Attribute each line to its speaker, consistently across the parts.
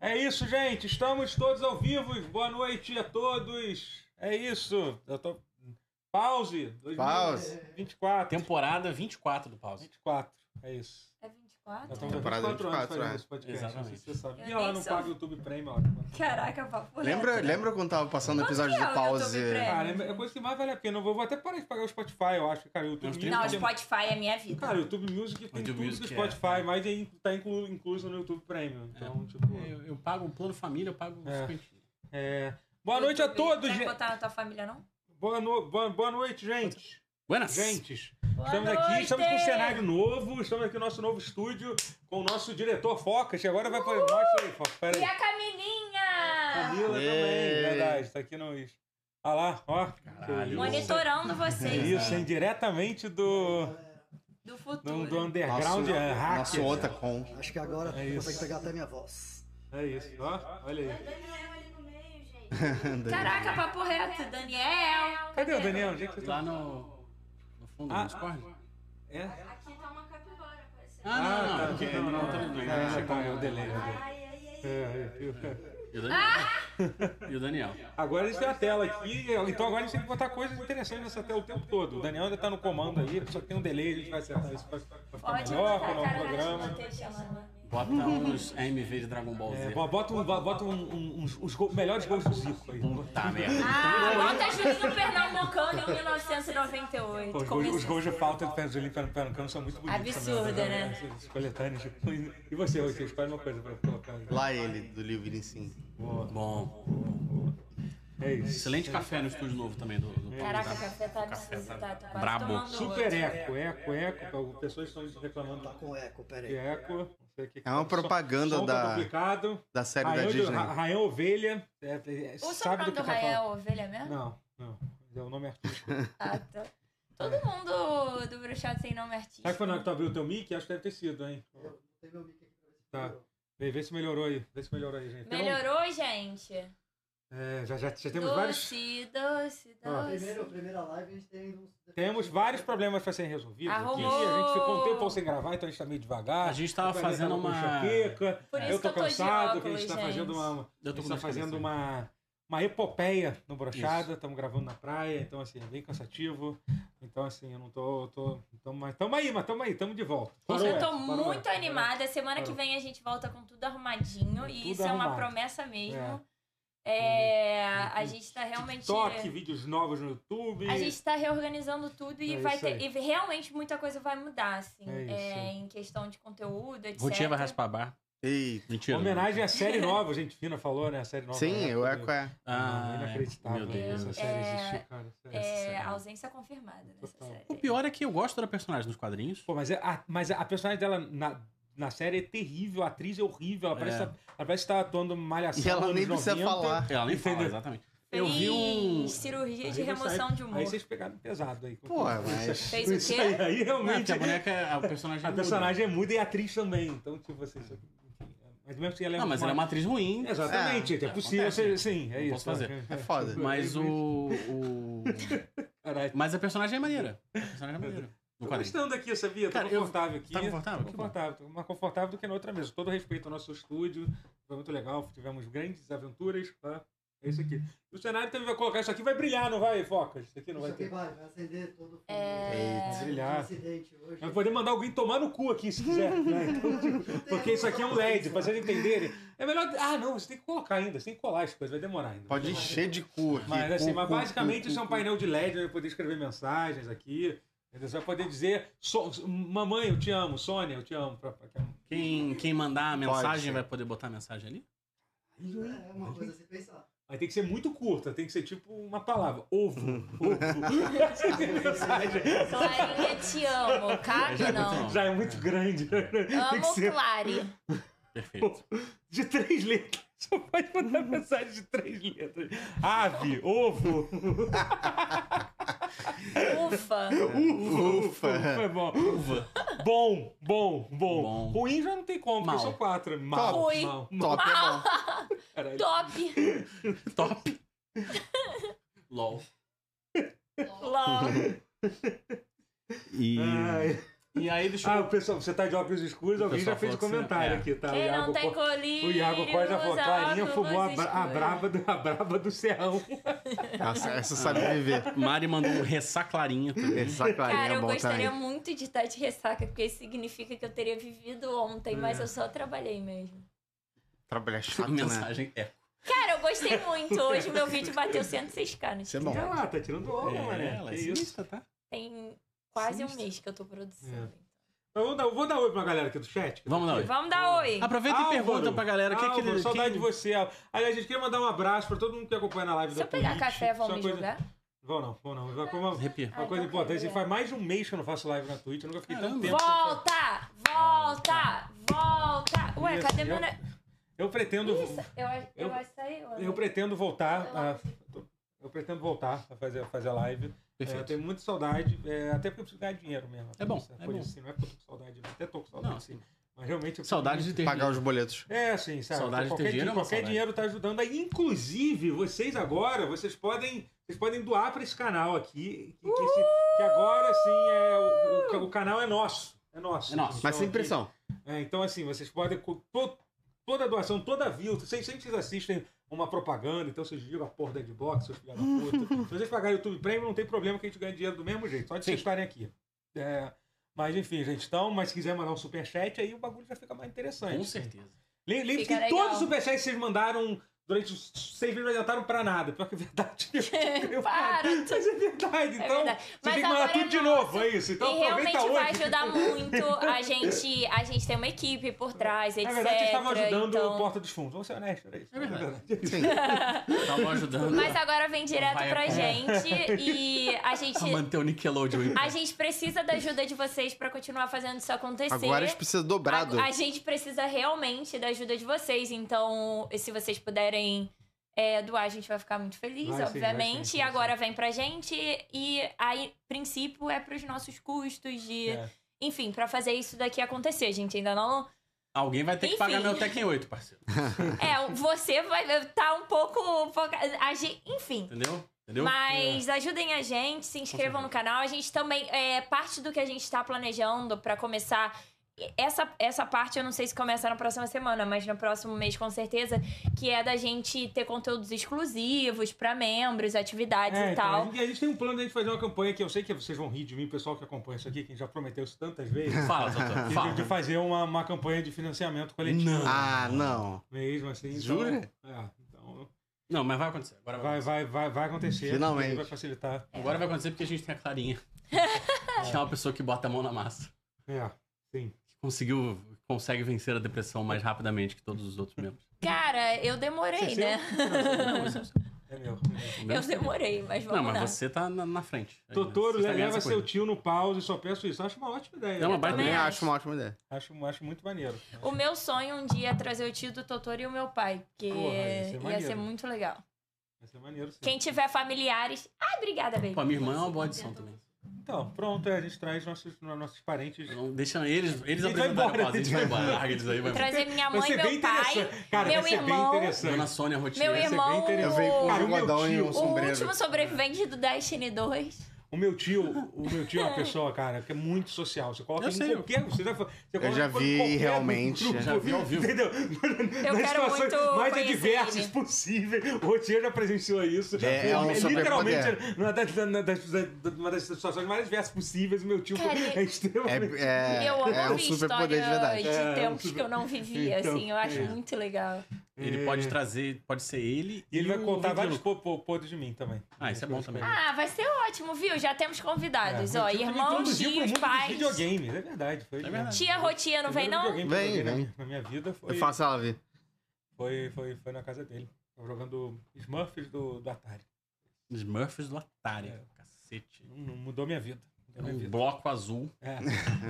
Speaker 1: É isso, gente. Estamos todos ao vivo. Boa noite a todos. É isso. Eu tô... Pause. 2024.
Speaker 2: Temporada 24 do Pause.
Speaker 1: 24. É isso.
Speaker 3: É 24?
Speaker 1: Já estamos há
Speaker 4: Temporada
Speaker 1: 24 anos
Speaker 4: 24,
Speaker 1: fazendo
Speaker 4: é.
Speaker 1: esse podcast. Exatamente. Não sei se
Speaker 2: Exatamente.
Speaker 1: você sabe.
Speaker 3: Eu
Speaker 1: Ia lá
Speaker 3: nem
Speaker 1: no
Speaker 3: sou.
Speaker 1: Pago YouTube Prêmio. ó.
Speaker 3: Caraca, papo
Speaker 4: Lembra,
Speaker 3: reto.
Speaker 4: lembra quando tava passando o
Speaker 3: Quanto
Speaker 4: episódio
Speaker 3: que é
Speaker 4: do
Speaker 3: o YouTube
Speaker 4: pause?
Speaker 3: Premium?
Speaker 1: Cara, é a coisa que mais vale a pena. Eu vou, vou até parar de pagar o Spotify, eu acho. Cara, o YouTube
Speaker 2: Uns
Speaker 1: Music.
Speaker 3: Não,
Speaker 1: tem-
Speaker 3: Spotify é minha vida.
Speaker 1: Cara, o YouTube Music tem
Speaker 2: YouTube
Speaker 1: tudo do
Speaker 2: Music é,
Speaker 1: Spotify,
Speaker 2: é.
Speaker 1: mas é in- tá inclu- incluso no YouTube Premium. Então, tipo.
Speaker 2: Eu, eu pago o plano família, eu pago
Speaker 1: É.
Speaker 2: os cantinhos.
Speaker 1: É. Boa noite a
Speaker 3: YouTube,
Speaker 1: todos,
Speaker 3: Não quer
Speaker 1: gente.
Speaker 3: botar na tua família, não?
Speaker 1: Boa, no- boa- boa noite, gente.
Speaker 2: Buenas!
Speaker 1: Gentes.
Speaker 3: Boa
Speaker 1: Estamos aqui,
Speaker 3: noite!
Speaker 1: estamos com um cenário novo, estamos aqui no nosso novo estúdio com o nosso diretor Focas, que agora vai para Mostra aí, Focas, pera aí.
Speaker 3: E a Camilinha!
Speaker 1: Camila também,
Speaker 4: Ei.
Speaker 1: verdade, tá aqui nos... Ah lá, ó.
Speaker 2: Caralho.
Speaker 3: Monitorando
Speaker 1: É
Speaker 3: vocês.
Speaker 1: isso,
Speaker 3: hein?
Speaker 1: hein, diretamente do,
Speaker 3: Do
Speaker 1: do,
Speaker 3: futuro.
Speaker 1: do underground
Speaker 4: nosso,
Speaker 1: é, hacker.
Speaker 4: nosso outra com.
Speaker 5: Acho que agora
Speaker 1: É isso.
Speaker 5: consegue pegar até minha voz.
Speaker 1: É isso, ó, olha aí.
Speaker 6: Daniel ali no meio, gente.
Speaker 3: Caraca, papo reto. Daniel.
Speaker 1: Cadê o Daniel? Onde é que você tá?
Speaker 2: Lá no, no fundo
Speaker 1: Ah.
Speaker 2: do Discord?
Speaker 1: É?
Speaker 6: Aqui tá uma capivara aparecendo.
Speaker 2: Ah, não, não,
Speaker 1: tá,
Speaker 2: não.
Speaker 1: ok,
Speaker 2: não,
Speaker 1: não,
Speaker 2: não,
Speaker 1: tá,
Speaker 2: não, não,
Speaker 1: é,
Speaker 2: não,
Speaker 1: tá,
Speaker 2: não,
Speaker 1: é o
Speaker 2: não,
Speaker 1: delay,
Speaker 2: não,
Speaker 1: é o
Speaker 2: não.
Speaker 1: delay.
Speaker 6: Ai, ai, ai.
Speaker 1: É, é, é.
Speaker 2: E o Daniel? E o Daniel?
Speaker 1: Agora a gente tem a tela aqui, então agora a gente tem que botar coisas interessantes nessa tela o tempo todo. O Daniel ainda tá no comando aí, só que tem um delay, a gente vai acertar isso pra pra ficar
Speaker 3: Pode
Speaker 1: melhor,
Speaker 3: botar
Speaker 1: pra
Speaker 3: a
Speaker 1: não
Speaker 3: cara
Speaker 1: programa.
Speaker 3: na chamando.
Speaker 2: Bota uns AMV de Dragon Ball
Speaker 1: É,
Speaker 2: Z.
Speaker 1: bo- bota um- bo- bota um- um- uns, os go- melhores gols do Zico aí.
Speaker 4: Um,
Speaker 2: Puta Tá, merda.
Speaker 3: Ah, bota Julinho Pernambucano em 1998.
Speaker 1: Pô, os, gols,
Speaker 3: Começou.
Speaker 1: os gols de falta do Julinho Pernambucano Pernambucano são muito bonitos.
Speaker 3: Absurdo,
Speaker 1: também,
Speaker 3: né?
Speaker 1: Essas coletâneas. tipo, E você, você escolhe uma coisa pra colocar. aí.
Speaker 4: Lá ele, do livro sim.
Speaker 2: Bom.
Speaker 1: É isso.
Speaker 2: Excelente café no estúdio novo também do, do
Speaker 3: Caraca, o café tá desvisitado.
Speaker 2: brabo.
Speaker 1: Super eco, eco, eco. Pessoas estão reclamando
Speaker 5: Tá com eco, pera
Speaker 1: de
Speaker 5: aí.
Speaker 1: eco. não sei o que que
Speaker 4: É uma
Speaker 1: tá. Som-
Speaker 4: propaganda
Speaker 1: som tá
Speaker 4: da-
Speaker 1: duplicado.
Speaker 4: Da série
Speaker 1: Rael
Speaker 4: da
Speaker 1: de-
Speaker 4: Disney.
Speaker 1: Ra- Rael Ovelha. é, é,
Speaker 3: O
Speaker 1: sabe
Speaker 3: sobrenome
Speaker 1: do que
Speaker 3: do
Speaker 1: tá
Speaker 3: Rael
Speaker 1: falando.
Speaker 3: é ovelha mesmo?
Speaker 1: Não, não. É o nome artístico.
Speaker 3: Ah, tá. Todo mundo do Bruxado tem nome artístico.
Speaker 1: É. Sabe quando na hora que tu abriu o teu mic? Acho que deve ter sido, hein?
Speaker 5: Tem meu mic aqui pra ver se
Speaker 1: Tá.
Speaker 5: melhorou.
Speaker 1: Vê, vê se melhorou aí. Vê se melhorou aí, gente. Tem um-
Speaker 3: Melhorou, gente?
Speaker 1: É, já, já, já temos vários. Ah.
Speaker 3: Doce, doce,
Speaker 1: Ó.
Speaker 5: Primeiro,
Speaker 3: doce.
Speaker 5: primeira live a gente tem uns.
Speaker 1: Temos vários problemas para serem resolvidos aqui.
Speaker 3: Arrumou!
Speaker 1: A gente ficou um tempo sem gravar, então a gente tá meio devagar.
Speaker 2: Ah, A gente tava
Speaker 1: O Daniel
Speaker 2: fazendo
Speaker 1: tava tá com
Speaker 2: uma-
Speaker 1: enxaqueca,
Speaker 3: Por
Speaker 1: É, eu
Speaker 3: isso que
Speaker 1: tô
Speaker 3: eu tô de
Speaker 1: cansado, que a gente
Speaker 3: óculos,
Speaker 1: tá
Speaker 3: gente.
Speaker 1: fazendo uma.
Speaker 2: Eu
Speaker 1: A
Speaker 2: tô
Speaker 1: gente
Speaker 2: com
Speaker 1: tá
Speaker 2: dor de
Speaker 1: fazendo
Speaker 2: cabeça.
Speaker 1: uma, uma epopeia no Brochada, estamos gravando na praia, então assim, é bem cansativo. Então, assim, eu não tô. tô então, mas tamo aí, mas tamo aí, tamo de volta. Parou
Speaker 3: eu
Speaker 1: essa,
Speaker 3: tô
Speaker 1: parou
Speaker 3: muito
Speaker 1: essa, parou
Speaker 3: animada. Semana
Speaker 1: Parou.
Speaker 3: que vem a gente volta com tudo arrumadinho.
Speaker 1: Tudo
Speaker 3: e isso é uma
Speaker 1: arrumado.
Speaker 3: promessa mesmo. É,
Speaker 1: Uhum.
Speaker 3: a gente tá realmente.
Speaker 1: TikTok, vídeos novos no YouTube.
Speaker 3: A gente tá reorganizando tudo e
Speaker 1: É
Speaker 3: vai
Speaker 1: isso
Speaker 3: ter.
Speaker 1: aí.
Speaker 3: E realmente muita coisa vai mudar, assim.
Speaker 1: É isso.
Speaker 3: é, em questão de conteúdo, etc.
Speaker 2: Routier vai raspar a barra.
Speaker 4: Ei,
Speaker 2: Mentira.
Speaker 1: Homenagem à série nova, gente fina falou, né? A série nova.
Speaker 4: sim,
Speaker 1: né?
Speaker 4: eu eco é.
Speaker 2: Ah,
Speaker 1: inacreditável
Speaker 2: meu Deus.
Speaker 1: essa série
Speaker 3: É,
Speaker 1: existir, cara. sério.
Speaker 3: É,
Speaker 2: série.
Speaker 3: ausência confirmada nessa
Speaker 1: Total.
Speaker 3: série.
Speaker 2: O pior é que eu gosto da personagem nos quadrinhos.
Speaker 1: Pô, mas, é- a, mas a personagem dela na, na série é terrível, a atriz é horrível, ela parece,
Speaker 2: É.
Speaker 1: ela parece que tá atuando malhação.
Speaker 4: E ela
Speaker 1: nos
Speaker 4: nem
Speaker 1: 90.
Speaker 4: precisa falar.
Speaker 2: Ela nem fala,
Speaker 1: Entendeu?
Speaker 2: exatamente. Eu vi
Speaker 3: Fez
Speaker 2: um...
Speaker 3: Cirurgia
Speaker 1: Aí
Speaker 3: de
Speaker 1: você-
Speaker 3: remoção de humor.
Speaker 1: Aí vocês pegaram pesado aí.
Speaker 4: Pô, é mas.
Speaker 3: Fez o
Speaker 1: Isso
Speaker 3: quê?
Speaker 1: aí, aí
Speaker 2: Não, porque
Speaker 1: realmente
Speaker 2: a boneca, a personagem
Speaker 1: a
Speaker 2: muda.
Speaker 1: personagem é muda e a atriz também. Então, tipo assim. isso- enfim, é- Mas mesmo assim ela é
Speaker 2: Não, mas ela é uma atriz ruim.
Speaker 1: Exatamente, é,
Speaker 2: É,
Speaker 1: possível. ser-
Speaker 2: acontece.
Speaker 1: Sim, é
Speaker 2: Não
Speaker 1: isso.
Speaker 2: posso fazer.
Speaker 4: É foda.
Speaker 2: Mas o... o-
Speaker 1: Caralho.
Speaker 2: Mas a personagem é maneira. A personagem é maneira. No
Speaker 1: Tô
Speaker 2: quadrinho.
Speaker 1: gostando aqui, sabia? Tô
Speaker 2: Cara, eu-
Speaker 1: confortável aqui.
Speaker 2: Tá confortável?
Speaker 1: Tô
Speaker 2: Que bom.
Speaker 1: confortável, tô mais confortável do que na outra mesa. Todo respeito ao nosso estúdio, foi muito legal, tivemos grandes aventuras, tá? É isso aqui. E o cenário também vai colocar isso aqui, vai brilhar, não vai, Focas? Isso aqui não
Speaker 5: Isso
Speaker 1: vai
Speaker 5: aqui
Speaker 1: ter.
Speaker 5: vai, vai acender todo o fundo.
Speaker 3: É.
Speaker 5: Tive um
Speaker 1: Brilhar.
Speaker 5: Incidente hoje.
Speaker 1: Vai poder mandar alguém tomar no cu aqui, se quiser. né? Então, tipo, porque isso aqui é um LED, pra vocês entenderem. É melhor. Ah, não, você tem que colocar ainda, você tem que colar as coisas, vai demorar ainda.
Speaker 4: Pode encher de cu aqui.
Speaker 1: Mas, assim,
Speaker 4: Cu,
Speaker 1: mas
Speaker 4: cu,
Speaker 1: basicamente
Speaker 4: cu,
Speaker 1: isso é um
Speaker 4: cu.
Speaker 1: painel de LED, vai poder escrever mensagens aqui. entendeu? Você vai poder dizer, "So- mamãe, eu te amo, Sônia, eu te amo. Pra, pra,
Speaker 2: Quem, quem mandar a
Speaker 4: Pode
Speaker 2: mensagem
Speaker 4: ser.
Speaker 2: vai poder botar a mensagem ali?
Speaker 5: É
Speaker 1: Uhum.
Speaker 5: uma coisa a se pensar.
Speaker 1: Mas tem que ser muito curta, tem que ser tipo uma palavra. Ovo. Ovo.
Speaker 3: Clarinha, te amo. Cabe não.
Speaker 1: Já é muito grande. Tem que
Speaker 3: Amo
Speaker 1: ser
Speaker 3: Clary.
Speaker 2: Perfeito.
Speaker 1: de três letras. Só pode mandar mensagem de três letras. Ave, ovo.
Speaker 3: Ufa.
Speaker 4: Ufa.
Speaker 1: Foi bom. Bom, bom, bom.
Speaker 2: Bom.
Speaker 1: Ruim já não tem como,
Speaker 2: Mal.
Speaker 1: porque são quatro. Mal,
Speaker 3: Ruim.
Speaker 1: mal.
Speaker 4: Top é
Speaker 1: Caralho.
Speaker 3: Top.
Speaker 2: Top. LOL.
Speaker 3: LOL.
Speaker 4: bom. E.
Speaker 1: Ai.
Speaker 2: E aí, deixa eu.
Speaker 1: Ah, o pessoal, você tá de óculos escuros,
Speaker 2: O
Speaker 1: alguém já
Speaker 2: pessoal
Speaker 1: fez
Speaker 2: falou que
Speaker 1: comentário
Speaker 2: você- é.
Speaker 1: aqui, tá?
Speaker 3: Quem não
Speaker 1: Iago
Speaker 3: tem
Speaker 1: Costa-
Speaker 3: colírio,
Speaker 1: O Iago quase já falou,
Speaker 3: usa
Speaker 1: Clarinha
Speaker 3: óculos
Speaker 1: fumou a, bra- a
Speaker 3: escuros.
Speaker 1: braba do, a braba do serrão.
Speaker 4: Essa, essa sabe viver.
Speaker 2: Mari mandou um ressaclarinho também.
Speaker 4: Essa clarinha
Speaker 3: Cara,
Speaker 4: é
Speaker 3: eu
Speaker 4: bom
Speaker 1: tá
Speaker 3: gostaria
Speaker 4: também.
Speaker 3: muito de estar de ressaca, porque isso significa que eu teria vivido ontem, mas
Speaker 1: É.
Speaker 3: eu só trabalhei mesmo.
Speaker 4: Trabalhar chato, né?
Speaker 2: Mensagem é.
Speaker 3: Cara, eu gostei muito. Hoje meu vídeo bateu 106k no
Speaker 4: Isso é
Speaker 3: Instagram.
Speaker 4: bom.
Speaker 1: Olha lá, tá tirando onda, mané.
Speaker 2: ela
Speaker 1: Que
Speaker 2: é
Speaker 1: isso.
Speaker 2: sinistra, tá?
Speaker 3: Tem quase um
Speaker 2: Sinistro.
Speaker 3: mês que eu tô produzindo.
Speaker 1: É. Eu vou Então, dar, vou dar oi pra galera aqui do chat.
Speaker 2: Vamos lá.
Speaker 3: Vamos dar oi.
Speaker 2: Aproveita e
Speaker 1: Álvaro,
Speaker 2: pergunta pra galera o que é que
Speaker 1: Álvaro,
Speaker 2: ele.
Speaker 1: saudade
Speaker 2: quem-
Speaker 1: de você. Álvaro. Aliás, a gente queria mandar um abraço pra todo mundo que acompanha na live
Speaker 3: Se
Speaker 1: da
Speaker 3: eu pegar
Speaker 1: Twitch.
Speaker 3: café, vão
Speaker 1: Só
Speaker 3: me
Speaker 1: coisa-
Speaker 3: julgar?
Speaker 1: Vão não, vão não. Uma, uma, uma
Speaker 2: Arrepia.
Speaker 3: Ah,
Speaker 1: coisa
Speaker 3: então
Speaker 1: importante,
Speaker 3: quero ver.
Speaker 1: faz mais de um mês que eu não faço live na Twitch, eu nunca fiquei tanto
Speaker 2: Caramba.
Speaker 1: tempo. sem fazer.
Speaker 3: Volta! Volta! Volta! Ué,
Speaker 1: Isso,
Speaker 3: cadê
Speaker 1: eu-
Speaker 3: meu... ne-
Speaker 1: Eu pretendo,
Speaker 3: Isso, eu, eu,
Speaker 1: eu-
Speaker 3: acho que saiu. né?
Speaker 1: eu Ah. pretendo voltar
Speaker 3: Eu
Speaker 1: a,
Speaker 3: acho que-
Speaker 1: eu pretendo voltar a fazer, a fazer a live. É, eu
Speaker 2: Perfeito.
Speaker 1: tenho muita saudade, é, até porque eu preciso ganhar dinheiro mesmo.
Speaker 2: É bom,
Speaker 1: Essa
Speaker 2: é
Speaker 1: coisa
Speaker 2: bom.
Speaker 1: assim, não é porque eu tô com saudade, eu até tô com saudade
Speaker 2: Não,
Speaker 1: sim. Mas realmente eu
Speaker 2: Saudade de ter.
Speaker 4: Pagar os boletos.
Speaker 1: É, assim, sabe?
Speaker 2: Saudade de ter
Speaker 1: qualquer
Speaker 2: dinheiro é uma
Speaker 1: qualquer
Speaker 2: saudade.
Speaker 1: dinheiro tá ajudando. Aí, inclusive, vocês agora, vocês podem, vocês podem doar para esse canal aqui, que, que esse- que agora sim é o, o ca- o canal é nosso, é nosso.
Speaker 2: É nosso.
Speaker 1: Então,
Speaker 4: Mas sem
Speaker 1: aqui-
Speaker 4: pressão.
Speaker 1: é, então assim, vocês podem co- to- toda doação, toda view, vocês sempre vocês assistem uma propaganda, então vocês viram a porra da Xbox, seus filhos da puta. Se vocês pagarem o YouTube Premium, não tem problema que a gente ganha dinheiro do mesmo jeito, só de
Speaker 2: Sim.
Speaker 1: vocês estarem aqui. É, mas enfim, gente, então, mas se quiser mandar um superchat, aí o bagulho vai ficar mais interessante.
Speaker 2: Com certeza.
Speaker 1: Lem- Lembre
Speaker 3: Fica
Speaker 1: que todos
Speaker 3: legal.
Speaker 1: os superchats que vocês mandaram durante os seis meses não adiantaram pra nada. Pior que é verdade. Eu-
Speaker 3: Para,
Speaker 1: Mas é verdade.
Speaker 3: É
Speaker 1: Então,
Speaker 3: verdade.
Speaker 1: você tem
Speaker 3: Mas
Speaker 1: que mandar
Speaker 3: agora
Speaker 1: tudo
Speaker 3: é
Speaker 1: de
Speaker 3: nosso.
Speaker 1: novo, é isso. Então
Speaker 3: e realmente
Speaker 1: aproveita hoje.
Speaker 3: vai ajudar muito. A gente, a gente tem uma equipe por trás, etc.
Speaker 1: Na É verdade, vocês estavam ajudando
Speaker 3: então-
Speaker 1: o Porta dos Fundos. Vamos ser honestos, né? era isso.
Speaker 2: É verdade.
Speaker 4: Sim.
Speaker 2: Tava ajudando
Speaker 3: Mas agora vem direto
Speaker 2: Vai
Speaker 3: pra
Speaker 2: acabar.
Speaker 3: gente e a gente,
Speaker 2: a manter o Nickelodeon. em pé.
Speaker 3: a gente precisa da ajuda de vocês pra continuar fazendo isso acontecer.
Speaker 4: Agora a gente precisa dobrado.
Speaker 3: A, a gente precisa realmente da ajuda de vocês, então se vocês puderem é, doar, a gente vai ficar muito feliz,
Speaker 1: Vai sim,
Speaker 3: obviamente.
Speaker 1: vai sim,
Speaker 3: e
Speaker 1: vai
Speaker 3: agora vem pra gente e aí, princípio, é pros nossos custos de...
Speaker 1: É.
Speaker 3: Enfim, pra fazer isso daqui acontecer, a gente ainda não...
Speaker 2: Alguém vai ter que pagar
Speaker 3: Enfim.
Speaker 2: meu Tekken 8, parceiro.
Speaker 3: É, você vai tá um pouco... foca- a gente- Enfim,
Speaker 2: Entendeu? Entendeu?
Speaker 3: Mas ajudem a gente, se inscrevam no canal. A gente também. É, parte do que a gente tá planejando pra começar. Essa, essa parte eu não sei se começa na próxima semana, mas no próximo mês com certeza, que é da gente ter conteúdos exclusivos pra membros, atividades
Speaker 1: É,
Speaker 3: e
Speaker 1: então, a,
Speaker 3: tal.
Speaker 1: gente, a gente tem um plano de a gente fazer uma campanha que eu sei que vocês vão rir de mim, o pessoal que acompanha isso aqui, que já prometeu isso tantas vezes.
Speaker 2: Fala, doutor.
Speaker 1: de-
Speaker 2: Fala.
Speaker 1: De fazer uma, uma campanha de financiamento coletivo.
Speaker 2: Não.
Speaker 4: Ah, não.
Speaker 1: Mesmo assim. então-
Speaker 4: Jura?
Speaker 1: é, então
Speaker 2: Não, mas vai acontecer. Agora
Speaker 1: vai,
Speaker 2: vai, acontecer.
Speaker 1: vai, vai, vai acontecer.
Speaker 4: Finalmente.
Speaker 1: Vai facilitar.
Speaker 2: Agora vai acontecer porque a gente tem a Clarinha. Que é uma pessoa que bota a mão na massa.
Speaker 1: É, sim.
Speaker 2: Que conseguiu, consegue vencer a depressão mais rapidamente que todos os outros membros.
Speaker 3: Cara, eu demorei,
Speaker 1: Você é
Speaker 3: né?
Speaker 1: É meu.
Speaker 3: Eu demorei, mas vamos
Speaker 2: Não, mas
Speaker 3: lá.
Speaker 2: você tá na, na frente. Aí,
Speaker 1: Doutor,
Speaker 2: você tá ganhando
Speaker 1: leva
Speaker 2: essa
Speaker 1: seu
Speaker 2: coisa.
Speaker 1: tio no pause, só peço isso. Acho uma ótima ideia.
Speaker 2: É uma
Speaker 1: Eu
Speaker 2: baita
Speaker 4: Também
Speaker 3: acho.
Speaker 4: acho uma ótima ideia.
Speaker 1: Acho, acho muito maneiro.
Speaker 3: O meu sonho um dia é trazer o tio do Totoro e o meu pai, que
Speaker 1: Porra, ia ser
Speaker 3: ia
Speaker 1: maneiro.
Speaker 3: ser muito legal.
Speaker 1: Vai ser maneiro, sim.
Speaker 3: Quem tiver familiares. Ai, obrigada, baby.
Speaker 2: Pô, a minha irmã é uma boa adição também.
Speaker 1: Então, pronto, é, a gente traz nossos, nossos parentes.
Speaker 2: Então, deixa eles, eles
Speaker 1: vai
Speaker 2: apresentarem
Speaker 1: embora,
Speaker 2: a pausa. A gente
Speaker 1: gente.
Speaker 2: vai embora. Larga eles aí, vai embora.
Speaker 3: Trazer minha
Speaker 1: Vai
Speaker 3: mãe,
Speaker 1: ser bem
Speaker 3: meu pai.
Speaker 1: interessante. Cara,
Speaker 3: meu
Speaker 1: vai ser
Speaker 3: irmão,
Speaker 1: bem
Speaker 2: Dona
Speaker 1: interessante.
Speaker 2: Sônia
Speaker 3: Meu
Speaker 2: Rotier.
Speaker 1: ser bem
Speaker 3: irmão,
Speaker 1: interessante.
Speaker 4: Eu venho com
Speaker 1: Cara,
Speaker 4: um
Speaker 1: o meu
Speaker 4: bigodão e
Speaker 1: tio-
Speaker 4: um
Speaker 1: o
Speaker 3: o
Speaker 4: sombreiro.
Speaker 3: último assim, sobrevivente do Destiny 2.
Speaker 1: O meu tio, o meu tio é uma pessoa, cara, que é muito social. Você coloca
Speaker 2: Eu
Speaker 1: em
Speaker 2: sei.
Speaker 1: qualquer. Você já, você coloca
Speaker 4: já
Speaker 1: em
Speaker 4: vi
Speaker 1: qualquer
Speaker 4: realmente.
Speaker 1: grupo,
Speaker 2: Já vi ao vivo.
Speaker 1: Entendeu?
Speaker 3: Eu
Speaker 1: Nas
Speaker 3: quero
Speaker 1: situações
Speaker 3: muito
Speaker 1: mais
Speaker 3: conhecer
Speaker 1: adversas
Speaker 3: ele.
Speaker 1: possível. O Rotier já presenciou isso.
Speaker 4: É, é um
Speaker 1: literalmente
Speaker 4: superpoder.
Speaker 1: uma das, uma das- uma das situações mais adversas possíveis. O meu tio
Speaker 3: Cara,
Speaker 1: é extremamente.
Speaker 4: É, é,
Speaker 3: eu amo
Speaker 4: é um
Speaker 3: ouvir
Speaker 4: super
Speaker 3: história
Speaker 4: poder de verdade.
Speaker 1: É, é um
Speaker 3: tempos
Speaker 1: super-
Speaker 3: que eu não vivi,
Speaker 1: Então,
Speaker 3: assim. Eu acho
Speaker 1: é.
Speaker 3: muito legal.
Speaker 2: Ele pode trazer, pode ser ele.
Speaker 1: E ele vai
Speaker 2: o
Speaker 1: contar
Speaker 2: Vig
Speaker 1: vários
Speaker 2: Luca.
Speaker 1: po- po- podres de mim também.
Speaker 2: Ah, isso é bom também.
Speaker 3: Ah, vai ser ótimo, viu? Já temos convidados,
Speaker 1: É,
Speaker 3: ó.
Speaker 1: meu tio me
Speaker 3: Irmãos,
Speaker 1: introduziu pro
Speaker 3: tios,
Speaker 1: mundo dos
Speaker 3: pais.
Speaker 1: videogames, é verdade. Foi
Speaker 2: É verdade.
Speaker 3: Tia Rotia, não vem, não?
Speaker 1: Vem,
Speaker 4: Vem,
Speaker 1: vem. Na
Speaker 4: vem.
Speaker 1: minha, na minha vida foi,
Speaker 4: Eu faço ela vir.
Speaker 1: foi, foi, foi na casa dele. Tava jogando Smurfs do, do Atari.
Speaker 2: Os Murphys do Atari.
Speaker 1: É.
Speaker 2: Cacete.
Speaker 1: Não- não Mudou minha vida. Mudou
Speaker 4: Uh,
Speaker 1: minha
Speaker 2: Um
Speaker 1: vida.
Speaker 2: bloco azul.
Speaker 1: É.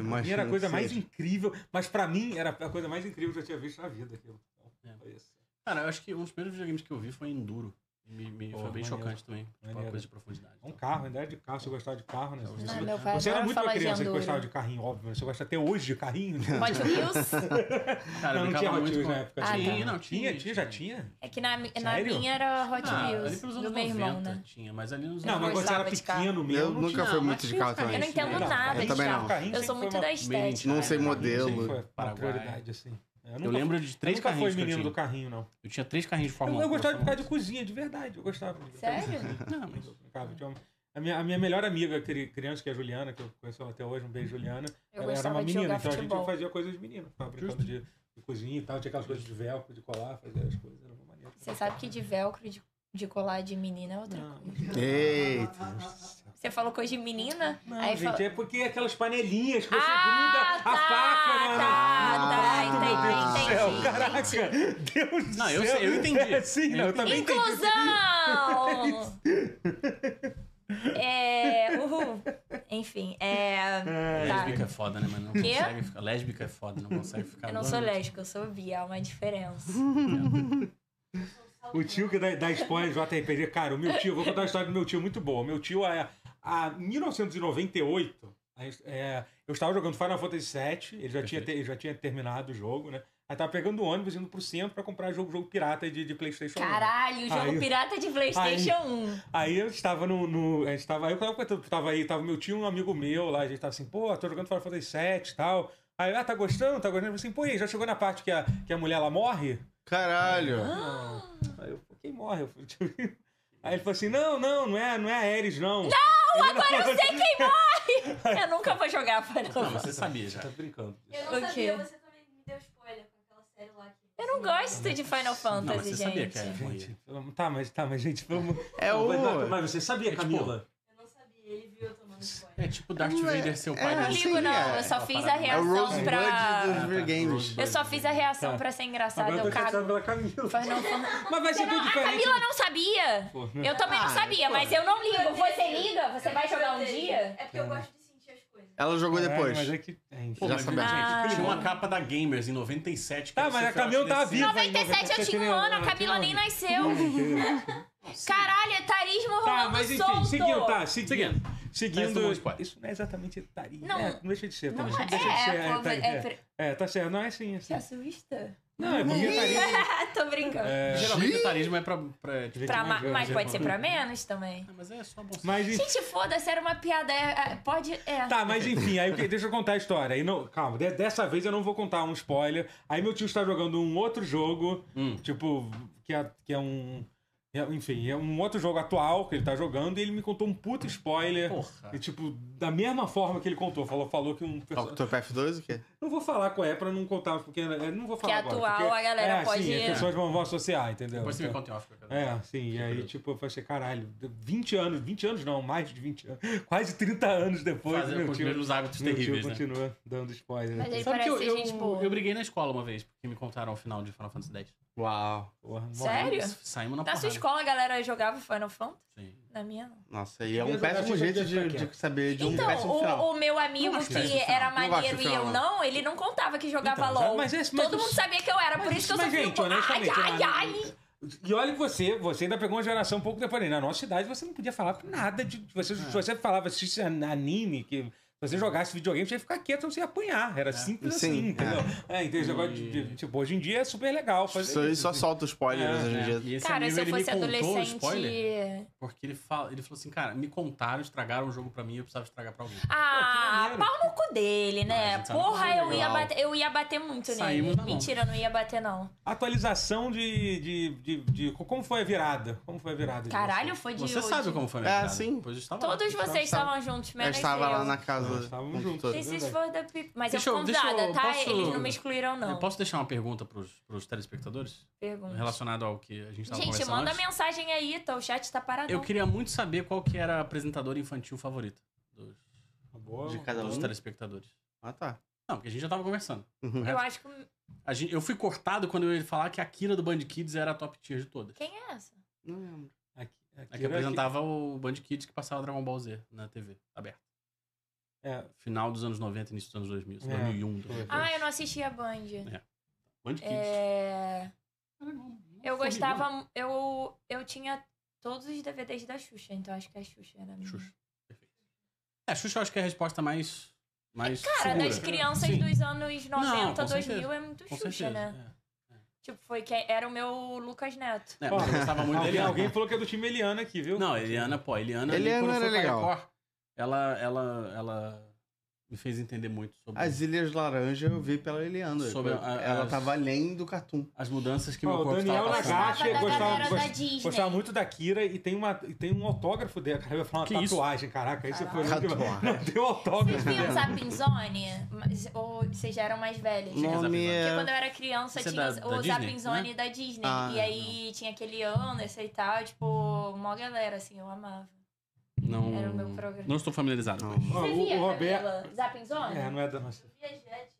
Speaker 4: Mas
Speaker 1: E era a coisa
Speaker 4: não sei.
Speaker 1: mais incrível, mas pra mim era a coisa mais incrível que eu tinha visto na vida. Aquilo. Então,
Speaker 2: É.
Speaker 1: foi isso.
Speaker 2: Cara, eu acho que um dos primeiros videogames que eu vi foi Enduro. me, me
Speaker 1: Pô,
Speaker 2: foi bem
Speaker 1: maneiro.
Speaker 2: chocante também. Tipo, uma
Speaker 1: Maneiro.
Speaker 2: coisa de profundidade. então.
Speaker 1: Um carro, ainda era de carro, você gostava de carro, né? Você,
Speaker 3: Não, meu pai
Speaker 1: você era
Speaker 3: adora
Speaker 1: muito uma
Speaker 3: falar de
Speaker 1: criança que
Speaker 3: Enduro.
Speaker 1: gostava de carrinho, óbvio, mas você gosta até hoje de carrinho. né?
Speaker 3: Hot Wheels.
Speaker 2: Cara, eu
Speaker 1: Não, não tinha
Speaker 2: brincava
Speaker 1: Hot
Speaker 2: muito
Speaker 1: Wheels
Speaker 2: com-
Speaker 1: na época.
Speaker 3: Ah,
Speaker 2: tinha,
Speaker 3: tá.
Speaker 2: não, tinha.
Speaker 1: Tinha, tinha, já tinha?
Speaker 3: É que na, mi- na
Speaker 1: Sério?
Speaker 3: minha era Hot
Speaker 2: Ah, ali
Speaker 3: Wheels,
Speaker 2: pelos
Speaker 3: do
Speaker 2: anos
Speaker 3: meu
Speaker 2: 90
Speaker 3: irmão, né?
Speaker 2: tinha, mas ali nos
Speaker 1: Não,
Speaker 2: anos
Speaker 1: mas quando você
Speaker 3: gostava
Speaker 1: era
Speaker 3: de carro.
Speaker 1: pequeno mesmo,
Speaker 4: Eu
Speaker 1: não
Speaker 4: nunca
Speaker 1: tinha.
Speaker 4: fui
Speaker 2: mas
Speaker 4: muito de
Speaker 2: tinha
Speaker 4: carro
Speaker 2: os carrinhos
Speaker 3: Eu
Speaker 4: também.
Speaker 3: não entendo
Speaker 1: Não, é
Speaker 3: nada
Speaker 4: eu
Speaker 3: de
Speaker 4: também
Speaker 3: carro.
Speaker 4: não.
Speaker 1: Carrinho
Speaker 3: Eu
Speaker 1: sempre
Speaker 3: sou
Speaker 1: foi
Speaker 3: muito
Speaker 1: uma- né?
Speaker 3: da
Speaker 2: Mente,
Speaker 3: estética.
Speaker 4: Não
Speaker 2: cara,
Speaker 4: sei
Speaker 2: pra mim
Speaker 4: modelo.
Speaker 2: sempre foi
Speaker 1: Foi uma
Speaker 2: Paraguai.
Speaker 1: prioridade, assim. Eu,
Speaker 2: Eu
Speaker 1: nunca-
Speaker 2: lembro de três
Speaker 1: nunca
Speaker 2: carrinhos
Speaker 1: foi
Speaker 2: que eu
Speaker 1: menino
Speaker 2: tinha.
Speaker 1: do carrinho, não.
Speaker 2: Eu tinha três carrinhos de
Speaker 1: Eu,
Speaker 2: Fórmula 1.
Speaker 1: eu gostava de
Speaker 2: Fórmula
Speaker 1: ficar de cozinha, de verdade. Eu gostava. de ficar de
Speaker 3: Sério?
Speaker 1: cozinha.
Speaker 2: um. Não, mas...
Speaker 1: Eu brincava, tinha uma- A minha, a minha melhor amiga cri- criança, que é a Juliana, que eu conheço ela até hoje, um beijo, Juliana. ela
Speaker 3: Eu
Speaker 1: era
Speaker 3: gostava
Speaker 1: uma
Speaker 3: de
Speaker 1: menina,
Speaker 3: jogar
Speaker 1: então a gente
Speaker 3: futebol.
Speaker 1: fazia coisas de menino. Ficava brincando de, de cozinha e tal, tinha aquelas coisas de velcro, de colar, fazia as coisas, era uma maneira.
Speaker 3: Você sabe que de velcro e de, de colar de menina é outra
Speaker 1: Não.
Speaker 3: coisa.
Speaker 4: Eita.
Speaker 3: Você falou coisa de menina?
Speaker 1: Não,
Speaker 3: aí
Speaker 1: gente,
Speaker 3: fala...
Speaker 1: é porque é aquelas panelinhas que você
Speaker 3: Ah,
Speaker 1: gruda
Speaker 3: tá,
Speaker 1: a faca, no- no- no
Speaker 3: tá, tá,
Speaker 1: prato, meu
Speaker 3: entendi,
Speaker 1: Deus do céu. Caraca,
Speaker 3: entendi,
Speaker 1: Deus do
Speaker 2: Não, eu
Speaker 1: céu.
Speaker 2: sei, eu entendi.
Speaker 1: É, sim, não, eu,
Speaker 2: Eu
Speaker 1: também entendi.
Speaker 3: Inclusão! é. Uhul. Enfim, é. Tá.
Speaker 2: Lésbica é foda, né, mano? Não
Speaker 3: Quê?
Speaker 2: consegue ficar... Lésbica é foda, não consegue ficar...
Speaker 3: Eu não
Speaker 2: dois
Speaker 3: sou
Speaker 2: minutos.
Speaker 3: lésbica, eu sou bi, há uma diferença.
Speaker 1: Uhum. O tio que dá, dá spoiler de JRPG, cara, o meu tio, eu vou contar uma história do meu tio muito boa. Meu tio, é a 1998, a gente- é, eu estava jogando Final Fantasy VII, ele já, tinha,
Speaker 2: Perfeito.
Speaker 1: te- ele já tinha terminado o jogo, né? Aí tava pegando o ônibus indo pro centro pra comprar jogo, jogo pirata de, de PlayStation 1.
Speaker 3: Caralho, jogo
Speaker 1: Aí-
Speaker 3: pirata de PlayStation 1.
Speaker 1: Aí eu estava no. no- a gente estava. Aí eu tava, contando, tava aí, tava meu tio, e um amigo meu lá, a gente tava assim, pô, tô jogando Final Fantasy VII e tal. Aí, eu, ah, tá gostando? Tá gostando? Eu falei assim, pô, e aí, já chegou na parte que a, que a mulher lá morre?
Speaker 4: Caralho.
Speaker 1: Não.
Speaker 3: Ah!
Speaker 1: Aí eu, pô, quem morre? Eu falei, tipo, Aí ele falou assim: não, não, não é, não é a Ares, não. Não, agora eu sei quem
Speaker 3: Eu nunca vou jogar Final
Speaker 2: Não, mas
Speaker 3: Fantasy.
Speaker 2: você sabia já.
Speaker 1: Tá brincando.
Speaker 6: Eu não
Speaker 3: Ok.
Speaker 6: sabia, você também me deu spoiler com aquela série lá. Que...
Speaker 3: Eu não gosto de Final Fantasy,
Speaker 2: Não, mas você
Speaker 3: gente.
Speaker 2: sabia que era
Speaker 1: Gente, pelo- tá, mas tá, mas gente, vamos.
Speaker 4: É o.
Speaker 1: Mas, mas- mas você sabia,
Speaker 2: É tipo-
Speaker 1: Camila?
Speaker 6: Eu não sabia, ele viu eu tomando spoiler.
Speaker 2: É tipo Darth
Speaker 4: Não é-
Speaker 2: Vader, seu
Speaker 4: é
Speaker 2: pai.
Speaker 3: Eu
Speaker 2: né?
Speaker 3: não
Speaker 4: assim,
Speaker 3: ligo, não. Eu
Speaker 4: é.
Speaker 3: só fiz a
Speaker 4: É o
Speaker 3: reação
Speaker 4: Rosebud
Speaker 3: pra.
Speaker 4: dos Vergames.
Speaker 3: Eu só fiz a reação pra ser
Speaker 1: é.
Speaker 3: engraçado.
Speaker 1: Tá. Agora eu tô
Speaker 3: Eu
Speaker 1: chateado
Speaker 3: cago.
Speaker 1: pela Camila.
Speaker 3: Final Fantasy.
Speaker 1: Mas vai ser tudo
Speaker 3: A
Speaker 1: diferente. né?
Speaker 3: Camila não sabia.
Speaker 1: Pô, né?
Speaker 3: Eu também não
Speaker 4: Ah,
Speaker 3: sabia,
Speaker 4: pô.
Speaker 3: mas
Speaker 1: é.
Speaker 3: eu não ligo. Você
Speaker 6: Protejo.
Speaker 3: liga? Você
Speaker 6: Eu
Speaker 3: vai
Speaker 6: me
Speaker 3: jogar um
Speaker 6: protejo.
Speaker 3: dia?
Speaker 6: É porque eu gosto de sentir as coisas.
Speaker 4: Ela jogou
Speaker 1: Caralho,
Speaker 4: depois.
Speaker 1: Mas é que. é, enfim.
Speaker 2: Pô,
Speaker 4: Já
Speaker 2: mas,
Speaker 4: sabia.
Speaker 3: Ah.
Speaker 2: Gente, tinha uma capa da Gamers em 97. que
Speaker 1: Tá,
Speaker 2: você
Speaker 1: mas a
Speaker 2: foi, eu
Speaker 1: Camila
Speaker 2: acho,
Speaker 1: tava
Speaker 2: desse-
Speaker 1: viva. em
Speaker 3: 97 eu tinha um ano, a Camila nem nasceu. Caralho, etarismo
Speaker 1: Tá,
Speaker 3: rolando
Speaker 1: mas enfim,
Speaker 3: solto.
Speaker 1: seguindo, tá, seguindo.
Speaker 2: Mas tomou
Speaker 1: Seguindo.
Speaker 2: spoiler.
Speaker 1: Isso não é exatamente etarismo.
Speaker 3: Não.
Speaker 1: É, não deixa de ser, tá?
Speaker 3: Não
Speaker 1: Não
Speaker 3: é,
Speaker 1: deixa de ser.
Speaker 3: é, pô,
Speaker 1: etarismo,
Speaker 3: é, pre- assim.
Speaker 1: É, tá certo. Não é assim, é assim.
Speaker 3: te assusta?
Speaker 1: Não, é porque etarismo.
Speaker 3: Tô brincando.
Speaker 2: Geralmente o tarismo é pra... pra-
Speaker 1: Gente,
Speaker 3: Pra
Speaker 1: mais
Speaker 3: ma-
Speaker 1: velho,
Speaker 3: mas
Speaker 1: já
Speaker 3: pode
Speaker 1: é
Speaker 3: ser
Speaker 1: bom.
Speaker 3: pra menos também.
Speaker 2: Ah, Mas é só bom
Speaker 1: Mas enfim.
Speaker 3: Gente, foda-se, era uma piada. é, é, Pode. É.
Speaker 1: Tá, mas enfim, aí o que- deixa eu contar a história. Aí não, calma, de- dessa vez eu não vou contar um spoiler. Aí meu tio está jogando um outro jogo,
Speaker 2: Hum.
Speaker 1: tipo, que é, que é um. é, enfim, é um outro jogo atual que ele tá jogando e ele me contou um puto spoiler.
Speaker 2: Porra.
Speaker 1: E, tipo, da mesma forma que ele contou, falou, falou que um personagem.
Speaker 4: Top F2 o quê?
Speaker 1: Não vou falar qual é pra não contar, porque é, não vou falar.
Speaker 3: Que
Speaker 1: agora,
Speaker 3: atual,
Speaker 1: porque-
Speaker 3: a galera
Speaker 1: é,
Speaker 3: pode-
Speaker 1: Sim, as pessoas vão, vão associar, entendeu?
Speaker 2: Depois você me
Speaker 1: Então-
Speaker 2: conta em off. cara.
Speaker 1: É, sim, e aí,
Speaker 2: curioso.
Speaker 1: tipo, eu falei assim, caralho, 20 anos, 20 anos não, mais de 20 anos, quase 30 anos depois,
Speaker 2: Fazendo
Speaker 1: meu
Speaker 2: com os
Speaker 1: tio,
Speaker 2: mesmos hábitos
Speaker 1: meu tio
Speaker 2: terríveis, né?
Speaker 1: continua dando spoiler.
Speaker 3: Mas ele
Speaker 2: Sabe que
Speaker 3: parece
Speaker 2: eu,
Speaker 3: ser gente boa.
Speaker 2: eu, eu briguei na escola uma vez, porque me contaram o final de Final Fantasy X.
Speaker 4: Uau.
Speaker 1: Porra, não
Speaker 3: Sério?
Speaker 2: Saímos na
Speaker 3: Na sua
Speaker 2: porrada.
Speaker 3: escola a galera jogava Final Fantasy?
Speaker 2: Sim.
Speaker 3: Na minha não.
Speaker 4: Nossa, e é
Speaker 1: Devia
Speaker 4: um
Speaker 1: jogar
Speaker 4: péssimo
Speaker 1: Xenoblade
Speaker 4: jeito de,
Speaker 1: Chronicles.
Speaker 4: de saber de um
Speaker 3: Então,
Speaker 4: péssimo final.
Speaker 3: o, o meu amigo
Speaker 2: gosto desse
Speaker 3: que
Speaker 2: final.
Speaker 3: era
Speaker 4: Não gosto
Speaker 3: maneiro
Speaker 4: do
Speaker 3: e eu
Speaker 4: final,
Speaker 3: não, ele não contava que jogava
Speaker 1: Então,
Speaker 3: LOL.
Speaker 1: mas esse- mas
Speaker 3: Todo
Speaker 1: isso-
Speaker 3: mundo sabia que eu era, por
Speaker 1: mas
Speaker 3: isso que eu
Speaker 1: isso-
Speaker 3: sou
Speaker 1: mas, gente, honestamente,
Speaker 3: Ai,
Speaker 1: mano,
Speaker 3: ai, ai!
Speaker 1: E olha que você, você ainda pegou uma geração um pouco depois. né? Na nossa idade, você não podia falar nada de.
Speaker 4: É.
Speaker 1: Você, Se você falava, assistisse anime, que se você jogasse videogame, você ia ficar quieto, você ia apanhar. Era simples
Speaker 4: Sim,
Speaker 1: assim,
Speaker 4: é.
Speaker 1: entendeu? É, então, esse negócio de, de- tipo, hoje em dia é super legal
Speaker 4: As
Speaker 1: fazer
Speaker 4: pessoas
Speaker 1: isso,
Speaker 4: só
Speaker 1: assim.
Speaker 4: soltam spoilers
Speaker 1: É,
Speaker 4: hoje em dia.
Speaker 2: E esse
Speaker 3: Cara,
Speaker 2: amigo,
Speaker 3: se eu
Speaker 2: ele
Speaker 3: fosse
Speaker 2: me contou o
Speaker 3: adolescente.
Speaker 2: spoiler, porque ele, fala, ele falou assim, cara, me contaram, estragaram o jogo pra mim, eu precisava estragar pra alguém.
Speaker 1: Pô,
Speaker 3: Ah,
Speaker 1: que maneiro.
Speaker 3: pau no cu dele, né?
Speaker 2: Ah, gente, tá
Speaker 3: Porra,
Speaker 2: muito
Speaker 3: eu ia,
Speaker 2: legal.
Speaker 3: bater, eu ia bater muito
Speaker 2: Saímos na
Speaker 3: nele.
Speaker 2: mão.
Speaker 3: Mentira, eu não ia bater, não.
Speaker 1: Atualização de, de, de, de- Como foi a virada? Como foi a virada? de
Speaker 3: Caralho, foi de
Speaker 2: Você
Speaker 3: hoje.
Speaker 2: sabe como foi a minha
Speaker 4: É,
Speaker 2: virada.
Speaker 4: sim.
Speaker 2: Pois eu estava lá.
Speaker 3: Todos vocês estavam juntos,
Speaker 4: Eu
Speaker 3: menos
Speaker 4: estava lá na
Speaker 1: Nós
Speaker 4: casa.
Speaker 1: estávamos
Speaker 4: com
Speaker 1: juntos.
Speaker 4: todos.
Speaker 3: This is for the people. Mas
Speaker 2: Deixa
Speaker 3: eu
Speaker 2: eu-
Speaker 3: fui
Speaker 2: deixa eu-
Speaker 3: convidada, tá?
Speaker 2: posso-
Speaker 3: Eles não me excluíram, não.
Speaker 2: Eu posso deixar uma pergunta pros, pros telespectadores?
Speaker 3: Pergunta.
Speaker 2: Relacionado ao que a gente tava
Speaker 3: Gente,
Speaker 2: conversando
Speaker 3: manda
Speaker 2: antes?
Speaker 3: mensagem aí, tá? O chat tá paradão.
Speaker 2: Eu queria muito saber qual que era a apresentadora infantil favorita dos,
Speaker 1: Tá bom.
Speaker 4: De cada
Speaker 2: dos
Speaker 4: um.
Speaker 2: telespectadores.
Speaker 4: Ah, tá.
Speaker 2: Não, porque a gente já tava conversando.
Speaker 4: Uhum.
Speaker 3: Eu acho que.
Speaker 2: A gente- eu fui cortado quando eu ia falar que a Kira do Band Kids era a top tier de todas.
Speaker 3: Quem é essa?
Speaker 4: Não lembro.
Speaker 1: Aqui, aqui
Speaker 2: É que
Speaker 1: era aqui.
Speaker 2: apresentava o Band Kids que passava Dragon Ball Z na TV, aberta.
Speaker 1: É,
Speaker 2: Final dos anos 90, início dos anos 2000,
Speaker 1: É.
Speaker 2: 2001.
Speaker 1: Foi.
Speaker 3: Ah, eu não assistia Band.
Speaker 2: Band Kids.
Speaker 3: É.
Speaker 2: Caralho, não- não
Speaker 3: Eu
Speaker 2: foi
Speaker 3: gostava. Eu, eu tinha todos os DVDs da Xuxa, então acho que a Xuxa era a minha.
Speaker 2: Xuxa. Perfeito. É, Xuxa eu acho que é a resposta mais. mais
Speaker 3: Cara,
Speaker 2: segura.
Speaker 3: né, das crianças
Speaker 2: Sim,
Speaker 3: dos anos 90,
Speaker 2: Não, com
Speaker 3: 2000
Speaker 2: certeza.
Speaker 3: é muito
Speaker 2: Com
Speaker 3: Xuxa,
Speaker 2: certeza.
Speaker 3: né? Tipo, foi que era o meu Lucas Neto.
Speaker 2: É. É, mas eu gostava muito da
Speaker 1: Alguém,
Speaker 2: Eliana.
Speaker 1: alguém falou que é do time Eliana aqui, viu?
Speaker 2: Não, Eliana, pô, Eliana.
Speaker 4: Eliana
Speaker 2: quando foi
Speaker 4: era
Speaker 2: pra
Speaker 4: legal.
Speaker 2: Record, ela, ela, ela me fez entender muito sobre
Speaker 4: As Ilhas Laranja eu vi pela Eliana.
Speaker 2: Sobre a-
Speaker 4: ela
Speaker 2: as-
Speaker 4: tava além do cartoon.
Speaker 2: as mudanças que
Speaker 1: Ó,
Speaker 2: meu
Speaker 1: o
Speaker 2: corpo
Speaker 1: Daniel
Speaker 2: estava passando.
Speaker 1: Nagashi
Speaker 3: é
Speaker 7: Gostava da
Speaker 1: gostava,
Speaker 7: galera
Speaker 1: gost-
Speaker 7: da Disney.
Speaker 1: gostava muito da Kira e tem, uma, e tem um autógrafo dela. Cara, eu ia falar uma
Speaker 2: Que isso?
Speaker 1: tatuagem, caraca. Isso foi muito
Speaker 4: Tatuagem.
Speaker 1: Não, tem um
Speaker 3: Vocês
Speaker 1: autógrafo
Speaker 3: viam
Speaker 1: dela.
Speaker 3: usar Pinzone? Mas- Ou vocês já eram mais velhos?
Speaker 2: Não.
Speaker 4: Nome
Speaker 3: Porque
Speaker 4: é.
Speaker 3: quando eu era criança,
Speaker 2: Isso é
Speaker 3: tinha
Speaker 2: da-
Speaker 3: o
Speaker 2: da
Speaker 3: os
Speaker 2: Disney, né?
Speaker 3: Zapinzone da Disney.
Speaker 4: Ah,
Speaker 3: e aí tinha aquele Anderson e tal, tipo, mó galera, assim, eu amava.
Speaker 2: Não,
Speaker 3: Era o meu programa.
Speaker 2: não estou familiarizado.
Speaker 4: Não.
Speaker 2: com isso.
Speaker 1: Ó,
Speaker 3: Você
Speaker 1: o,
Speaker 3: via,
Speaker 1: o Roberto.
Speaker 3: Camila? Zapinzone?
Speaker 1: É, não é da nossa.
Speaker 6: Eu via Jet.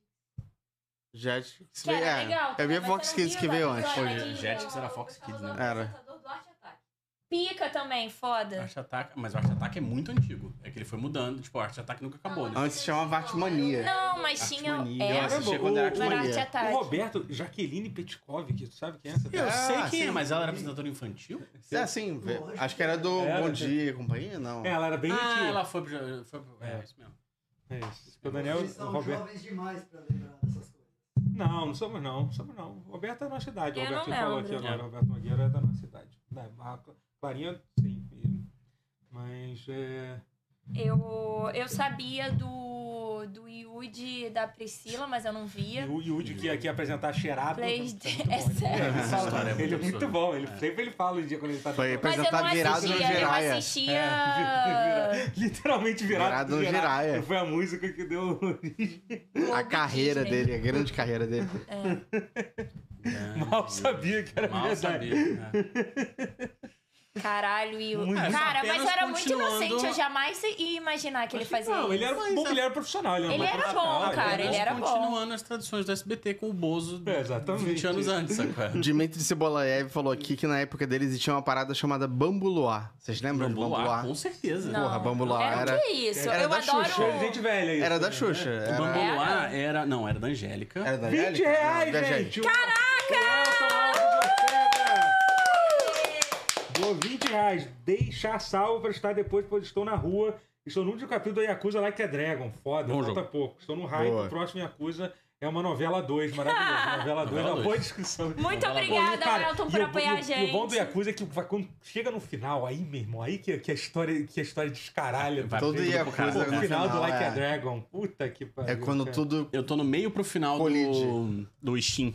Speaker 4: Jet.
Speaker 3: Que era
Speaker 4: é,
Speaker 3: legal.
Speaker 4: eu vi
Speaker 3: mas
Speaker 4: Fox
Speaker 3: era né?
Speaker 4: Kids que veio
Speaker 3: legal,
Speaker 4: antes.
Speaker 3: era
Speaker 2: Foi,
Speaker 3: legal.
Speaker 2: Jetix era Fox Kids, né?
Speaker 4: Era.
Speaker 3: Pica também, foda.
Speaker 2: Arte Ataque, mas o Arte Ataque é muito antigo. É que ele foi mudando. Tipo, o Arte Ataque nunca acabou, né?
Speaker 4: Antes chamava Artmania.
Speaker 3: Não, mas
Speaker 4: Arte
Speaker 3: tinha.
Speaker 4: Mania, eu
Speaker 3: É,
Speaker 1: assisti
Speaker 4: assistia
Speaker 1: Caramba,
Speaker 4: quando
Speaker 1: o-
Speaker 4: era
Speaker 1: o-
Speaker 3: mas Arte
Speaker 4: Artmania.
Speaker 1: O
Speaker 3: Ataque.
Speaker 1: Roberto, Jaqueline Petkov, que tu sabe quem é essa?
Speaker 2: Eu sei
Speaker 4: Ah,
Speaker 2: quem é,
Speaker 4: sim.
Speaker 2: mas ela era apresentadora infantil?
Speaker 4: É assim, vê- acho que era do
Speaker 1: Era,
Speaker 4: Bom
Speaker 1: né?
Speaker 4: Dia e Companhia, não.
Speaker 1: É, Ela era bem
Speaker 2: Ah,
Speaker 1: antiga.
Speaker 2: ela foi pro... foi pro- É, isso mesmo.
Speaker 1: É isso. O Daniel,
Speaker 5: Vocês
Speaker 1: o
Speaker 5: são
Speaker 1: Roberto.
Speaker 5: jovens demais pra lembrar dessas coisas.
Speaker 1: Não, não somos não, não somos não. O Roberto é da nossa idade. O
Speaker 3: Eu
Speaker 1: Roberto
Speaker 3: não
Speaker 1: falou
Speaker 3: lembro.
Speaker 1: aqui agora,
Speaker 2: É.
Speaker 1: o Roberto Nogueira é da nossa idade. Não, a Clarinha, sim. e- Mas é.
Speaker 3: Eu, eu sabia do, do Yudi e da Priscila, mas eu não
Speaker 1: E
Speaker 3: via.
Speaker 1: o Yudi que ia aqui apresentar cheirado.
Speaker 3: Plays
Speaker 1: é muito bom.
Speaker 3: é sério.
Speaker 1: Ele fala-
Speaker 2: História é muito
Speaker 1: Ele é muito
Speaker 2: absurda.
Speaker 1: bom, ele
Speaker 2: É.
Speaker 1: sempre ele fala o dia quando ele tá
Speaker 4: Foi
Speaker 1: dando-
Speaker 3: Mas eu não
Speaker 4: apresentar virado no É.
Speaker 3: assistia, eu
Speaker 4: Jiraya.
Speaker 3: assistia.
Speaker 1: Literalmente virado.
Speaker 4: Virado
Speaker 1: do
Speaker 4: no
Speaker 1: Jiraya.
Speaker 4: Jiraya.
Speaker 1: Que Foi a música que deu.
Speaker 4: A
Speaker 3: Globo
Speaker 4: carreira
Speaker 3: Disney.
Speaker 4: dele, a grande carreira dele.
Speaker 1: Mal sabia que era
Speaker 2: Mal
Speaker 1: verdade.
Speaker 2: sabia. né?
Speaker 3: Caralho, e o.
Speaker 2: Muito.
Speaker 3: Cara, mas eu
Speaker 2: Apenas
Speaker 3: era muito
Speaker 2: continuando-
Speaker 3: inocente, eu jamais ia imaginar que ele fazia
Speaker 1: Não, ele é era
Speaker 3: isso.
Speaker 1: bom, ele era profissional. Ele,
Speaker 3: Ele
Speaker 1: mais
Speaker 3: era
Speaker 1: profissional,
Speaker 3: bom, cara,
Speaker 1: bom.
Speaker 3: ele era bom.
Speaker 2: Continuando as tradições do SBT com o Bozo
Speaker 1: É, exatamente.
Speaker 2: 20 anos antes, é? sacou?
Speaker 4: O Dimitri Cebolaev falou aqui que na época dele existia uma parada chamada Bambuluá. Vocês lembram de
Speaker 2: Bambuá,
Speaker 4: Bambuá?
Speaker 2: com certeza.
Speaker 3: Não.
Speaker 4: Porra, Bambuá
Speaker 3: Era,
Speaker 4: era.
Speaker 3: o que é isso?
Speaker 4: era
Speaker 3: eu
Speaker 4: da
Speaker 3: adoro.
Speaker 4: Xuxa,
Speaker 1: Show de gente velha isso. né?
Speaker 4: Era da Xuxa.
Speaker 2: O
Speaker 4: Era,
Speaker 2: Bambuá era... Não, era da Angélica.
Speaker 4: era da
Speaker 1: 20
Speaker 4: Angélica?
Speaker 1: reais,
Speaker 4: Tá Não, da
Speaker 1: gente! Caraca! Dou 20 reais. Deixar salvo pra estar depois, pois estou na rua. Estou no último capítulo da Yakuza Like a Dragon. Foda,
Speaker 2: Bom
Speaker 1: falta
Speaker 2: jogo.
Speaker 1: pouco. Estou no raio,
Speaker 4: Boa.
Speaker 1: o próximo Yakuza é uma novela 2, maravilhosa. novela 2,
Speaker 2: Novela
Speaker 1: uma boa
Speaker 2: dois.
Speaker 1: descrição.
Speaker 3: Muito
Speaker 2: Ela-
Speaker 1: Pô, é cara,
Speaker 3: obrigada, Elton, por
Speaker 1: e o-
Speaker 3: apoiar
Speaker 1: e
Speaker 3: a
Speaker 1: o-
Speaker 3: gente.
Speaker 1: E o bom do Yakuza é que vai- quando chega no final, aí, meu irmão, aí que, que a história, que a história descaralha.
Speaker 2: Vai
Speaker 4: Todo
Speaker 2: tudo pro
Speaker 4: Yakuza
Speaker 2: caralho,
Speaker 1: Pô,
Speaker 2: né?
Speaker 1: o
Speaker 4: no
Speaker 1: final do
Speaker 4: final,
Speaker 1: Like
Speaker 4: é.
Speaker 1: a Dragon. Puta que pariu.
Speaker 4: É quando
Speaker 1: cara.
Speaker 4: tudo
Speaker 2: Eu tô no meio pro final do,
Speaker 4: Colide.
Speaker 2: do Ishin.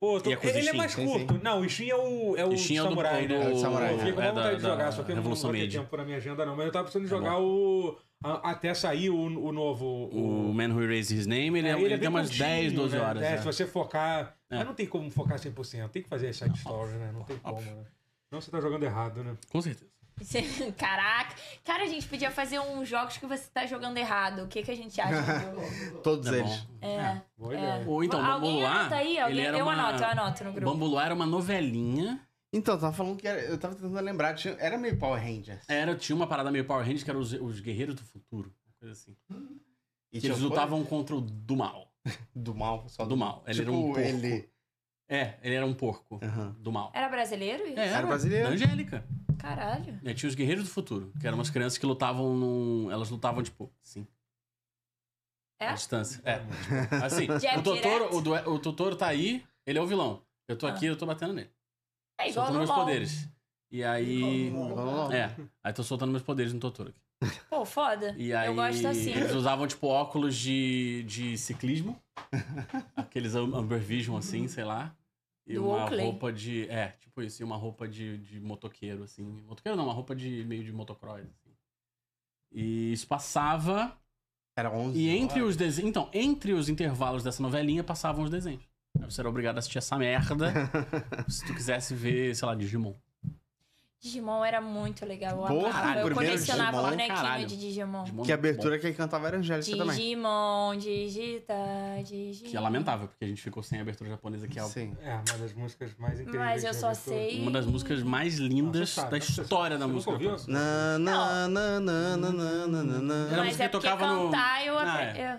Speaker 1: Pô, tô-
Speaker 2: Yakuza
Speaker 1: ele é
Speaker 2: Shin,
Speaker 1: mais
Speaker 4: sim,
Speaker 1: curto. Não, o Shin é o, é o
Speaker 2: Ishin é o do-
Speaker 1: samurai,
Speaker 2: do-
Speaker 1: né?
Speaker 4: É o samurai,
Speaker 1: Eu fiquei com
Speaker 2: é,
Speaker 1: vontade
Speaker 2: da-
Speaker 1: de jogar,
Speaker 2: da
Speaker 1: só que eu não não
Speaker 2: Revolução
Speaker 1: vou ter
Speaker 2: Meiji.
Speaker 1: tempo na minha agenda, não. Mas eu tava precisando
Speaker 2: Tá
Speaker 1: jogar o. a- até sair o, o novo.
Speaker 2: O Man Who Erased His Name, ele,
Speaker 1: É,
Speaker 2: ele,
Speaker 1: é
Speaker 2: tem
Speaker 1: bem
Speaker 2: umas
Speaker 1: curtinho,
Speaker 2: 10, 12
Speaker 1: né?
Speaker 2: horas.
Speaker 1: É,
Speaker 2: né?
Speaker 1: se você focar.
Speaker 2: É.
Speaker 1: Mas não tem como focar 100%. Tem que fazer side story, né? Não tem como,
Speaker 2: óbvio.
Speaker 1: né? Não, você tá jogando errado, né?
Speaker 2: Com certeza.
Speaker 3: Caraca. Cara, a gente podia fazer uns jogos que você tá jogando errado. O que, que a gente acha?
Speaker 4: Todos
Speaker 2: É
Speaker 4: eles.
Speaker 2: bom.
Speaker 3: é.
Speaker 1: Boa ideia.
Speaker 2: Ou então,
Speaker 3: Alguém
Speaker 2: Bambolá.
Speaker 3: anota aí? Alguém...
Speaker 2: ele era
Speaker 3: Eu
Speaker 2: uma...
Speaker 3: anoto, eu anoto no grupo.
Speaker 2: Bambolá era uma novelinha.
Speaker 4: Então, tava falando que era, eu tava tentando lembrar, tinha- era meio Power Rangers.
Speaker 2: Era, tinha uma parada meio Power Rangers que era os, os Guerreiros do Futuro. uma Coisa assim.
Speaker 4: E
Speaker 2: Que eles
Speaker 4: tinha o
Speaker 2: lutavam contra o do mal.
Speaker 4: do mal, só
Speaker 2: Do mal. Ele
Speaker 4: tipo,
Speaker 2: era um porco.
Speaker 4: ele.
Speaker 2: É, ele era um porco.
Speaker 4: Aham.
Speaker 2: Do mal.
Speaker 3: Era brasileiro isso?
Speaker 2: É, era,
Speaker 4: brasileiro.
Speaker 2: Da Angélica.
Speaker 3: Caralho.
Speaker 2: É, tinha os Guerreiros do Futuro, que eram umas crianças que lutavam num. Elas lutavam, tipo, sim.
Speaker 3: É?
Speaker 2: À distância. É. tipo, Assim,
Speaker 3: Jab
Speaker 2: o Totoro,
Speaker 3: direto.
Speaker 2: o, due- o Totoro tá aí, ele é o vilão. Eu tô aqui, eu tô batendo nele.
Speaker 3: É igual
Speaker 2: soltando
Speaker 3: no
Speaker 2: meus
Speaker 3: LOL.
Speaker 2: poderes. E aí.
Speaker 4: Não, não.
Speaker 2: É, aí tô soltando meus poderes no Totoro aqui.
Speaker 3: Pô, foda.
Speaker 2: E aí.
Speaker 3: Eu gosto assim.
Speaker 2: Eles usavam, tipo, óculos de, de ciclismo. aqueles am- Amber Vision, assim, sei lá. E
Speaker 3: Do
Speaker 2: uma
Speaker 3: Oakley.
Speaker 2: roupa de. É, tipo isso, e uma roupa de, de motoqueiro, assim. Motoqueiro não, uma roupa de meio de motocross, assim. E isso passava.
Speaker 4: Era 11.
Speaker 2: E entre
Speaker 4: horas.
Speaker 2: os desenhos. Então, entre os intervalos dessa novelinha passavam os desenhos. Aí Você era obrigado a assistir essa merda se tu quisesse ver, sei lá, Digimon.
Speaker 3: Digimon era muito legal. Eu
Speaker 4: Porra,
Speaker 3: amava. Eu
Speaker 4: primeiro
Speaker 3: colecionava
Speaker 4: Digimon,
Speaker 3: bonequinho
Speaker 2: caralho.
Speaker 3: de Digimon.
Speaker 2: Digimon
Speaker 4: Que
Speaker 2: é
Speaker 4: a
Speaker 2: muito bom.
Speaker 4: abertura que ele cantava era Angélica também.
Speaker 3: Digimon, digita, digita.
Speaker 2: Que é lamentável, porque a gente ficou sem a abertura japonesa, que é
Speaker 4: Sim.
Speaker 1: É, uma das músicas mais incríveis.
Speaker 3: Mas eu
Speaker 1: que
Speaker 3: só
Speaker 1: já vi todo.
Speaker 3: sei.
Speaker 2: uma das músicas mais
Speaker 1: Não,
Speaker 2: lindas
Speaker 1: você sabe,
Speaker 2: da
Speaker 1: você sabe.
Speaker 2: história
Speaker 1: tá
Speaker 2: da
Speaker 1: Você
Speaker 2: música.
Speaker 1: nunca ouviu?
Speaker 4: Na,
Speaker 2: japonesa.
Speaker 4: na, na, na, na, na, na, na, na.
Speaker 2: Era a
Speaker 3: Mas
Speaker 2: música
Speaker 3: é
Speaker 2: que
Speaker 3: porque
Speaker 2: tocava no-
Speaker 3: cantar eu
Speaker 2: Ah, é.
Speaker 3: aprendi.
Speaker 1: Ah,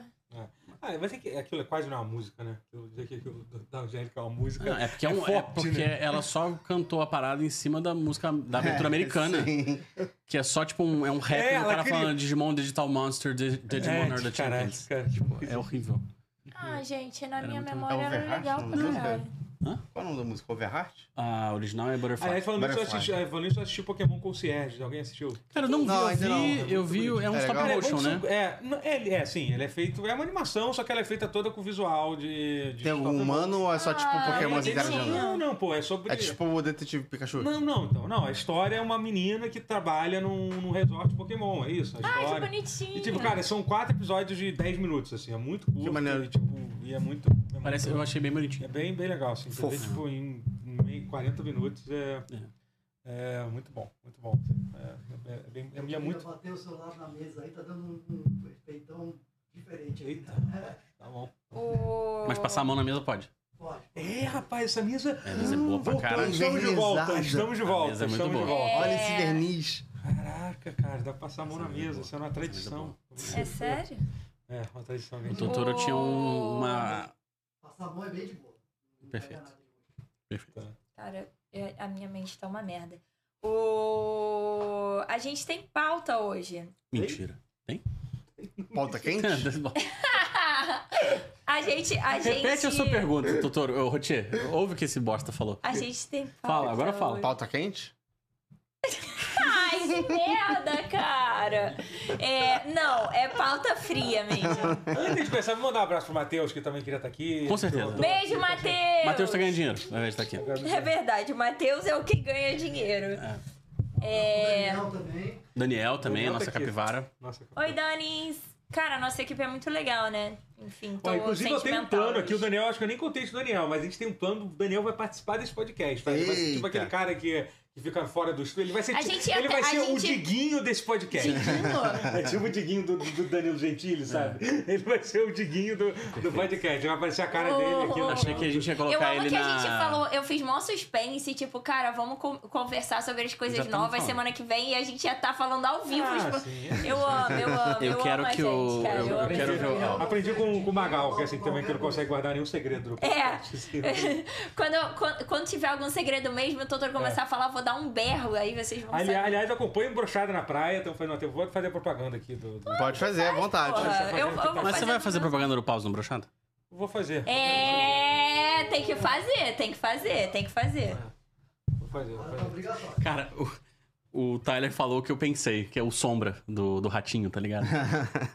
Speaker 1: Ah, mas é que aquilo é quase não é uma música, né? Eu dizer que aquilo do- da Angélica é uma música.
Speaker 2: Não, é porque, é
Speaker 1: É
Speaker 2: um- é
Speaker 1: forte,
Speaker 2: porque
Speaker 1: né?
Speaker 2: ela só cantou a parada em cima da música da abertura americana.
Speaker 4: Sim.
Speaker 2: Que é só tipo um, é um rap
Speaker 1: É,
Speaker 2: do
Speaker 1: ela
Speaker 2: cara
Speaker 1: queria-
Speaker 2: falando Digimon, Digital Monster, Dig- Digimon
Speaker 1: É,
Speaker 2: or the
Speaker 1: caraca,
Speaker 2: Champions.
Speaker 1: cara,
Speaker 2: Tipo, é horrível.
Speaker 3: Ah, gente, na
Speaker 2: Era
Speaker 3: minha
Speaker 2: muito-
Speaker 3: memória
Speaker 4: É
Speaker 3: era
Speaker 4: Overheart,
Speaker 3: legal
Speaker 4: não
Speaker 3: pra
Speaker 4: lembra?
Speaker 3: caralho.
Speaker 4: Qual é o nome da música? Overheart?
Speaker 2: A original é Butterfly.
Speaker 1: Aliás, falando nisso, eu
Speaker 4: Butterfly. É
Speaker 1: assisti, é, falando nisso, eu assisti Pokémon Concierge. Alguém assistiu?
Speaker 2: Cara, eu não vi,
Speaker 4: Não,
Speaker 2: eu
Speaker 4: ainda não, é
Speaker 2: vi,
Speaker 4: muito
Speaker 2: eu vi,
Speaker 4: bonito.
Speaker 2: é um
Speaker 4: É
Speaker 2: stop
Speaker 4: legal?
Speaker 1: é
Speaker 2: motion,
Speaker 1: bom
Speaker 2: né?
Speaker 1: su- É, não, ele é sim, ele é feito. É uma animação, só que ela é feita toda com visual de. de
Speaker 4: Tem algum
Speaker 1: stop
Speaker 4: humano ou é só tipo
Speaker 3: Ah,
Speaker 4: Pokémon
Speaker 3: Pokémons
Speaker 1: motion.
Speaker 3: interagindo?
Speaker 4: interagindo?
Speaker 1: Não, não, pô, é sobre.
Speaker 4: É tipo o Detetive Pikachu.
Speaker 1: Não, não, então. Não, a história é uma menina que trabalha num, num resort Pokémon, é isso. A
Speaker 3: Ai, que
Speaker 1: história.
Speaker 3: bonitinho.
Speaker 1: e tipo, cara, são quatro episódios de 10 minutos, assim, é muito curto.
Speaker 4: maneiro.
Speaker 1: E, tipo, e é muito. é
Speaker 2: Parece,
Speaker 1: muito-
Speaker 2: eu achei bem
Speaker 1: É
Speaker 2: bonitinho.
Speaker 1: bem, bem legal, assim. Você vê,
Speaker 4: Fofo.
Speaker 1: tipo, em, em meio- 40 minutos é, é. muito bom, muito bom. É, é, bem- é- é muito.
Speaker 5: Bater o celular na mesa aí tá dando um, um efeitão diferente. né? aí.
Speaker 1: Eita, tá bom.
Speaker 3: O-
Speaker 2: Mas passar a mão na mesa pode.
Speaker 5: Pode.
Speaker 1: É, rapaz, essa mesa.
Speaker 2: É, mas é boa pra caralho.
Speaker 1: Estamos de volta,
Speaker 4: Invernizada.
Speaker 1: estamos de
Speaker 2: A
Speaker 1: volta,
Speaker 2: mesa é muito
Speaker 1: estamos de
Speaker 2: boa.
Speaker 1: volta.
Speaker 4: Olha esse verniz.
Speaker 1: Caraca, cara, dá pra passar a mão
Speaker 2: Essa
Speaker 1: na
Speaker 2: mesa é
Speaker 1: mesa,
Speaker 2: boa.
Speaker 1: isso é uma
Speaker 2: Essa mesa é
Speaker 1: tradição.
Speaker 3: É sério?
Speaker 1: É, uma tradição. que a
Speaker 2: O
Speaker 1: gente-
Speaker 2: Totoro
Speaker 3: Oh.
Speaker 2: tinha um- uma.
Speaker 5: Passar a mão é bem de boa. Não pega
Speaker 2: Perfeito.
Speaker 5: nada de ruim.
Speaker 2: Perfeito.
Speaker 3: Cara, é- a minha mente tá uma merda. O... A gente tem pauta hoje.
Speaker 2: Mentira.
Speaker 4: Pauta quente?
Speaker 3: a gente. A gente...
Speaker 2: Repete a sua pergunta, doutor. Ô, Rotier, ouve o que esse bosta falou.
Speaker 3: A gente tem pauta.
Speaker 2: Fala, agora fala.
Speaker 3: hoje.
Speaker 4: Pauta quente?
Speaker 3: Ai, que merda, cara! É, não, é pauta fria mesmo.
Speaker 1: Antes de começar, vou mandar um abraço pro Matheus, que também queria estar aqui.
Speaker 2: Com certeza.
Speaker 1: Rodou.
Speaker 3: Beijo, Matheus!
Speaker 2: Matheus tá ganhando dinheiro, ao invés de estar aqui.
Speaker 3: É verdade, o Matheus é o que ganha dinheiro. É.
Speaker 5: Daniel também.
Speaker 2: Daniel também,
Speaker 1: Daniel
Speaker 2: a
Speaker 1: tá
Speaker 2: nossa
Speaker 1: aqui.
Speaker 2: capivara.
Speaker 1: Nossa,
Speaker 3: Oi, Danis! Cara, a nossa equipe é muito legal, né? Enfim, tô
Speaker 1: Ó, inclusive eu tenho um
Speaker 3: sentimental
Speaker 1: plano aqui, o
Speaker 3: hoje.
Speaker 1: Daniel, acho que eu nem contei isso do Daniel, mas a gente tem um plano, o Daniel vai participar desse podcast, tá? Ele vai ser tipo
Speaker 4: Eita.
Speaker 1: aquele cara que, que fica fora do estúdio, ele vai ser,
Speaker 3: A
Speaker 1: tipo-
Speaker 3: gente ia
Speaker 1: ele
Speaker 3: ter-
Speaker 1: vai
Speaker 3: a
Speaker 1: ser o
Speaker 3: gente-
Speaker 1: Diguinho desse podcast. É tipo o Diguinho do, do Danilo Gentili, sabe? Ele vai ser o Diguinho do, do podcast, vai aparecer a cara dele aqui.
Speaker 3: Oh.
Speaker 1: no-
Speaker 2: Achei que a gente ia
Speaker 3: Eu
Speaker 2: colocar
Speaker 3: amo
Speaker 2: ele
Speaker 3: que
Speaker 2: na.
Speaker 3: a gente falou, eu fiz mó suspense, tipo, cara, vamos con- conversar sobre as
Speaker 2: Já
Speaker 3: coisas
Speaker 2: tamo
Speaker 3: novas
Speaker 2: falando.
Speaker 3: semana que vem e a gente já tá falando ao vivo.
Speaker 1: Ah,
Speaker 3: tipo,
Speaker 1: sim, é.
Speaker 3: Eu amo, eu amo,
Speaker 2: Eu
Speaker 3: eu,
Speaker 2: quero
Speaker 3: amo a
Speaker 2: que
Speaker 3: gente,
Speaker 2: o-
Speaker 3: cara.
Speaker 2: eu-
Speaker 3: Eu,
Speaker 2: eu
Speaker 3: amo.
Speaker 2: quero ver o-
Speaker 1: Aprendi com, com o Magal, que é assim também que não consegue guardar nenhum segredo do
Speaker 3: É.
Speaker 1: podcast. assim.
Speaker 3: quando, quando, quando tiver algum segredo mesmo, o Totoro começar a falar, eu vou dar um berro, aí vocês vão
Speaker 1: Ali-
Speaker 3: saber.
Speaker 1: É. aliás, acompanha o Brochada na Praia, então estão fazendo até. Vou fazer a propaganda aqui do. do-
Speaker 4: Pode fazer, à
Speaker 2: Ah,
Speaker 4: vontade.
Speaker 3: Porra, eu, eu vou fazer
Speaker 2: um
Speaker 3: um-
Speaker 2: Mas você vai fazer
Speaker 3: do meu-
Speaker 2: propaganda do Paus no Brochado?
Speaker 1: Vou fazer.
Speaker 3: É, tem que fazer, tem que fazer, tem que fazer.
Speaker 1: Vou fazer, vou
Speaker 5: Tá
Speaker 1: fazer.
Speaker 5: obrigatório.
Speaker 2: Cara, o, o Tyler falou o que eu pensei, que é o Sombra do, do Ratinho, tá ligado?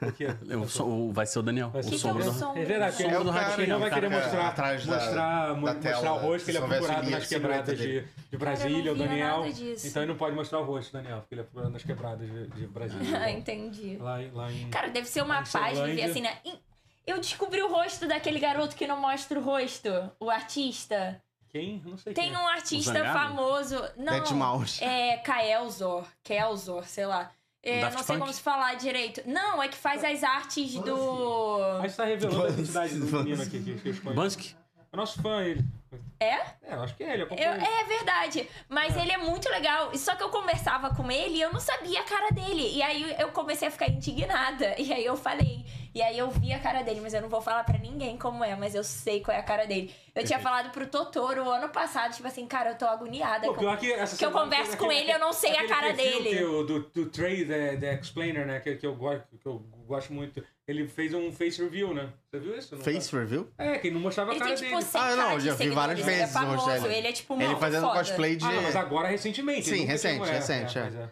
Speaker 1: O quê?
Speaker 2: É o so- o- vai ser o Daniel.
Speaker 1: Vai ser
Speaker 2: o
Speaker 1: o
Speaker 2: Sombra do
Speaker 1: Daniel.
Speaker 2: Ratinho.
Speaker 1: É verdade,
Speaker 2: Sombra
Speaker 4: É o
Speaker 2: do
Speaker 4: cara
Speaker 2: Ratinho.
Speaker 1: Ele não vai
Speaker 2: o cara
Speaker 1: querer
Speaker 4: que-
Speaker 1: mostrar,
Speaker 4: atrás da-
Speaker 1: mostrar,
Speaker 4: da
Speaker 1: mo- mostrar
Speaker 4: tela,
Speaker 1: o rosto, que ele é
Speaker 4: se houvesse
Speaker 1: procurado
Speaker 4: linha
Speaker 1: nas
Speaker 4: de silhueta
Speaker 1: quebradas de,
Speaker 4: dele.
Speaker 1: de Brasília,
Speaker 3: Cara, eu
Speaker 1: o
Speaker 3: não via
Speaker 1: Daniel.
Speaker 3: nada disso.
Speaker 1: Então ele não pode mostrar o rosto, Daniel, porque ele é procurado nas quebradas de, de
Speaker 3: Ah,
Speaker 1: Brasília.
Speaker 3: entendi.
Speaker 1: lá, em- lá em.
Speaker 3: Cara, deve ser uma
Speaker 1: Em
Speaker 3: página
Speaker 1: Ceilândia.
Speaker 3: assim, né? Ih, Eu descobri o rosto daquele garoto que não mostra o rosto, o artista.
Speaker 1: Quem? Não sei
Speaker 3: Tem
Speaker 1: quem. é.
Speaker 3: um artista
Speaker 2: Zangado?
Speaker 3: famoso. Não.
Speaker 4: Dead Mouse.
Speaker 3: É Kaelzor, Kelzor, sei lá. É,
Speaker 2: Daft
Speaker 3: não sei
Speaker 2: Punk?
Speaker 3: como se falar direito. Não, é que faz as artes do. um-
Speaker 1: A gente tá revelando a
Speaker 4: Vamos-
Speaker 1: identidade do
Speaker 4: vamos-
Speaker 1: menino aqui que que eu escolhi.
Speaker 2: Bansky?
Speaker 1: É nosso fã, ele.
Speaker 3: É?
Speaker 1: É, eu acho que é ele. acompanha
Speaker 3: Eu-
Speaker 1: ele.
Speaker 3: é verdade, mas ele é muito legal. E Só que eu conversava com ele e eu não sabia a cara dele. E aí eu comecei a ficar indignada. E aí eu falei. E aí eu vi a cara dele, mas eu não vou falar pra ninguém como é, mas eu sei qual é a cara dele. Eu tinha
Speaker 2: Perfeito.
Speaker 3: falado pro Totoro ano passado, tipo assim, cara, eu tô agoniada.
Speaker 1: Pô,
Speaker 3: com-
Speaker 1: pior que essa
Speaker 3: que eu
Speaker 1: semana
Speaker 3: converso
Speaker 1: teve
Speaker 3: com ele, eu não sei a
Speaker 1: aquele
Speaker 3: cara
Speaker 1: perfil
Speaker 3: dele.
Speaker 1: que o- do, do Trey, The, The Explainer, né? Que, que, eu gosto, que eu gosto muito. Ele fez um face review, né? Você viu isso? Não?
Speaker 4: Face review?
Speaker 1: É, que ele não mostrava a
Speaker 3: Ele
Speaker 1: cara
Speaker 3: tem tipo
Speaker 1: dele.
Speaker 3: 100
Speaker 4: Ah, não,
Speaker 3: k de
Speaker 4: já vi
Speaker 3: seguidores,
Speaker 4: várias
Speaker 3: ele é
Speaker 4: vezes o rosto
Speaker 3: famoso,
Speaker 4: dele.
Speaker 3: ele é tipo
Speaker 4: Ele
Speaker 3: mano,
Speaker 4: fazendo
Speaker 3: foda.
Speaker 4: cosplay de.
Speaker 1: Ah, não, mas agora recentemente.
Speaker 4: Sim,
Speaker 1: ele nunca
Speaker 4: recente,
Speaker 1: chegou- é,
Speaker 4: recente,
Speaker 1: É,
Speaker 4: é.
Speaker 1: pois é.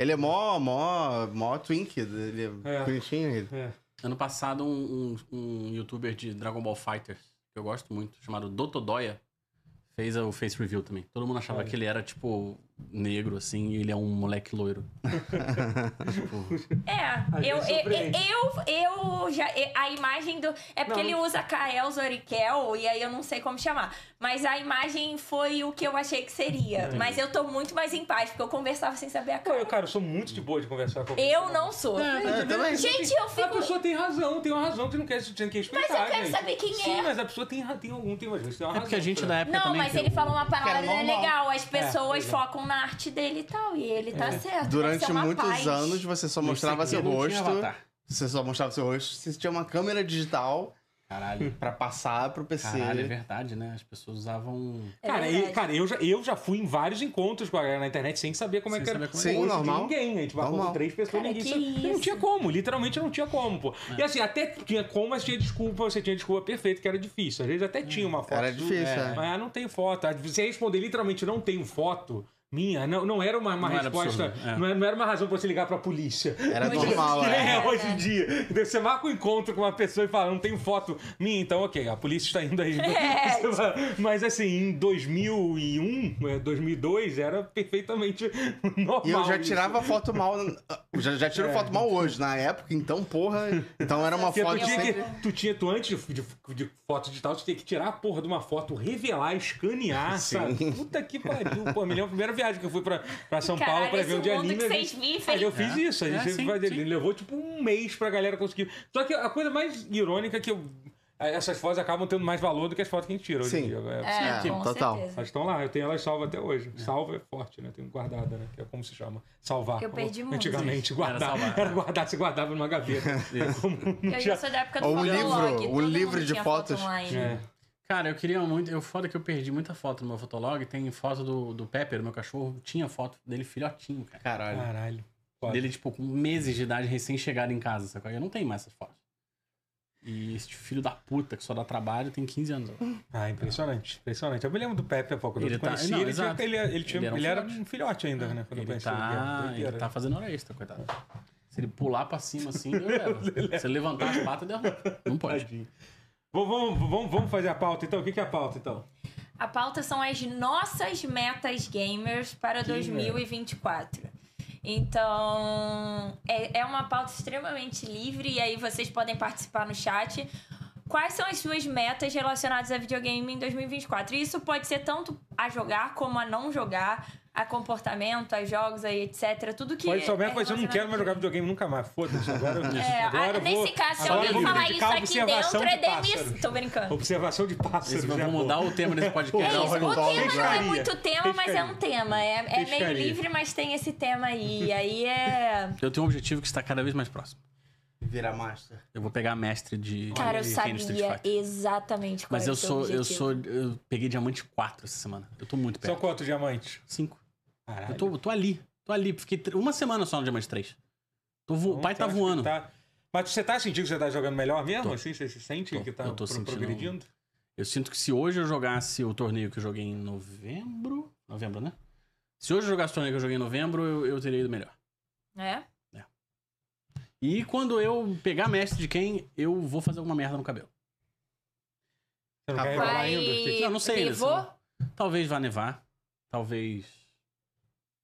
Speaker 4: Ele é mó, mó, mó twink. Ele é
Speaker 1: É.
Speaker 4: bonitinho. Ele.
Speaker 1: É.
Speaker 2: Ano passado, um, um- um youtuber de Dragon Ball Fighter, que eu gosto muito, chamado Dotodoya, fez o face review também. Todo mundo achava
Speaker 1: Olha.
Speaker 2: que ele era, tipo, negro, assim, e ele é um moleque loiro.
Speaker 3: É,
Speaker 1: Aí
Speaker 3: eu,
Speaker 1: me
Speaker 3: eu,
Speaker 1: surpreende.
Speaker 3: eu, eu já. eu- a imagem do. É porque
Speaker 1: Não.
Speaker 3: ele usa Kael Zorikel, e aí eu não sei como chamar. Mas a imagem foi o que eu achei que seria. Mas eu tô muito mais em paz, porque eu conversava sem saber a
Speaker 1: Pô,
Speaker 3: cara.
Speaker 1: eu, cara, eu sou muito de boa de conversar com alguém.
Speaker 3: Eu não sou.
Speaker 1: É.
Speaker 4: Eu também.
Speaker 3: Gente, eu
Speaker 1: A
Speaker 3: fico.
Speaker 1: pessoa tem razão, tem uma razão que não quer, tem que respeitar,
Speaker 3: eu quero
Speaker 1: gente.
Speaker 3: saber quem é.
Speaker 1: Sim, mas a pessoa tem, ra- tem algum, tem uma tem uma
Speaker 2: É porque
Speaker 1: razão
Speaker 2: a
Speaker 1: né?
Speaker 2: gente
Speaker 1: pra-
Speaker 2: da época
Speaker 3: Não,
Speaker 2: também...
Speaker 3: mas
Speaker 2: que
Speaker 3: ele
Speaker 2: o-
Speaker 3: falou uma
Speaker 4: que
Speaker 3: parada
Speaker 4: era normal.
Speaker 3: legal. As pessoas
Speaker 1: pois é.
Speaker 3: focam na arte dele e tal. E ele tá certo. tem que
Speaker 4: Durante
Speaker 3: ser uma
Speaker 4: muitos
Speaker 3: paz.
Speaker 4: anos, você só mostrava
Speaker 2: Ele
Speaker 4: seu
Speaker 2: não tinha
Speaker 4: rosto.
Speaker 2: avatar.
Speaker 4: Você só mostrava seu rosto. Você tinha uma câmera digital
Speaker 2: Caralho.
Speaker 4: pra passar pro PC.
Speaker 2: Caralho, é verdade, né? As pessoas usavam.
Speaker 3: É
Speaker 1: Cara,
Speaker 3: verdade.
Speaker 1: e- cara, eu, já, eu já fui em vários encontros com a galera na internet sem saber como é
Speaker 2: Sem
Speaker 1: que era.
Speaker 2: saber como
Speaker 4: Sim,
Speaker 1: Hoje,
Speaker 4: normal.
Speaker 1: Ninguém. A gente marcou
Speaker 4: Normal.
Speaker 1: com três pessoas,
Speaker 3: Cara,
Speaker 1: ninguém
Speaker 3: que
Speaker 1: sabe- Não
Speaker 3: isso.
Speaker 1: tinha como, literalmente não tinha como, pô.
Speaker 4: É.
Speaker 1: E assim, até tinha como, mas tinha desculpa, você tinha desculpa perfeita, que era difícil. Às vezes até tinha uma foto.
Speaker 4: Era
Speaker 1: sua,
Speaker 4: difícil,
Speaker 2: é.
Speaker 4: é.
Speaker 1: Mas ah, não tem foto. Você responder literalmente não tenho foto minha, não, não era uma, uma
Speaker 2: Não era
Speaker 1: resposta,
Speaker 2: absurdo, é.
Speaker 1: não, era, não era uma razão pra você ligar pra polícia.
Speaker 4: Era normal,
Speaker 1: Que nem
Speaker 4: é.
Speaker 1: é hoje em dia. Entendeu? Você marca um encontro com uma pessoa e fala, não tenho foto minha, então ok, a polícia está indo aí.
Speaker 4: É.
Speaker 1: Você fala, Mas assim, em 2001, é, 2002, era perfeitamente normal.
Speaker 4: E eu
Speaker 1: isso.
Speaker 4: já
Speaker 1: É.
Speaker 4: tirava foto mal. eu Já, já tiro foto mal hoje, na época, então, porra. Então era uma
Speaker 1: Porque
Speaker 4: foto
Speaker 1: tu tinha,
Speaker 4: sempre.
Speaker 1: que, tu tinha, tu antes de, de- de foto digital, tu tinha que tirar a porra de uma foto, revelar, escanear, sabe? Puta que pariu, pô. Me lembro a primeira viagem que eu fui pra, pra São Paulo
Speaker 3: Caralho,
Speaker 1: pra
Speaker 3: esse
Speaker 1: ver um de
Speaker 3: mundo
Speaker 1: anime.
Speaker 3: que
Speaker 1: a
Speaker 3: vocês
Speaker 1: gente-
Speaker 3: vivem.
Speaker 1: Aí eu fiz
Speaker 2: É.
Speaker 1: isso, a gente
Speaker 2: É, sim,
Speaker 1: vai-
Speaker 2: sim.
Speaker 1: levou tipo um mês pra galera conseguir. Só que a coisa mais irônica é que eu- essas fotos acabam tendo mais valor do que as fotos que a gente tira hoje em
Speaker 4: Sim.
Speaker 1: dia. É,
Speaker 3: É,
Speaker 4: Sim,
Speaker 3: com
Speaker 4: total.
Speaker 3: certeza.
Speaker 1: Elas estão lá, eu tenho elas salvas até hoje. Salva é forte, né? Tenho guardada, né? Que é como se chama. Salvar.
Speaker 3: Eu perdi muito.
Speaker 1: Antigamente,
Speaker 2: Era
Speaker 1: guardar.
Speaker 2: salvar.
Speaker 1: Era, guardar, se guardava numa gaveta. Como
Speaker 3: Eu já sou da época do
Speaker 4: Ou um
Speaker 3: fotolog,
Speaker 4: livro, um
Speaker 3: todo mundo
Speaker 4: livro de
Speaker 3: tinha foto
Speaker 4: fotos.
Speaker 3: online.
Speaker 1: É.
Speaker 2: Cara, eu queria muito. Eu foda que eu perdi muita foto no meu fotolog. Tem foto do, do Pepper, meu cachorro. Tinha foto dele filhotinho, cara.
Speaker 4: Caralho.
Speaker 1: Caralho. Foda.
Speaker 2: Dele, tipo, com meses de idade, recém-chegado em casa, sacou? Eu não tenho mais essas fotos. E esse filho da puta que só dá trabalho tem 15 anos.
Speaker 1: Ah, impressionante, impressionante. Eu me lembro do Pepe há pouco. Quando
Speaker 2: Ele
Speaker 1: eu
Speaker 2: tá-
Speaker 1: conheci
Speaker 2: não,
Speaker 1: ele, tinha-
Speaker 2: exato.
Speaker 1: ele, ele tinha-
Speaker 2: Ele era um
Speaker 1: ele era
Speaker 2: filhote.
Speaker 1: um filhote ainda, né? Quando eu
Speaker 2: Ele
Speaker 1: conheci ele.
Speaker 2: tá,
Speaker 1: Doideira. né?
Speaker 2: ele tá fazendo hora extra, coitado. Se ele pular pra cima assim, eu levo. Se ele levantar as patas, derruba. Não pode.
Speaker 1: Tadinho. Vamos, vamos, vamos- vamos fazer a pauta então? O que que é a pauta então?
Speaker 3: A pauta são as nossas metas gamers para
Speaker 1: Gamer.
Speaker 3: 2024. Então, é, é uma pauta extremamente livre e aí vocês podem participar no chat. Quais são as suas metas relacionadas a videogame em 2024? E Isso pode ser tanto a jogar como a não jogar, a comportamento, a jogos, a etc. Tudo que.
Speaker 1: Pode souber,
Speaker 3: é
Speaker 1: mas assim, eu não quero mais jogar
Speaker 3: relacionado
Speaker 1: videogame nunca mais. Foda-se, agora eu.
Speaker 3: É,
Speaker 2: Tipo,
Speaker 1: agora
Speaker 3: a-
Speaker 1: eu vou-
Speaker 3: nesse caso, se
Speaker 1: agora eu
Speaker 3: alguém
Speaker 1: vou
Speaker 3: falar isso
Speaker 1: dedicar à
Speaker 3: aqui
Speaker 1: observação
Speaker 3: dentro,
Speaker 2: um
Speaker 3: é
Speaker 1: de
Speaker 3: demissão.
Speaker 1: pássaros.
Speaker 3: Tô brincando.
Speaker 1: Observação de pássaros.
Speaker 2: Esse- vamos
Speaker 1: né, pô?
Speaker 2: mudar o tema desse
Speaker 3: É
Speaker 2: podcast.
Speaker 1: um
Speaker 3: isso,
Speaker 4: Não, não,
Speaker 3: o tema não é
Speaker 1: pescaria.
Speaker 3: muito tema, mas é um tema. É, é meio
Speaker 1: Pescaria.
Speaker 3: livre, mas tem esse tema aí. Aí é.
Speaker 2: Eu tenho um objetivo que está cada vez mais próximo.
Speaker 4: Vira master.
Speaker 2: Eu vou pegar a mestre de
Speaker 3: Cara, eu
Speaker 2: de Ken no Street
Speaker 3: sabia
Speaker 2: Fighter.
Speaker 3: exatamente qual
Speaker 2: Mas
Speaker 3: é
Speaker 2: eu
Speaker 3: o seu
Speaker 2: sou, eu
Speaker 3: objetivo.
Speaker 2: sou. Eu peguei diamante 4 essa semana. Eu tô muito
Speaker 1: São
Speaker 2: perto.
Speaker 1: quantos diamantes?
Speaker 2: 5.
Speaker 1: Caralho.
Speaker 2: Eu tô, eu tô ali. Tô ali. Fiquei tr- uma semana só no diamante 3. Tô vo...
Speaker 1: Então,
Speaker 2: O pai tá
Speaker 1: acho que
Speaker 2: voando.
Speaker 1: tá- Mas você tá sentindo que você tá jogando melhor mesmo?
Speaker 2: Tô.
Speaker 1: Assim, você se sente
Speaker 2: Tô.
Speaker 1: que tá
Speaker 2: Eu tô
Speaker 1: pro-
Speaker 2: sentindo-
Speaker 1: progredindo?
Speaker 2: Eu sinto que se hoje eu jogasse o torneio que eu joguei em novembro. Novembro, né? Se hoje eu jogasse o torneio que eu joguei em novembro, eu, eu teria ido melhor.
Speaker 3: É?
Speaker 2: E quando eu pegar mestre de quem, eu vou fazer alguma merda no cabelo.
Speaker 1: Você não quer
Speaker 4: Vai-
Speaker 1: revelar ainda? É, Porque-
Speaker 2: Não, não sei ainda,
Speaker 3: Nevou?
Speaker 2: assim. Talvez vá nevar. Talvez.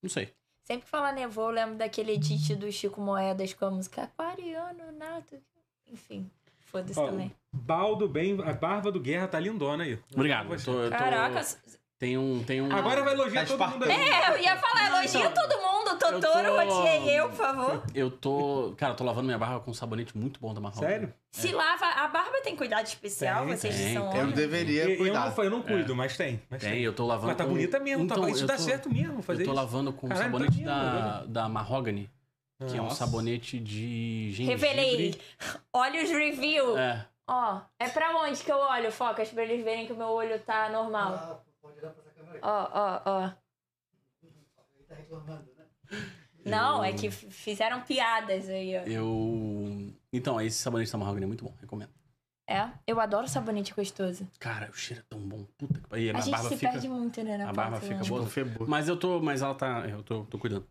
Speaker 2: Não sei.
Speaker 3: Sempre que falar nevou, eu lembro daquele edit do Chico Moedas com a música Aquariano, Nato. Enfim, foda-se
Speaker 1: Ó,
Speaker 3: também.
Speaker 1: Baldo bem, a barba do Guerra tá lindona aí.
Speaker 2: Obrigado. Eu
Speaker 1: Você.
Speaker 2: tô, eu tô-
Speaker 3: Caraca,
Speaker 2: Tem um. Tem um...
Speaker 1: Agora vai elogiar
Speaker 4: Tá
Speaker 1: todo mundo aí.
Speaker 3: é, eu ia falar, elogia
Speaker 2: então,
Speaker 3: todo mundo,
Speaker 2: eu
Speaker 3: Totoro,
Speaker 2: tô-
Speaker 3: odiei eu, por favor.
Speaker 2: Eu tô. Cara, eu tô lavando minha barba com um sabonete muito bom da Marrom.
Speaker 1: Sério?
Speaker 3: Se lava, a barba tem cuidado especial,
Speaker 1: Tem,
Speaker 3: vocês
Speaker 2: É. tem,
Speaker 3: são
Speaker 2: tem. um
Speaker 4: Eu
Speaker 3: homens.
Speaker 4: deveria
Speaker 1: Eu, eu
Speaker 4: cuidar.
Speaker 1: não, fa- eu não cuido, mas tem. Mas,
Speaker 2: É. Tem,
Speaker 1: tem.
Speaker 2: eu tô lavando.
Speaker 1: mas tá
Speaker 2: com-
Speaker 1: bonita mesmo. tá-
Speaker 2: Então,
Speaker 1: isso
Speaker 2: eu
Speaker 1: dá
Speaker 2: tô-
Speaker 1: certo mesmo fazer
Speaker 2: Eu tô
Speaker 1: isso.
Speaker 2: lavando com um
Speaker 1: Caralho, tá
Speaker 2: sabonete
Speaker 1: lindo,
Speaker 2: da, da Mahogany, que é um
Speaker 4: Nossa.
Speaker 2: sabonete de gengibre.
Speaker 3: Revelei. Olha os review.
Speaker 2: um É.
Speaker 3: Ó, é pra onde que eu olho, Focas, pra eles verem que o meu olho tá normal.
Speaker 5: Ah, pode olhar pra essa câmera aqui.
Speaker 3: Ó, ó, ó.
Speaker 5: Ele tá reclamando, né?
Speaker 3: Não, é que f- fizeram piadas aí, ó.
Speaker 2: Eu. Então, esse sabonete da Mahogany é muito bom, recomendo.
Speaker 3: É, eu adoro sabonete gostoso.
Speaker 2: Cara, o cheiro é tão bom. Puta que pariu. E
Speaker 3: A,
Speaker 2: a,
Speaker 3: gente
Speaker 2: barba
Speaker 3: se
Speaker 2: fica.
Speaker 3: perde muito, né, na
Speaker 2: a barba
Speaker 3: pauta,
Speaker 2: fica
Speaker 3: né?
Speaker 2: boa.
Speaker 4: Tipo, febo.
Speaker 2: Mas eu tô. Mas ela tá. Eu tô, tô cuidando.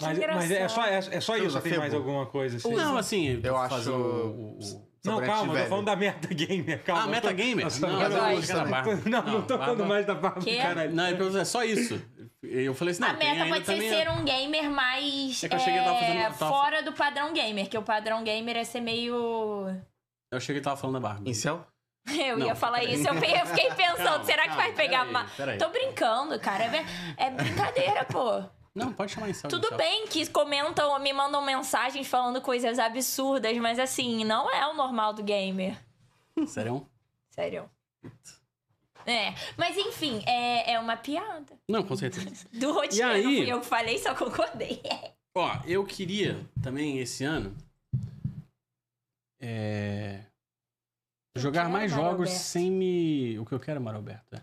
Speaker 1: Mas,
Speaker 3: Que
Speaker 1: mas é só, é, é só
Speaker 4: Você
Speaker 1: isso,
Speaker 4: usa
Speaker 1: tem mais
Speaker 4: Febo?
Speaker 1: alguma coisa assim?
Speaker 2: Não, assim.
Speaker 4: Eu acho-
Speaker 2: fazer o- o- o-
Speaker 1: Não,
Speaker 4: Sabonete
Speaker 1: calma, eu tô
Speaker 4: velho.
Speaker 1: falando da meta gamer, calma.
Speaker 2: Ah, metagamer?
Speaker 1: Eu tô-
Speaker 2: Não,
Speaker 1: eu tô-
Speaker 2: eu
Speaker 4: gosto
Speaker 2: acho que era
Speaker 4: também.
Speaker 2: barba.
Speaker 1: Não, não tô
Speaker 2: barba-
Speaker 1: falando mais da barba
Speaker 3: Que?
Speaker 1: do caralho.
Speaker 2: Não, é pra- é só isso. Eu falei assim, não,
Speaker 3: A
Speaker 2: tem
Speaker 3: meta
Speaker 2: ainda
Speaker 3: pode ser
Speaker 2: também a-
Speaker 3: ser um gamer mais
Speaker 2: É que eu cheguei e tava fazendo-
Speaker 3: é,
Speaker 2: tava-
Speaker 3: fora do padrão gamer, que o padrão gamer é ser meio...
Speaker 2: Eu cheguei e tava falando da barba.
Speaker 4: Incel?
Speaker 3: Eu
Speaker 2: Não,
Speaker 3: ia falar
Speaker 2: peraí.
Speaker 3: isso, eu pe- eu fiquei pensando,
Speaker 2: Calma,
Speaker 3: será que
Speaker 2: calma,
Speaker 3: vai pegar...
Speaker 2: peraí,
Speaker 3: ma-
Speaker 2: peraí.
Speaker 3: Tô brincando, cara, é ver- é brincadeira, pô.
Speaker 2: Não, pode chamar incel.
Speaker 3: Tudo
Speaker 2: incel.
Speaker 3: bem que comentam, me mandam mensagens falando coisas absurdas, mas assim, não é o normal do gamer.
Speaker 2: Sério?
Speaker 3: Sério. É, mas enfim, é, é uma piada.
Speaker 2: Não, com certeza.
Speaker 3: Do roteiro
Speaker 2: E aí?
Speaker 3: fui eu que falei, só concordei.
Speaker 2: Ó, eu queria também esse ano é,
Speaker 3: Eu
Speaker 2: jogar
Speaker 3: quero,
Speaker 2: mais
Speaker 3: Mário
Speaker 2: jogos
Speaker 3: Alberto.
Speaker 2: sem me. O que eu quero, Mário Alberto, é.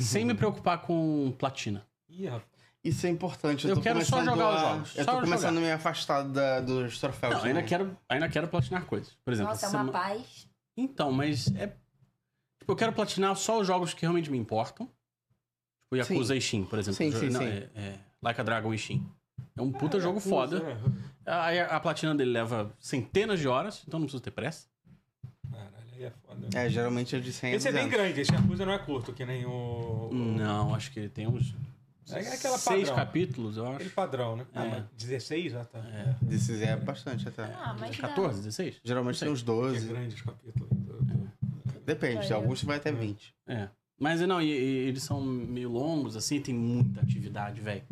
Speaker 2: sem me preocupar com platina.
Speaker 1: Ih, rapaz.
Speaker 4: Isso é importante. Eu,
Speaker 2: Eu
Speaker 4: tô
Speaker 2: quero só
Speaker 4: começando
Speaker 2: jogar os
Speaker 4: a-
Speaker 2: jogos,
Speaker 4: Eu
Speaker 2: só
Speaker 4: tô começando
Speaker 2: jogar.
Speaker 4: a me afastar da- dos troféus.
Speaker 2: Não, ainda
Speaker 4: né?
Speaker 2: quero, ainda quero platinar coisas. Por exemplo,
Speaker 3: Nossa, é
Speaker 2: essa
Speaker 3: uma
Speaker 2: sema-
Speaker 3: paz.
Speaker 2: Então, mas é. Tipo, eu quero platinar só os jogos que realmente me importam. Tipo, Yakuza e Shin, por exemplo.
Speaker 4: Sim, sim,
Speaker 2: Não,
Speaker 4: sim.
Speaker 2: É, é Like a Dragon e Shin. É um puta
Speaker 1: É,
Speaker 2: jogo
Speaker 1: Yakuza,
Speaker 2: foda.
Speaker 1: é.
Speaker 2: Aí a, a platina dele leva centenas de horas, então não preciso ter pressa.
Speaker 1: Caralho, aí é foda.
Speaker 4: É, geralmente é de 100 a
Speaker 1: Esse é bem
Speaker 4: 200.
Speaker 1: grande, esse Yakuza não é curto, que nem o.
Speaker 2: Não, acho que ele tem uns
Speaker 1: É aquela
Speaker 2: seis
Speaker 1: padrão.
Speaker 2: capítulos, eu
Speaker 1: Aquele
Speaker 2: acho.
Speaker 1: padrão, né? Ah,
Speaker 2: É.
Speaker 1: mas 16 já tá. É,
Speaker 4: Desses é bastante até.
Speaker 3: Ah, mas dá.
Speaker 2: 14, 16?
Speaker 4: Geralmente tem uns 12.
Speaker 1: grande os capítulos.
Speaker 3: É.
Speaker 4: Depende, de alguns vai até 20.
Speaker 2: É. Mas não, e, e eles são meio longos, assim, tem muita atividade, velho.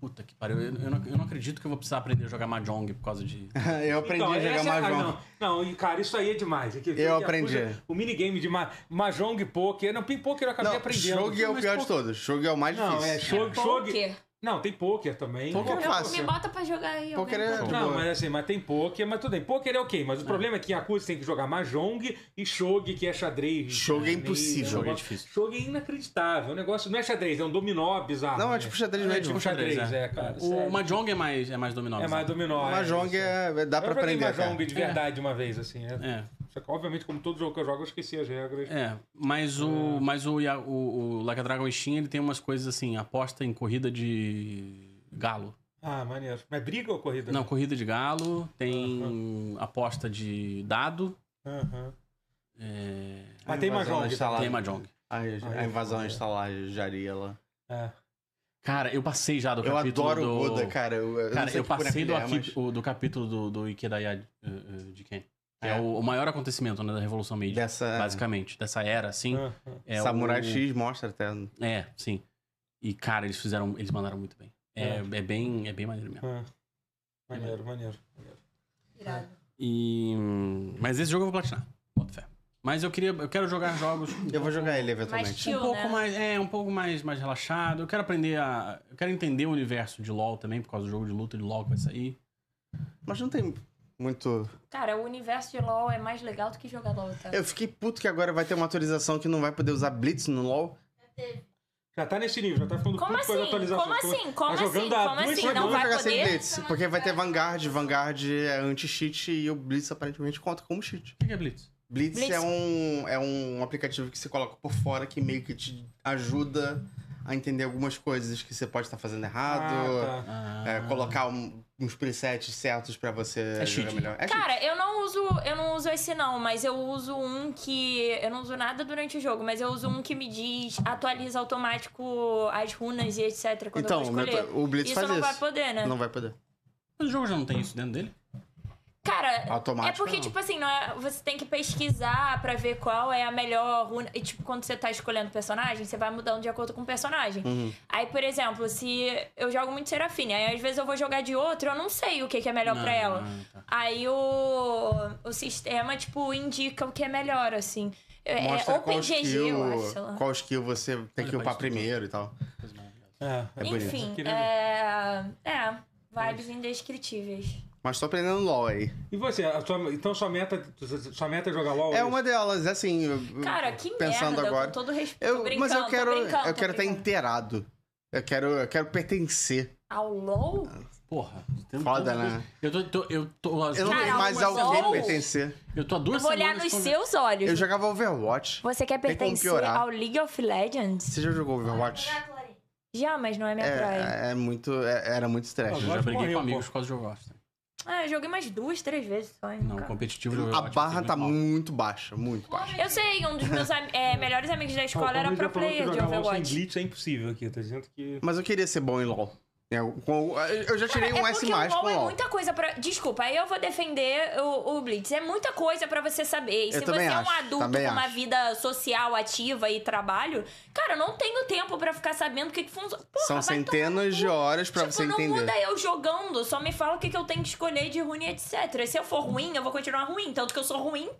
Speaker 2: Puta que pariu, eu, eu não, eu não acredito que eu vou precisar aprender a jogar Mahjong por causa de.
Speaker 4: eu aprendi a jogar
Speaker 1: essa- Então, ah,
Speaker 4: Mahjong.
Speaker 1: Não, não, e, cara, isso aí é demais. É que- que
Speaker 4: Eu
Speaker 1: Yakuza-
Speaker 4: aprendi.
Speaker 1: O minigame de ma, Mahjong e Poker. Não, tem Poker eu acabei
Speaker 4: Não,
Speaker 1: aprendendo.
Speaker 4: Shogi é o
Speaker 1: Mas
Speaker 4: pior de
Speaker 1: poker-
Speaker 4: todos. Shogi é o mais
Speaker 1: Não, é
Speaker 4: difícil.
Speaker 1: Shogi. Shogi-
Speaker 3: Poker.
Speaker 1: Não, tem Poker também.
Speaker 4: Poker
Speaker 1: Não,
Speaker 4: é fácil.
Speaker 3: Me bota pra jogar aí. alguém.
Speaker 4: Poker é de
Speaker 1: Não,
Speaker 4: boa.
Speaker 1: mas assim, mas tem poker, mas tudo bem. Poker é ok, mas o problema é que Yakuza tem que jogar Mahjong e Shogi, que é xadrez.
Speaker 4: Shogi é
Speaker 1: japonês,
Speaker 4: impossível.
Speaker 1: um
Speaker 4: Shogi é
Speaker 1: negócio-
Speaker 2: difícil.
Speaker 1: Shogi é inacreditável. O negócio não é xadrez, é um dominó bizarro.
Speaker 4: Não, é
Speaker 1: né?
Speaker 4: tipo xadrez
Speaker 1: É
Speaker 4: médio.
Speaker 1: tipo xadrez, é, cara. sério.
Speaker 2: O Mahjong é mais, é mais dominó.
Speaker 1: É mais
Speaker 2: sabe?
Speaker 1: dominó.
Speaker 4: Mahjong
Speaker 1: isso.
Speaker 4: é, dá pra
Speaker 1: eu joguei
Speaker 4: aprender. até.
Speaker 1: Mahjong de verdade uma vez, assim. é.
Speaker 2: É.
Speaker 1: Só que, obviamente, como todo jogo que eu jogo, eu esqueci as regras.
Speaker 2: É, mas o, mas o, Ya- o, o Like a Dragon Steam, ele tem umas coisas assim, aposta em corrida de galo.
Speaker 1: Ah, maneiro. Mas briga ou corrida?
Speaker 2: Não, corrida de galo, tem aposta de dado,
Speaker 1: Aham.
Speaker 2: é,
Speaker 1: Mas tem
Speaker 4: A invasão
Speaker 1: Mahjong.
Speaker 4: na estalagem.
Speaker 2: tem Mahjong.
Speaker 4: A, a invasão estalajaria lá.
Speaker 1: É.
Speaker 2: Cara, eu passei já do
Speaker 4: Eu
Speaker 2: capítulo
Speaker 4: adoro
Speaker 2: do...
Speaker 4: o Oda, cara. Eu, eu,
Speaker 2: Cara,
Speaker 4: não sei
Speaker 2: eu
Speaker 4: que boneco
Speaker 2: passei do,
Speaker 4: ele é,
Speaker 2: aqui-
Speaker 4: mas-
Speaker 2: o- do capítulo do, do Ikeda Ya- eh, eh, de quem? É,
Speaker 4: É.
Speaker 2: o, o maior acontecimento né, da Revolução Meiji,
Speaker 4: Dessa.
Speaker 2: basicamente, dessa era, assim.
Speaker 1: Aham.
Speaker 2: É
Speaker 4: Samurai
Speaker 2: o-
Speaker 4: X mostra até.
Speaker 2: É, sim. E, cara, eles fizeram. Eles mandaram muito bem. É,
Speaker 1: É.
Speaker 2: é bem, é bem maneiro mesmo.
Speaker 1: Ah. Maneiro, maneiro. maneiro.
Speaker 6: Irado.
Speaker 2: E. Mas esse jogo eu vou platinar. Bota fé. Mas eu queria. Eu quero jogar jogos. um
Speaker 4: Eu vou
Speaker 2: pouco-
Speaker 4: jogar ele
Speaker 3: Mas
Speaker 4: eventualmente.
Speaker 2: Um
Speaker 3: Chill,
Speaker 2: pouco
Speaker 3: né?
Speaker 2: mais. É, um pouco mais, mais relaxado. Eu quero aprender a. Eu quero entender o universo de LOL também, por causa do jogo de luta de LOL que vai sair.
Speaker 4: Mas não tem muito.
Speaker 3: Cara, o universo de LoL é mais legal do que jogar LoL, tá?
Speaker 4: Eu fiquei puto que agora vai ter uma atualização que não vai poder usar Blitz no LOL.
Speaker 1: Já tá nesse nível, já tá ficando
Speaker 3: Como
Speaker 1: puto com as
Speaker 3: assim?
Speaker 1: atualizações.
Speaker 3: Como assim? Como
Speaker 1: Tá
Speaker 3: assim?
Speaker 1: jogando há
Speaker 3: Como
Speaker 1: duas
Speaker 3: assim? Não
Speaker 1: semanas.
Speaker 3: vai
Speaker 4: jogar sem
Speaker 3: poder?
Speaker 4: Blitz, porque vai ter Vanguard. Vanguard é anti-cheat e o Blitz aparentemente conta como cheat.
Speaker 2: O que que é Blitz?
Speaker 4: Blitz,
Speaker 3: Blitz.
Speaker 4: É, um, é um aplicativo que você coloca por fora que meio que te ajuda a entender algumas coisas que você pode estar fazendo errado.
Speaker 1: Ah, tá.
Speaker 2: Ah,
Speaker 4: é, colocar um- uns presets certos pra você
Speaker 2: É
Speaker 4: jogar
Speaker 2: cheat.
Speaker 4: melhor. É cheat.
Speaker 3: Cara, eu não uso, eu não uso esse não, mas eu uso um que eu não uso nada durante o jogo, mas eu uso um que me diz, atualiza automático as runas e etc quando
Speaker 4: Então,
Speaker 3: eu vou
Speaker 4: meu-
Speaker 3: escolher.
Speaker 4: o Blitz
Speaker 3: isso
Speaker 4: faz
Speaker 3: não
Speaker 4: isso.
Speaker 3: vai poder, né?
Speaker 4: Não vai poder.
Speaker 2: Mas o jogo já não tem isso dentro dele?
Speaker 3: Cara,
Speaker 4: Automático,
Speaker 3: é porque
Speaker 4: não.
Speaker 3: tipo assim, não é, você tem que pesquisar pra ver qual é a melhor runa, e tipo quando você tá escolhendo personagem, você vai mudando de acordo com o personagem.
Speaker 4: Uhum.
Speaker 3: Aí, por exemplo, se eu jogo muito Serafine, aí às vezes eu vou jogar de outro, eu não sei o que que é melhor
Speaker 2: Não,
Speaker 3: pra ela.
Speaker 2: não, tá.
Speaker 3: Aí o, o sistema, tipo, indica o que é melhor, assim. É,
Speaker 4: Mostra
Speaker 3: é
Speaker 4: qual
Speaker 3: OpenGG,
Speaker 4: skill,
Speaker 3: eu acho. sei lá.
Speaker 4: qual skill você tem
Speaker 2: Olha,
Speaker 4: que upar
Speaker 2: parece tudo.
Speaker 4: primeiro e tal.
Speaker 2: Coisa maravilhosa.
Speaker 1: É, é bonito.
Speaker 3: Enfim,
Speaker 1: Queria ver.
Speaker 3: é... é. Vibes indescritíveis.
Speaker 4: Mas tô aprendendo LOL aí.
Speaker 1: E você, a sua- então sua meta, sua meta é jogar LOL?
Speaker 4: É uma delas, assim. eu-
Speaker 3: Cara, que
Speaker 4: pensando
Speaker 3: merda,
Speaker 4: agora.
Speaker 3: com todo respeito.
Speaker 4: Eu,
Speaker 3: Tô brincando,
Speaker 4: mas eu
Speaker 3: tô
Speaker 4: quero,
Speaker 3: brincando,
Speaker 4: eu
Speaker 3: tô
Speaker 4: quero estar
Speaker 3: brincando.
Speaker 4: inteirado. Eu quero, eu quero pertencer.
Speaker 3: Ao LOL?
Speaker 2: Porra. tem
Speaker 4: Foda,
Speaker 2: tanta
Speaker 4: né?
Speaker 2: coisa. Eu tô. tô- eu tô às
Speaker 4: Eu não
Speaker 2: duas-
Speaker 4: tenho
Speaker 3: Cara,
Speaker 4: mais
Speaker 3: mas
Speaker 4: alguém
Speaker 3: LOL?
Speaker 4: pertencer.
Speaker 2: eu tô há duas
Speaker 3: Eu vou olhar
Speaker 2: semanas
Speaker 3: nos
Speaker 2: conver-
Speaker 3: seus olhos.
Speaker 4: Eu jogava Overwatch.
Speaker 3: Você quer
Speaker 4: Tem como
Speaker 3: pertencer
Speaker 4: piorar.
Speaker 3: ao League of Legends?
Speaker 4: Você já jogou Overwatch?
Speaker 6: Jogar, Clarinha.
Speaker 3: Já, mas não é minha praia.
Speaker 4: É, é muito, é- era muito
Speaker 2: Eu
Speaker 4: estresse.
Speaker 1: Agora
Speaker 2: já briguei
Speaker 1: morreu,
Speaker 2: com amigos
Speaker 1: pô.
Speaker 2: por causa de jogo gosto.
Speaker 3: Ah, eu joguei mais duas, três vezes só. hein,
Speaker 2: Não,
Speaker 3: cara.
Speaker 2: competitivo de
Speaker 4: A
Speaker 2: Overwatch,
Speaker 4: barra
Speaker 2: eu
Speaker 4: tá
Speaker 2: sei é assim, muito mal.
Speaker 4: muito baixa, muito baixa.
Speaker 3: Eu sei, um dos meus am- é, um melhores amigos da escola era pro player de Overwatch.
Speaker 1: Sem glitch é impossível aqui, tá dizendo que...
Speaker 4: Mas eu queria ser bom em LOL. Eu, com- eu já tirei um
Speaker 3: é
Speaker 4: S
Speaker 3: porque
Speaker 4: mais
Speaker 3: o
Speaker 4: com
Speaker 3: LoL é
Speaker 4: LOL.
Speaker 3: muita coisa pra... Desculpa, aí eu vou defender o, o Blitz. É muita coisa pra você saber. E
Speaker 4: Eu
Speaker 3: se você
Speaker 4: também
Speaker 3: é um
Speaker 4: acho,
Speaker 3: adulto
Speaker 4: também
Speaker 3: com uma
Speaker 4: acho.
Speaker 3: vida social ativa e trabalho, cara, eu não tenho tempo pra ficar sabendo o que, que funciona. Porra,
Speaker 4: São
Speaker 3: vai
Speaker 4: centenas de horas pra
Speaker 3: Tipo,
Speaker 4: você
Speaker 3: não
Speaker 4: entender.
Speaker 3: muda eu jogando, só me fala o que, que eu tenho que escolher de ruim, etc. Se eu for ruim, eu vou continuar ruim, tanto que eu sou ruim.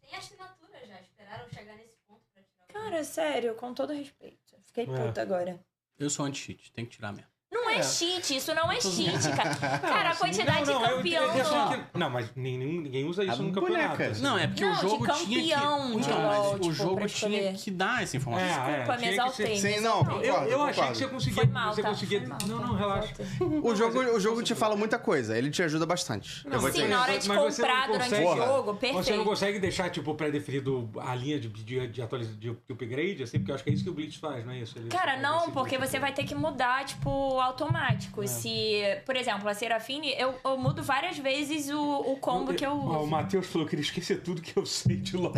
Speaker 6: Tem assinatura já, esperaram chegar nesse ponto pra tirar.
Speaker 3: Cara, sério, com todo respeito. Fiquei
Speaker 1: É.
Speaker 3: puta agora.
Speaker 2: Eu sou anti-cheat, tem que tirar mesmo.
Speaker 3: Não não é cheat, isso não é cheat, cara. Cara, a
Speaker 1: não,
Speaker 3: quantidade de
Speaker 1: não, eu-
Speaker 3: campeão
Speaker 1: eu achei
Speaker 3: do...
Speaker 1: que- Não, mas nenhum- ninguém usa isso
Speaker 4: A
Speaker 1: no
Speaker 4: boneca.
Speaker 1: campeonato. assim.
Speaker 2: Não, é porque
Speaker 3: Não,
Speaker 2: o
Speaker 3: de
Speaker 2: jogo tinha que...
Speaker 3: campeão de
Speaker 2: Então, mas
Speaker 3: LOL,
Speaker 2: o
Speaker 3: tipo, pra
Speaker 2: jogo tinha
Speaker 3: escolher.
Speaker 2: que dar essa informação.
Speaker 1: É, é,
Speaker 3: Desculpa, me
Speaker 1: tinha que
Speaker 3: exaltei.
Speaker 1: ser-
Speaker 4: Sim,
Speaker 3: me
Speaker 4: não,
Speaker 3: exaltei.
Speaker 4: eu-
Speaker 1: Eu, eu achei
Speaker 4: concordo.
Speaker 1: que você conseguia.
Speaker 3: Foi mal,
Speaker 1: você
Speaker 3: tá?
Speaker 1: conseguia.
Speaker 3: Foi mal,
Speaker 1: não,
Speaker 3: tá?
Speaker 1: não, relaxa.
Speaker 3: Exaltei.
Speaker 4: O jogo, o jogo te fala muita coisa, ele te ajuda bastante.
Speaker 1: Não,
Speaker 4: Eu vou
Speaker 1: mas
Speaker 3: Sim,
Speaker 1: você-
Speaker 4: dizer
Speaker 3: na
Speaker 4: isso.
Speaker 3: hora de
Speaker 1: mas você não
Speaker 3: comprar durante
Speaker 1: consegue-
Speaker 3: o jogo,
Speaker 1: Você não
Speaker 3: perfeito.
Speaker 1: consegue deixar, tipo, pré-definido a linha de, de, de, atualiz- de upgrade, assim, porque eu acho que é isso que o Blitz faz, não é isso? Ele-
Speaker 3: Cara,
Speaker 1: ele
Speaker 3: não,
Speaker 1: decide
Speaker 3: porque
Speaker 1: isso.
Speaker 3: você vai ter que mudar, tipo,
Speaker 4: É.
Speaker 3: automático. Se, por exemplo, a Serafine, eu, eu mudo várias vezes o, o combo que eu
Speaker 1: Ó, o
Speaker 3: uso.
Speaker 1: Matheus falou que ele esquecer tudo que eu sei de LOL.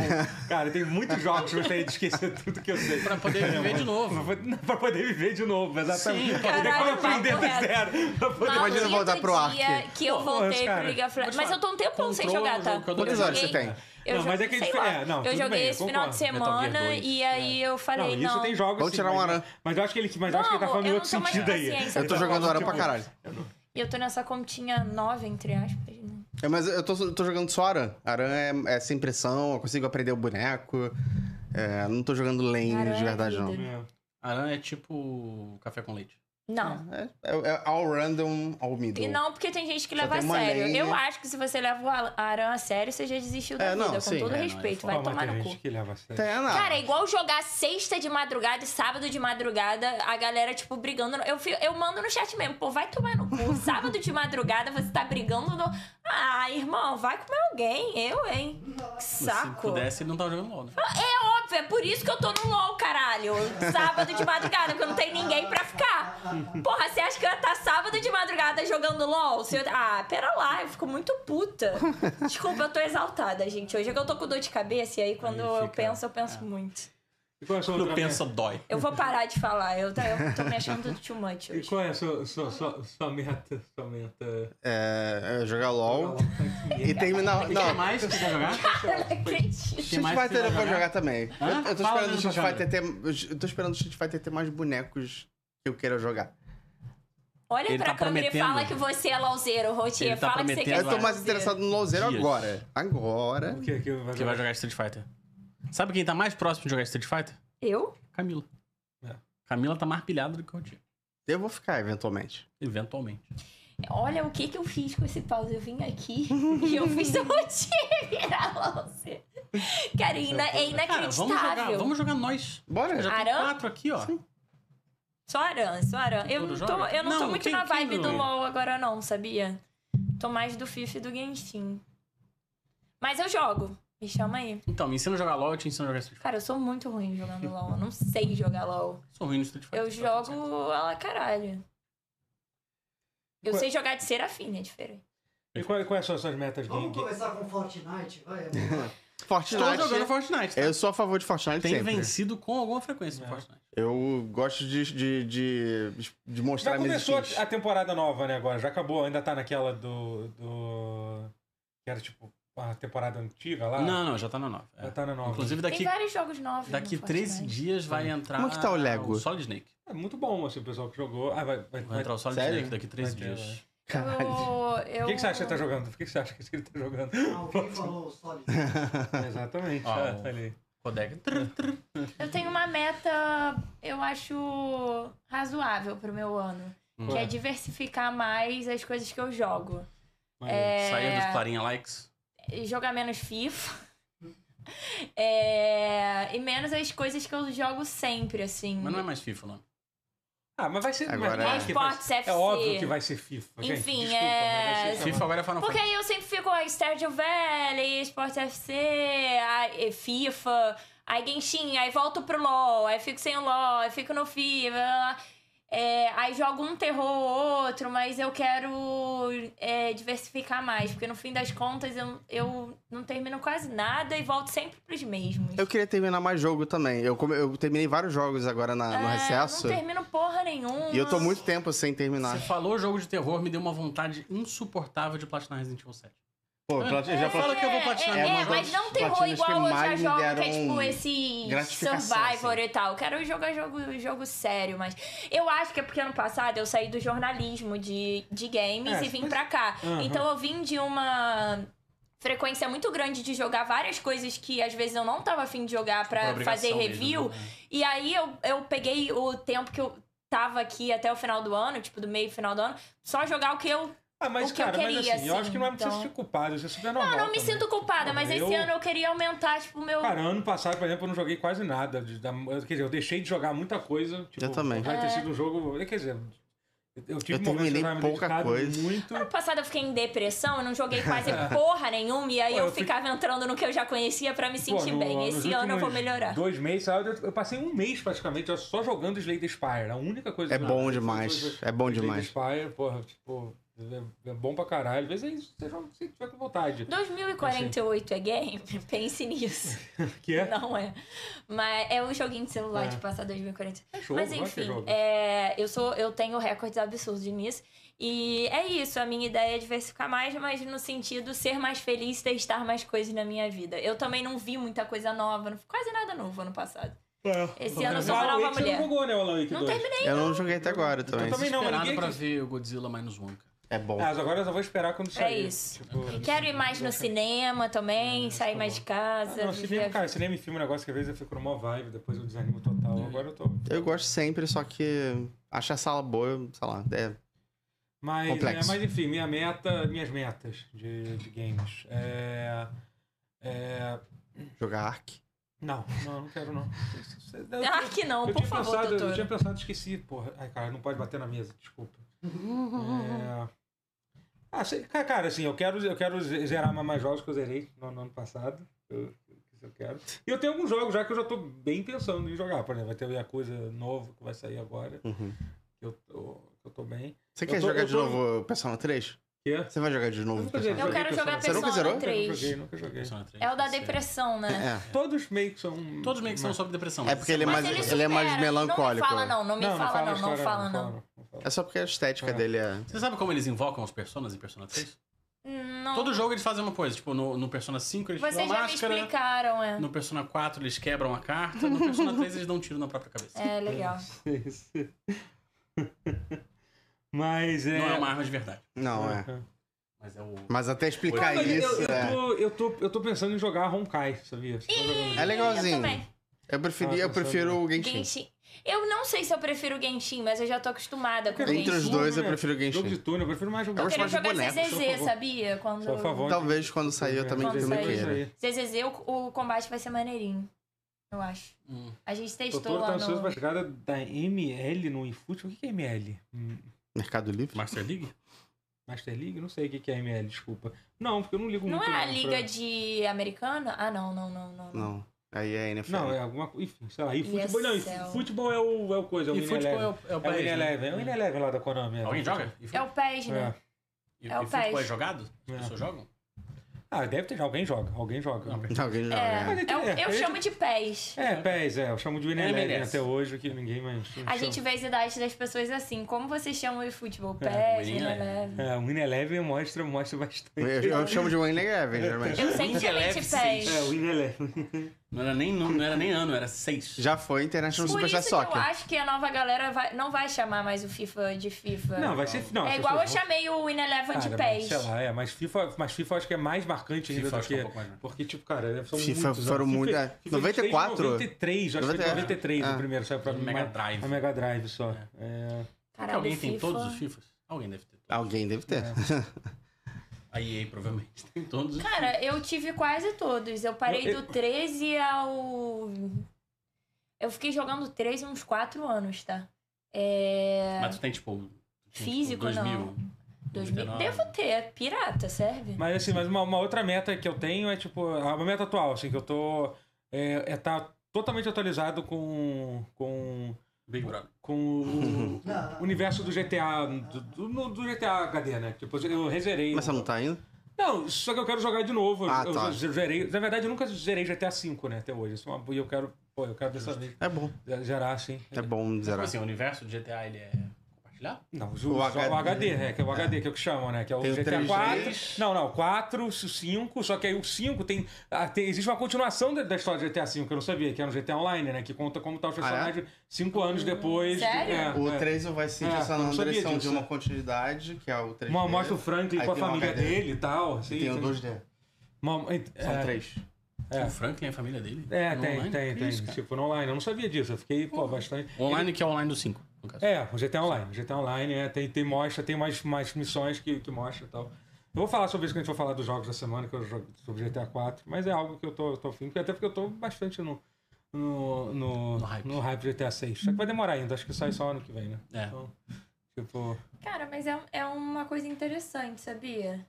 Speaker 1: Cara, tem muitos jogos que eu gostaria de esquecer tudo que eu sei.
Speaker 2: Pra poder viver de novo.
Speaker 1: Pra poder- pra poder viver de novo, exatamente.
Speaker 2: Sim,
Speaker 1: pra poder
Speaker 3: caralho,
Speaker 1: aprender do
Speaker 3: correto.
Speaker 1: zero. Pra poder...
Speaker 4: Imagina
Speaker 3: Maldito
Speaker 4: voltar pro Ark.
Speaker 3: dia que eu
Speaker 1: Pô,
Speaker 3: voltei
Speaker 1: cara,
Speaker 3: pro League of Legends. Mas eu tô um tempão sem
Speaker 2: Control é um
Speaker 3: jogar, tá?
Speaker 2: jogo que eu
Speaker 4: Quantas
Speaker 2: adorei.
Speaker 4: horas você tem?
Speaker 3: Eu
Speaker 1: Não, mas é
Speaker 3: joguei-
Speaker 1: que é
Speaker 3: sei
Speaker 1: dif-
Speaker 3: lá.
Speaker 1: é, não,
Speaker 3: eu
Speaker 1: tudo
Speaker 3: joguei
Speaker 1: bem, eu
Speaker 3: esse final de
Speaker 1: concordo. Metal Gear
Speaker 3: semana
Speaker 1: 2,
Speaker 3: e aí eu falei,
Speaker 1: não, isso tem jogos.
Speaker 4: Vamos
Speaker 1: sim,
Speaker 4: tirar
Speaker 1: mas-
Speaker 4: uma hora.
Speaker 1: Mas eu acho que ele, mas eu acho que ele tá
Speaker 3: Vamos,
Speaker 1: falando em
Speaker 3: eu
Speaker 1: outro
Speaker 3: não tô mais
Speaker 1: sentido aí.
Speaker 3: paciência.
Speaker 4: Eu tô jogando hora pra caralho.
Speaker 3: E eu tô nessa continha nova, entre aspas. né?
Speaker 4: É, mas eu tô, eu tô jogando só Aran. Aran é, é sem pressão, eu consigo aprender o boneco. É, não tô jogando lane
Speaker 3: Aran
Speaker 4: de
Speaker 3: é
Speaker 4: verdade,
Speaker 3: vida.
Speaker 4: não.
Speaker 1: É.
Speaker 2: Aran é tipo café com leite.
Speaker 3: Não.
Speaker 4: É, é- é all random, all
Speaker 1: É,
Speaker 4: middle.
Speaker 3: E não, porque tem gente que
Speaker 4: Só
Speaker 3: leva a
Speaker 4: tem uma
Speaker 3: sério.
Speaker 4: lei.
Speaker 3: Eu acho que se você leva o Al- Aran a sério, você já desistiu da
Speaker 4: É, não,
Speaker 3: vida, com
Speaker 4: sim,
Speaker 3: todo
Speaker 2: é, não, é
Speaker 3: respeito.
Speaker 2: foda.
Speaker 3: Vai
Speaker 1: Não, mas
Speaker 3: tomar
Speaker 1: tem
Speaker 3: no cu.
Speaker 1: gente que leva a sério.
Speaker 4: Tem,
Speaker 2: Ah.
Speaker 4: não.
Speaker 3: Cara, é igual jogar sexta de madrugada e sábado de madrugada, a galera, tipo, brigando. no- Eu, fi- eu mando no chat mesmo, pô, vai tomar no cu. Sábado de madrugada você tá brigando no. Ah, irmão, vai comer alguém. Eu, hein? Que
Speaker 2: Se
Speaker 3: saco.
Speaker 2: pudesse, ele não tava jogando LOL, né?
Speaker 3: É óbvio, é por isso que eu tô no LOL, caralho. Sábado de madrugada, porque eu não tenho ninguém pra ficar. Porra, você acha que eu ia estar sábado de madrugada jogando LOL? Se eu- Ah, pera lá, eu fico muito puta. Desculpa, eu tô exaltada, gente. Hoje é que eu tô com dor de cabeça e aí quando
Speaker 2: Aí
Speaker 3: eu
Speaker 2: fica- é.
Speaker 3: penso, eu penso muito.
Speaker 1: E qual é a sua
Speaker 2: Quando
Speaker 1: outra
Speaker 2: pensa, dói.
Speaker 3: Eu vou parar de falar, eu, tá- eu tô me achando too much
Speaker 1: meta? E
Speaker 3: hoje.
Speaker 1: qual é a sua, sua, sua, sua meta? Sua meta?
Speaker 4: É, é jogar LOL. E
Speaker 1: E
Speaker 4: terminar.
Speaker 2: Tem
Speaker 4: Não,
Speaker 2: mais que você quer jogar?
Speaker 3: Eu não acredito.
Speaker 2: Tem
Speaker 4: Street
Speaker 2: mais
Speaker 4: Fighter
Speaker 2: pra
Speaker 4: eu vou
Speaker 2: jogar?
Speaker 4: jogar também. Eu, eu
Speaker 2: Hã?
Speaker 4: tô
Speaker 2: Fala
Speaker 4: esperando o
Speaker 2: mesmo,
Speaker 4: Street
Speaker 2: cara.
Speaker 4: Fighter ter. Eu tô esperando o Street Fighter ter mais bonecos que eu queira jogar.
Speaker 3: Olha
Speaker 2: Ele
Speaker 3: pra
Speaker 2: tá
Speaker 3: câmera e
Speaker 2: prometendo.
Speaker 3: fala que você é lauzeiro, Rotier.
Speaker 2: Ele tá
Speaker 3: fala que você
Speaker 2: prometendo,
Speaker 3: quer
Speaker 4: Eu tô
Speaker 2: Agora.
Speaker 3: ser
Speaker 4: mais
Speaker 3: lauzeiro.
Speaker 4: interessado no LoLzero
Speaker 2: Dias.
Speaker 4: agora. Agora.
Speaker 1: O que que vai
Speaker 2: Que vai jogar Street Fighter. Sabe quem tá mais próximo de jogar Street Fighter?
Speaker 3: Eu?
Speaker 2: Camila.
Speaker 1: É.
Speaker 2: Camila tá mais pilhada do que o Tio.
Speaker 4: Eu vou ficar, eventualmente.
Speaker 2: Eventualmente.
Speaker 3: Olha o que que eu fiz com esse pause. Eu vim aqui e eu fiz o Rotier virar lauzeiro. Cara, ina- é
Speaker 2: Cara, vamos jogar,
Speaker 3: inacreditável.
Speaker 2: vamos jogar nós.
Speaker 4: Bora.
Speaker 2: Já tem
Speaker 3: Aran?
Speaker 2: quatro aqui, ó.
Speaker 3: Só Aran, só Aran. Eu
Speaker 2: Todo
Speaker 3: não tô,
Speaker 2: joga?
Speaker 3: eu não tô
Speaker 2: Não,
Speaker 3: muito
Speaker 2: quem-
Speaker 3: na
Speaker 2: quem
Speaker 3: vibe do
Speaker 2: joga?
Speaker 3: LoL agora não, sabia? Tô mais do FIFA e do Genshin. Mas eu jogo. Me chama aí.
Speaker 2: Então, me ensina a jogar LOL, eu te ensino a jogar Street Fighter.
Speaker 3: Cara, eu sou muito ruim jogando LoL. Eu não sei jogar LoL.
Speaker 2: Sou ruim no Street Fighter.
Speaker 3: Eu
Speaker 2: tá tudo certo.
Speaker 3: jogo a la caralho. Eu sei jogar de Serafine, é diferente.
Speaker 1: E qual, qual é a sua- suas metas?
Speaker 5: Vamos
Speaker 1: Gui?
Speaker 5: começar com Fortnite, vai. vamos lá.
Speaker 2: Estou
Speaker 4: Fortnite.
Speaker 2: jogando Fortnite. tá?
Speaker 4: Eu sou a favor de Fortnite
Speaker 2: Tem
Speaker 4: É sempre.
Speaker 2: vencido com alguma frequência no
Speaker 1: É.
Speaker 2: Fortnite.
Speaker 4: Eu gosto de, de, de, de mostrar
Speaker 1: Já
Speaker 4: minhas
Speaker 1: começou
Speaker 4: skills.
Speaker 1: a temporada nova, né, agora? Já acabou, ainda tá naquela do. do... Que era tipo a temporada antiga lá?
Speaker 2: Não, não, já tá na nova. É.
Speaker 1: Ah. Já tá na nova.
Speaker 2: Inclusive,
Speaker 3: Tem
Speaker 2: daqui,
Speaker 3: vários jogos novos.
Speaker 2: daqui
Speaker 3: no
Speaker 2: 13
Speaker 3: Fortnite.
Speaker 2: dias vai
Speaker 1: Hum.
Speaker 2: entrar.
Speaker 4: Como é que tá o Lego?
Speaker 2: Solid Snake.
Speaker 1: É muito bom, assim, o pessoal que jogou. Ah, vai. vai,
Speaker 2: Vai
Speaker 1: vai...
Speaker 2: entrar o Solid
Speaker 4: Sério?
Speaker 2: Snake daqui 13
Speaker 1: Vai ter,
Speaker 2: dias.
Speaker 3: Eu, eu...
Speaker 1: O que, que você acha que ele tá jogando? O que, que você acha que ele tá jogando?
Speaker 5: Alguém falou sólido.
Speaker 1: Exatamente.
Speaker 2: Ó,
Speaker 1: Ah,
Speaker 2: o-
Speaker 1: tá ali.
Speaker 2: Codec.
Speaker 3: Eu tenho uma meta, eu acho, razoável pro meu ano. Que
Speaker 1: Hum.
Speaker 3: é diversificar mais as coisas que eu jogo. É.
Speaker 2: Saia dos Clarinha Likes.
Speaker 3: E Jogar menos FIFA.
Speaker 1: Hum.
Speaker 3: É, E menos as coisas que eu jogo sempre, assim.
Speaker 2: Mas não é mais FIFA, não.
Speaker 1: Ah, mas vai ser. mas
Speaker 4: Agora-
Speaker 1: claro que vai
Speaker 3: Esportes
Speaker 1: ser-
Speaker 3: FC.
Speaker 1: É óbvio que vai ser FIFA. gente,
Speaker 3: Enfim,
Speaker 1: desculpa,
Speaker 3: é-
Speaker 1: mas vai ser
Speaker 2: FIFA agora é Final
Speaker 3: Porque
Speaker 2: Fantasy.
Speaker 3: aí eu sempre fico a Stardew Valley, Sport FC, a- e FIFA, aí Genshin, aí volto pro LoL, aí fico sem o LoL, aí fico no FIFA. é, aí jogo um terror ou outro, mas eu quero é, diversificar mais, porque no fim das contas eu, eu não termino quase nada e volto sempre pros mesmos.
Speaker 4: Eu queria terminar mais jogo também. Eu, come- eu terminei vários jogos agora na- no
Speaker 3: É,
Speaker 4: recesso.
Speaker 3: Não termino porra nenhuma.
Speaker 4: E eu tô muito tempo sem terminar.
Speaker 2: Você falou jogo de terror, me deu uma vontade insuportável de platinar Resident Evil 7.
Speaker 4: Pô, plat- eu já
Speaker 2: É. Fala
Speaker 4: platinei.
Speaker 2: que eu vou platinar
Speaker 3: É,
Speaker 4: mesmo,
Speaker 3: é,
Speaker 4: mas
Speaker 3: mas
Speaker 4: os
Speaker 3: não terror
Speaker 4: platinos que
Speaker 3: igual eu já
Speaker 4: mais me
Speaker 3: jogo, que é
Speaker 4: deram um
Speaker 3: tipo esse
Speaker 4: gratificação,
Speaker 3: Survivor
Speaker 4: assim.
Speaker 3: e tal. Quero jogar jogo, jogo sério, mas. Eu acho que é porque ano passado eu saí do jornalismo de, de games
Speaker 1: É,
Speaker 3: e vim
Speaker 1: mas-
Speaker 3: pra cá.
Speaker 1: Aham.
Speaker 3: Então eu vim de uma. Frequência muito grande de jogar várias coisas que às vezes eu
Speaker 4: Tipo
Speaker 3: não tava afim de jogar pra
Speaker 2: Por obrigação
Speaker 4: né?
Speaker 3: fazer
Speaker 2: mesmo,
Speaker 3: review.
Speaker 2: né?
Speaker 3: E aí eu, eu peguei o tempo que eu. tava aqui até o final do ano, tipo, do meio final do ano, só jogar o que eu.
Speaker 1: Ah, mas
Speaker 3: O que eu
Speaker 1: cara, mas
Speaker 3: queria,
Speaker 1: assim, eu
Speaker 3: assim,
Speaker 1: acho que não é preciso
Speaker 3: então.
Speaker 1: ser culpado, isso é super normal.
Speaker 3: Eu não me
Speaker 1: também.
Speaker 3: sinto culpada, mas esse
Speaker 1: Eu-
Speaker 3: ano eu queria aumentar, tipo, o meu.
Speaker 1: Cara, ano passado, por exemplo, eu não joguei quase nada. de- da- quer dizer, eu deixei de jogar muita coisa. Tipo,
Speaker 4: Eu também.
Speaker 3: É.
Speaker 1: Vai ter sido um jogo. Quer dizer, eu tive
Speaker 4: Eu
Speaker 1: momentos que
Speaker 4: terminei
Speaker 1: tava me
Speaker 4: pouca
Speaker 1: dedicado
Speaker 4: coisa.
Speaker 1: Muito.
Speaker 3: Ano passado eu fiquei em depressão, eu não joguei quase porra nenhuma, e aí
Speaker 1: Pô,
Speaker 3: eu,
Speaker 1: eu fiquei-
Speaker 3: ficava entrando no que eu já conhecia pra me sentir
Speaker 1: Pô, no-
Speaker 3: bem.
Speaker 1: nos
Speaker 3: Esse ano eu vou
Speaker 1: últimos
Speaker 3: melhorar.
Speaker 1: Dois meses, sabe, eu, eu passei um mês praticamente só jogando Slay the Spire. A única coisa
Speaker 4: É
Speaker 1: que eu-
Speaker 4: bom
Speaker 1: coisa-
Speaker 4: demais. É bom
Speaker 1: Slay the
Speaker 4: demais.
Speaker 1: Spire, porra, tipo, é, é bom pra caralho. Às vezes é isso, você joga se tiver com vontade.
Speaker 3: 2048 é game? Pense nisso.
Speaker 1: Que é?
Speaker 3: Não é. Mas é o joguinho de celular
Speaker 1: É.
Speaker 3: de passar 2040.
Speaker 1: É jogo,
Speaker 3: Mas
Speaker 1: vai ter
Speaker 3: enfim,
Speaker 1: jogo.
Speaker 3: é, eu sou, eu tenho recordes absurdos nisso. E é isso, a minha ideia é diversificar mais, mas no sentido ser mais feliz, testar mais coisas na minha vida. Eu também não vi muita coisa nova, não- quase nada novo ano passado. Esse ano eu sou uma
Speaker 1: Alan
Speaker 3: nova
Speaker 1: Wake Você
Speaker 3: mulher.
Speaker 1: não jogou, né, o Alan Wake
Speaker 3: Não
Speaker 1: 2?
Speaker 3: terminei.
Speaker 4: Eu não joguei até agora também.
Speaker 1: também não, mas
Speaker 2: Esperado
Speaker 1: ninguém
Speaker 2: pra
Speaker 1: quis-
Speaker 2: ver o Godzilla Minus One. cara.
Speaker 4: É bom.
Speaker 1: Ah, mas agora eu só vou esperar quando sair.
Speaker 3: É isso.
Speaker 1: Tipo,
Speaker 3: Quero ir mais no cinema também, sair mais de casa.
Speaker 1: Ah, não,
Speaker 3: viver a
Speaker 1: cinema, cara, cinema e filme é um negócio que às vezes eu fico numa vibe, depois eu desanimo total. Agora eu tô.
Speaker 4: É. Eu gosto sempre, só que acho a sala boa, sei lá. É,
Speaker 1: Mas,
Speaker 4: Complexo.
Speaker 1: é, mas enfim, minha meta, minhas metas de, de games. É, é,
Speaker 4: jogar Ark.
Speaker 1: não, não, não quero não. Eu, eu-
Speaker 3: Ah, que não,
Speaker 1: eu
Speaker 3: por
Speaker 1: tinha
Speaker 3: favor,
Speaker 1: pensado, Eu
Speaker 3: doutora.
Speaker 1: tinha pensado, esqueci, porra. Ai, cara, não pode bater na mesa, desculpa. É... Ah, sei- ca- cara, assim, eu quero, eu quero ze- zerar mais jogos que eu zerei no, no ano passado. Eu, isso eu quero. E eu tenho alguns jogos já que eu já tô bem pensando em jogar. Por exemplo, vai ter o Yakuza novo que vai sair agora.
Speaker 4: Uhum.
Speaker 1: Eu tô, eu tô bem.
Speaker 4: Você
Speaker 1: Eu
Speaker 4: quer
Speaker 1: tô-
Speaker 4: jogar
Speaker 1: eu
Speaker 4: de
Speaker 1: tô-
Speaker 4: novo Persona 3?
Speaker 1: Que é?
Speaker 4: Você vai jogar de novo
Speaker 1: nunca joguei.
Speaker 4: Persona
Speaker 3: Eu
Speaker 4: 3?
Speaker 3: quero jogar
Speaker 1: Você nunca
Speaker 3: Persona
Speaker 4: zerou?
Speaker 3: 3.
Speaker 1: Nunca joguei, nunca joguei.
Speaker 2: Persona 3,
Speaker 3: É o da
Speaker 2: vai ser.
Speaker 3: depressão, né?
Speaker 4: É.
Speaker 1: Todos meio que são.
Speaker 2: Todos meio que são sobre depressão.
Speaker 4: É porque ele é
Speaker 3: Mas
Speaker 4: mais,
Speaker 3: ele
Speaker 4: ele é mais
Speaker 3: supera.
Speaker 4: melancólico.
Speaker 3: Não me fala não, não me
Speaker 1: Não,
Speaker 3: fala
Speaker 1: a
Speaker 3: não, não
Speaker 1: história,
Speaker 3: fala não.
Speaker 1: fala, não fala.
Speaker 4: É só porque a estética
Speaker 1: É.
Speaker 4: dele é.
Speaker 2: Você sabe como eles invocam os personas em Persona 3?
Speaker 3: Hum, Não.
Speaker 2: Todo jogo eles fazem uma coisa. Tipo, no, no Persona 5 eles tiram a
Speaker 3: Vocês já me
Speaker 2: máscara. né?
Speaker 3: explicaram, é.
Speaker 2: No Persona 4 eles quebram a carta. No Persona 3 eles dão um tiro na própria cabeça.
Speaker 3: É legal.
Speaker 1: Isso. Mas é.
Speaker 2: Não é uma arma de verdade.
Speaker 4: Não, é.
Speaker 2: Mas é o...
Speaker 4: Mas até explicar
Speaker 1: Não, mas eu-
Speaker 4: isso.
Speaker 1: eu,
Speaker 4: é.
Speaker 1: tô, eu, tô, eu tô pensando em jogar Honkai, sabia? Você tá jogando
Speaker 4: É legalzinho.
Speaker 3: Eu também.
Speaker 4: Eu, preferi, eu
Speaker 1: Tava pensando,
Speaker 4: prefiro o Genshin.
Speaker 3: Genshin. Eu não sei se eu prefiro o Genshin, mas eu já tô acostumada com o Genshin.
Speaker 4: Entre os dois, eu prefiro o
Speaker 1: Jogo
Speaker 4: Genshin.
Speaker 1: de túnel, eu prefiro mais jogar.
Speaker 4: Eu
Speaker 3: Eu
Speaker 4: gosto
Speaker 3: queria
Speaker 4: mais de
Speaker 3: jogar
Speaker 1: só
Speaker 4: boneco,
Speaker 1: a
Speaker 3: ZZZ,
Speaker 1: favor.
Speaker 3: sabia? Quando...
Speaker 1: Só a favor.
Speaker 4: Talvez quando sair
Speaker 1: né?
Speaker 4: eu também
Speaker 3: Quando
Speaker 4: também
Speaker 3: sair.
Speaker 4: queira.
Speaker 3: ZZZ, o, o combate vai ser maneirinho. Eu acho.
Speaker 2: Hum.
Speaker 3: A gente testou
Speaker 1: Doutor tá
Speaker 3: lá
Speaker 1: ansioso pra
Speaker 3: no...
Speaker 1: chegada da ML no eFoot. O que que é ML? Hum,
Speaker 4: Mercado Livre?
Speaker 2: Master League?
Speaker 1: Master League? Não sei o que que é ML, desculpa. Não, porque eu não ligo
Speaker 3: Não
Speaker 1: muito.
Speaker 3: é a
Speaker 1: pra-
Speaker 3: liga de americana? Ah, não, não, não, não. não.
Speaker 4: Não. Aí é NFL.
Speaker 1: Não, é alguma coisa. Enfim, sei lá. eFootball, não,
Speaker 3: ESL.
Speaker 1: eFootball é o, é o coisa. É o
Speaker 2: E futebol é
Speaker 1: Ineleven.
Speaker 2: o, é o
Speaker 1: É o
Speaker 2: país, né?
Speaker 1: Ineleven. É o
Speaker 3: Hum.
Speaker 1: Ineleven lá da Konami. é.
Speaker 2: Alguém joga? E,
Speaker 3: É o PES, né?
Speaker 1: É.
Speaker 2: e,
Speaker 3: é o
Speaker 2: e futebol é
Speaker 3: PES.
Speaker 2: jogado? As
Speaker 1: É.
Speaker 2: pessoas jogam?
Speaker 1: Ah, deve ter. Alguém joga. Alguém joga.
Speaker 2: Não,
Speaker 4: Alguém joga.
Speaker 3: É,
Speaker 4: é.
Speaker 1: é.
Speaker 3: eu, eu
Speaker 1: É.
Speaker 3: chamo de pés.
Speaker 1: É, PES, é. Eu chamo de Wineleven
Speaker 2: MLS.
Speaker 1: até hoje, que ninguém mais.
Speaker 3: A gente vê as idades das pessoas assim. Como vocês chamam de futebol?
Speaker 1: É,
Speaker 3: Pés, né,
Speaker 2: Winning
Speaker 3: Eleven.
Speaker 1: É, o Wineleven mostra, mostra bastante.
Speaker 4: É, Eu, eu chamo de Wayne Eleven,
Speaker 2: É.
Speaker 4: geralmente.
Speaker 3: Eu sempre chamei de
Speaker 2: Winning
Speaker 3: pés.
Speaker 1: É, o Wineleven.
Speaker 2: Não era nem, não, não era nem ano, era seis.
Speaker 4: Já foi International
Speaker 3: Por
Speaker 4: Superstar
Speaker 3: isso que eu
Speaker 4: Soccer.
Speaker 3: acho que a nova galera vai- não vai chamar mais o FIFA de FIFA.
Speaker 1: Não, vai ser. Não,
Speaker 3: é
Speaker 1: as
Speaker 3: igual eu
Speaker 1: pessoas vão-
Speaker 3: chamei o Ineleven de
Speaker 1: Cara, mas,
Speaker 3: pés.
Speaker 1: Sei lá, é, mas FIFA, mas FIFA eu acho que é mais marcante ainda
Speaker 2: FIFA
Speaker 1: do
Speaker 2: acho que é
Speaker 1: que.
Speaker 2: um pouco mais marcante.
Speaker 1: porque, tipo, cara, são
Speaker 4: FIFA
Speaker 1: muitos
Speaker 4: foram
Speaker 1: anos.
Speaker 4: muito-
Speaker 1: FIFA-
Speaker 4: é,
Speaker 1: FIFA de
Speaker 4: 94?
Speaker 1: 93, acho que foi de 93
Speaker 4: Ah.
Speaker 1: o primeiro, saiu pra
Speaker 2: Do Mega Drive.
Speaker 1: A Mega Drive só. É.
Speaker 3: Caralho,
Speaker 2: alguém tem
Speaker 3: FIFA.
Speaker 2: todos os FIFAs? Alguém deve ter.
Speaker 1: Ah.
Speaker 2: todos.
Speaker 4: Alguém deve ter.
Speaker 1: É.
Speaker 2: A EA provavelmente tem todos os
Speaker 3: Cara, eu tive quase todos. Eu parei
Speaker 1: Eu- eu-
Speaker 3: do 13 ao. Eu fiquei jogando 13 uns 4 anos, tá? É.
Speaker 2: Mas tu tem, tipo... tem,
Speaker 3: Físico,
Speaker 2: tipo, 2000.
Speaker 3: não. 2000.
Speaker 2: 99.
Speaker 3: Devo ter. é Pirata, serve?
Speaker 1: Mas assim, mas uma, uma outra meta que eu tenho é, tipo, a uma meta atual, assim, que eu tô. É, é tá totalmente atualizado com. com.
Speaker 2: Big Brother.
Speaker 1: com o.
Speaker 5: Não,
Speaker 1: o universo do GTA. Do, do, no- do GTA HD, né? Tipo, eu rezerei.
Speaker 4: Mas você não tá indo?
Speaker 1: Não, só que eu quero jogar de novo.
Speaker 4: Ah,
Speaker 1: eu,
Speaker 4: tá.
Speaker 1: eu zerei. Na verdade, eu nunca zerei GTA V, né, até hoje. Isso é uma- E eu quero. Pô, eu quero dessa vez
Speaker 4: É bom.
Speaker 1: zerar, assim.
Speaker 4: É bom
Speaker 2: Tipo
Speaker 4: zerar.
Speaker 2: assim, o universo do GTA, ele é compartilhado?
Speaker 1: Não, o, o,
Speaker 4: HD,
Speaker 1: HD, o HD, né? Que é o HD que é o que chamam, né? Que é o
Speaker 4: Tem o
Speaker 1: GTA 4.
Speaker 4: 3.
Speaker 1: Não, não, 4, 5, só que aí o 5 tem, ah, tem- Existe uma continuação da, da história do GTA V, que eu não sabia, que é no GTA Online, né? Que conta como tá os
Speaker 4: Ah, é?
Speaker 1: personagens 5 anos depois.
Speaker 3: Sério?
Speaker 1: É,
Speaker 4: O
Speaker 1: é.
Speaker 4: 3 vai ser
Speaker 1: É,
Speaker 4: essa
Speaker 1: eu não
Speaker 4: numa
Speaker 1: sabia
Speaker 4: direção de
Speaker 1: disso.
Speaker 4: uma continuidade, que é o 3D.
Speaker 1: Uma mostra o Franklin
Speaker 4: Aí
Speaker 1: com a
Speaker 4: tem uma
Speaker 1: família
Speaker 4: HD.
Speaker 1: dele e tal. assim,
Speaker 4: E tem o
Speaker 1: tem-
Speaker 4: 2D.
Speaker 1: Uma-
Speaker 4: São
Speaker 1: é,
Speaker 4: três.
Speaker 1: É.
Speaker 2: Tipo, O Franklin e a família dele?
Speaker 1: É,
Speaker 2: No
Speaker 1: tem,
Speaker 2: online?
Speaker 1: tem,
Speaker 2: Que
Speaker 1: tem.
Speaker 2: isso, cara?
Speaker 1: tipo, no online. Eu não sabia disso. Eu fiquei, pô, bastante.
Speaker 2: Online que é o online do 5. no caso.
Speaker 1: É, o GTA Online. O GTA Online é, tem, tem mostra, tem mais, mais missões que, que mostra e tal. Eu vou falar sobre isso quando a gente for falar dos jogos da semana, que eu jogo sobre GTA 4, mas é algo que eu tô, eu tô afim, porque- até porque eu tô bastante no. No, no,
Speaker 2: No hype.
Speaker 1: no hype do GTA 6. Só que vai demorar ainda, acho que sai só ano que vem, né?
Speaker 2: É.
Speaker 1: Então, tipo.
Speaker 3: Cara, mas é, é uma coisa interessante, sabia?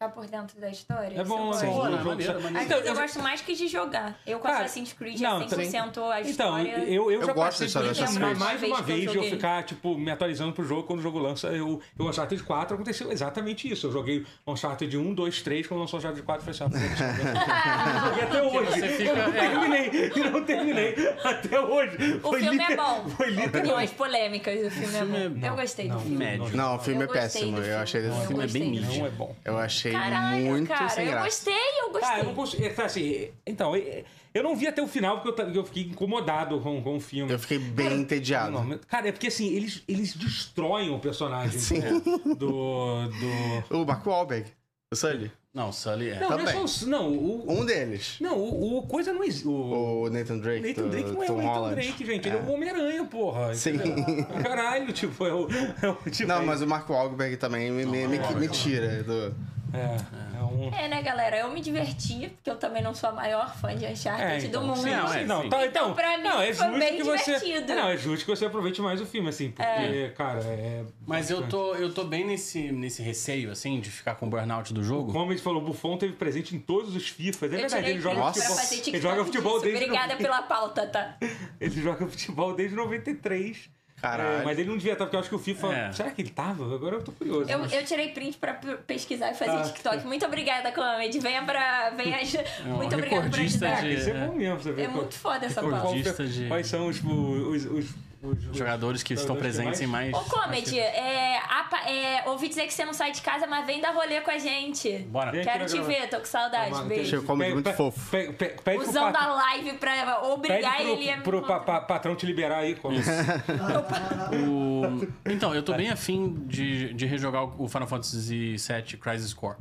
Speaker 3: Ficar por dentro da história.
Speaker 1: É bom,
Speaker 3: Isso
Speaker 1: é
Speaker 3: eu
Speaker 1: bom.
Speaker 2: Pô,
Speaker 3: gosto.
Speaker 1: o
Speaker 2: não,
Speaker 1: jogo-
Speaker 2: maneiro, maneiro.
Speaker 1: Então,
Speaker 3: eu, gosto mais que de jogar. Eu com
Speaker 1: Cara,
Speaker 3: Assassin's Creed
Speaker 1: não,
Speaker 3: é 100% a
Speaker 1: Então,
Speaker 3: história.
Speaker 1: eu, eu,
Speaker 4: Eu
Speaker 1: já
Speaker 4: gosto da
Speaker 1: passei
Speaker 4: história
Speaker 1: por
Speaker 4: dessas
Speaker 1: isso, mas
Speaker 4: coisas.
Speaker 1: mais uma
Speaker 3: Vez que eu
Speaker 1: vez de eu
Speaker 3: joguei.
Speaker 1: ficar, tipo, me atualizando pro jogo quando o jogo lança. Eu, eu Uncharted 4 aconteceu exatamente isso. Eu joguei Uncharted 1, 2, 3, quando lançou Uncharted 4, eu falei assim, ah, eu joguei até hoje.
Speaker 2: você fica-
Speaker 1: Eu não terminei, eu não terminei até hoje.
Speaker 3: é. O filme é bom.
Speaker 1: Foi literal.
Speaker 3: Opiniões polêmicas, o filme é bom.
Speaker 1: Não,
Speaker 3: eu gostei
Speaker 1: não,
Speaker 3: do filme.
Speaker 2: Médio.
Speaker 4: Não, o filme
Speaker 3: Eu
Speaker 4: é
Speaker 3: gostei
Speaker 4: péssimo.
Speaker 3: do
Speaker 4: Eu
Speaker 3: filme.
Speaker 4: achei
Speaker 3: Eu
Speaker 4: desse filme.
Speaker 2: filme é bem
Speaker 3: gostei.
Speaker 2: lixo.
Speaker 1: Não é bom.
Speaker 4: Eu achei
Speaker 3: Caralho,
Speaker 4: muito
Speaker 3: cara,
Speaker 4: sem
Speaker 3: eu
Speaker 4: graça.
Speaker 3: gostei, eu
Speaker 1: Ah,
Speaker 3: gostei.
Speaker 1: eu não consigo. é, Assim, então, é- eu não vi até o final porque eu, ta- eu fiquei incomodado com, com o filme.
Speaker 4: Eu fiquei bem entediado.
Speaker 1: Não, mas- cara, é porque assim, eles, eles destroem o personagem
Speaker 4: Sim.
Speaker 1: do. do- do-
Speaker 4: O Mark Wahlberg. O Sully.
Speaker 2: Não, o Sully é.
Speaker 1: Não,
Speaker 4: Tá
Speaker 1: não é
Speaker 4: bem.
Speaker 1: só o. Não, o.
Speaker 4: Um deles.
Speaker 1: Não, o, o coisa não existe. O,
Speaker 4: O Nathan
Speaker 1: o
Speaker 4: Drake.
Speaker 1: Nathan
Speaker 4: do
Speaker 1: Drake não é o
Speaker 4: Tom
Speaker 1: Nathan
Speaker 4: Holland.
Speaker 1: Drake, gente. Ele é o Homem-Aranha, porra.
Speaker 4: Sim.
Speaker 1: entendeu? Caralho, tipo, é o. É o tipo,
Speaker 4: Não, mas o Mark Wahlberg também me, me, me, me tira. Do...
Speaker 1: É, é um.
Speaker 3: É, né, galera? Eu me diverti, porque eu também não sou a maior fã de
Speaker 1: É,
Speaker 3: Uncharted do
Speaker 1: então,
Speaker 3: mundo.
Speaker 1: sim,
Speaker 2: Não,
Speaker 1: sim,
Speaker 2: é,
Speaker 1: não,
Speaker 2: sim.
Speaker 1: tá, então,
Speaker 3: Então, pra mim,
Speaker 1: não, é
Speaker 3: foi
Speaker 1: justo
Speaker 3: bem
Speaker 1: que você,
Speaker 3: divertido.
Speaker 1: Não, é justo que você aproveite mais o filme, assim, porque, cara, é...
Speaker 2: Mas eu tô, eu tô bem nesse, nesse receio, assim, de ficar com o burnout do jogo.
Speaker 1: Como a gente falou, o Buffon teve presente em todos os Fifas, é
Speaker 3: Eu
Speaker 1: verdade,
Speaker 3: tirei
Speaker 1: ele joga
Speaker 3: print pra
Speaker 1: futebol,
Speaker 3: fazer
Speaker 1: ele
Speaker 3: TikTok
Speaker 1: joga futebol
Speaker 3: disso.
Speaker 1: desde,
Speaker 3: Obrigada pela pauta, tá?
Speaker 1: ele joga futebol desde 93,
Speaker 4: Caralho.
Speaker 1: É, mas ele não devia estar, porque eu acho que o FIFA,
Speaker 2: É.
Speaker 1: será que ele tava? Agora eu tô curioso.
Speaker 3: Eu,
Speaker 1: mas-
Speaker 3: eu tirei print pra p- pesquisar e fazer
Speaker 1: Ah,
Speaker 3: TikTok. Muito obrigada, Comed. Venha pra... Venha...
Speaker 1: É um
Speaker 3: Muito obrigada por
Speaker 2: recordista
Speaker 3: ajudar.
Speaker 1: Isso é bom mesmo, você vê
Speaker 3: É
Speaker 1: qual-
Speaker 3: muito foda essa
Speaker 1: qual-
Speaker 3: pauta.
Speaker 1: qual-
Speaker 2: Recordista de-
Speaker 1: Quais são os, tipo, os, os- os- os-
Speaker 2: Jogadores que estão
Speaker 1: jogadores que
Speaker 2: presentes em mais.
Speaker 3: Ô, Comedy,
Speaker 2: mais-
Speaker 3: é, apa- é, ouvi dizer que você não sai de casa, mas vem dar rolê com a gente.
Speaker 2: Bora.
Speaker 1: Vem.
Speaker 3: Quero te ver, tô com saudade.
Speaker 1: Tomara,
Speaker 3: Beijo.
Speaker 1: entendi.
Speaker 4: Achei o comedy
Speaker 1: Pede-
Speaker 4: muito
Speaker 1: pe-
Speaker 4: fofo.
Speaker 1: pe- pe- Pede pro
Speaker 3: Usando
Speaker 1: pat-
Speaker 3: a live pra
Speaker 1: pede
Speaker 3: obrigar ele é a
Speaker 1: pro-
Speaker 3: me
Speaker 1: pro pa- pa-
Speaker 3: encontrar.
Speaker 1: patrão te liberar aí, como É.
Speaker 2: O- Então, eu tô bem afim de, de rejogar o Final Fantasy VII Crisis Core.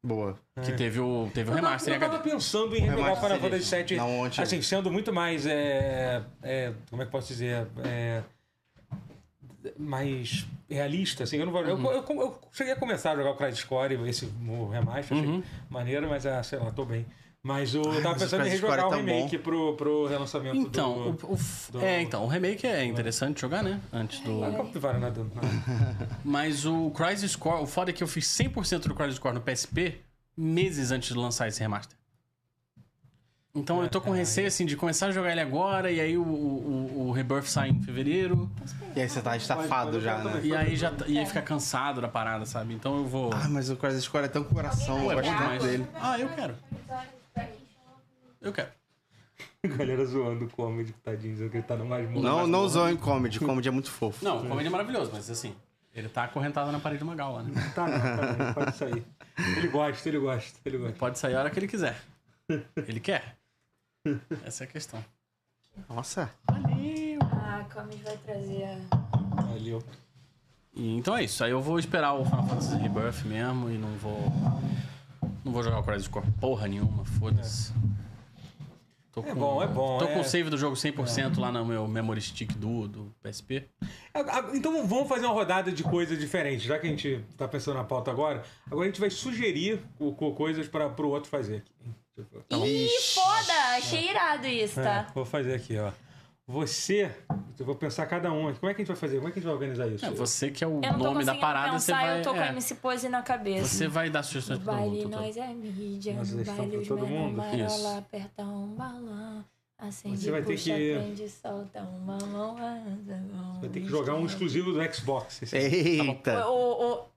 Speaker 4: Boa.
Speaker 2: Que teve o, teve
Speaker 1: É.
Speaker 2: o
Speaker 1: Eu
Speaker 2: remaster.
Speaker 1: tava- Eu tava
Speaker 2: HD.
Speaker 1: pensando em revelar
Speaker 4: Remaster
Speaker 1: Final Fantasy
Speaker 4: seria-
Speaker 1: VII.
Speaker 4: não, antes.
Speaker 1: assim, sendo muito mais. É, é, como é que posso dizer? É, mais realista, assim. Eu não vou.
Speaker 2: Uhum.
Speaker 1: eu- Eu, eu, cheguei a começar a jogar o Crisis Core, esse o remaster, achei
Speaker 2: Uhum.
Speaker 1: maneiro, mas ah, sei lá, tô bem. Mas eu tava
Speaker 4: mas o
Speaker 1: pensando em
Speaker 4: Crisis Core
Speaker 1: rejogar
Speaker 4: é
Speaker 1: o
Speaker 4: tão bom.
Speaker 1: remake pro, pro relançamento
Speaker 2: Então,
Speaker 1: do.
Speaker 2: o, o f- é, então, o remake é interessante jogar, né? Antes do.
Speaker 1: Ah, capivara nadando. Ah,
Speaker 2: Mas o Crisis Core, o foda é que eu fiz 100% do Crisis Core no PSP meses antes de lançar esse remaster. Então eu tô com receio, assim, de começar a jogar ele agora, e aí o, o, o Rebirth sai em fevereiro,
Speaker 4: E aí você tá estafado já, né?
Speaker 2: e aí já tá- e aí fica cansado da parada, sabe? Então eu vou...
Speaker 4: Ah, mas o Crisis Core é tão coração. Eu
Speaker 2: Ué,
Speaker 4: gosto
Speaker 2: bom
Speaker 4: tanto
Speaker 2: demais.
Speaker 4: dele.
Speaker 2: Ah, eu quero.
Speaker 3: Então, tá
Speaker 2: Eu quero.
Speaker 1: Galera zoando o comedy, tadinho, dizendo que ele tá no mais mundo.
Speaker 4: Não, não zoem comedy. Comedy é muito fofo.
Speaker 2: Não, o comedy é maravilhoso, mas assim, ele tá acorrentado na parede de uma gaula, né?
Speaker 1: Tá, não, tá, não, pode sair. Ele gosta, ele gosta, ele gosta.
Speaker 2: Pode sair a hora que ele quiser. Ele quer. Essa é a questão.
Speaker 4: Nossa.
Speaker 3: Ah, Comedy vai trazer a...
Speaker 1: Valeu.
Speaker 2: E, então é isso. Aí eu vou esperar o Final Fantasy Rebirth mesmo e não vou. Não vou jogar o Crisis Core porra nenhuma, foda-se. Tô
Speaker 1: É bom, é bom,
Speaker 2: Tô
Speaker 1: é.
Speaker 2: com o save do jogo 100% lá no meu memory stick do, do PSP.
Speaker 1: A- a- Então vamos fazer uma rodada de coisas diferentes, já que a gente tá pensando na pauta agora. Agora a gente vai sugerir o, co- coisas para pro outro fazer. Tipo,
Speaker 4: Então,
Speaker 1: tá bom.
Speaker 3: Ih, foda! Achei irado isso,
Speaker 1: É,
Speaker 3: tá?
Speaker 1: vou fazer aqui, ó. Você, eu vou pensar cada um. aqui. Como é que a gente vai fazer? Como é que a gente vai organizar isso?
Speaker 2: É, você que é o
Speaker 3: Eu não tô
Speaker 2: nome da
Speaker 3: conseguindo
Speaker 2: parada, você
Speaker 3: pensar,
Speaker 2: vai.
Speaker 3: eu tô com
Speaker 2: é,
Speaker 3: a MC Pose na cabeça.
Speaker 2: Você vai dar sugestões pra todo
Speaker 3: Baile,
Speaker 2: mundo. Totoro.
Speaker 3: nós é mídia,
Speaker 1: Nossa,
Speaker 3: no
Speaker 1: eles estão
Speaker 3: baile
Speaker 1: pra
Speaker 3: os
Speaker 1: todo
Speaker 3: menor
Speaker 1: mundo?
Speaker 2: Isso.
Speaker 3: marola, aperta um balão, acende,
Speaker 1: Você vai ter
Speaker 3: puxa,
Speaker 1: que-
Speaker 3: prende, solta um balão, anda, mão,
Speaker 1: Vai ter que jogar um
Speaker 3: mistura.
Speaker 1: exclusivo do Xbox.
Speaker 2: É.
Speaker 1: Esse Tá
Speaker 4: Eita.
Speaker 3: O- o-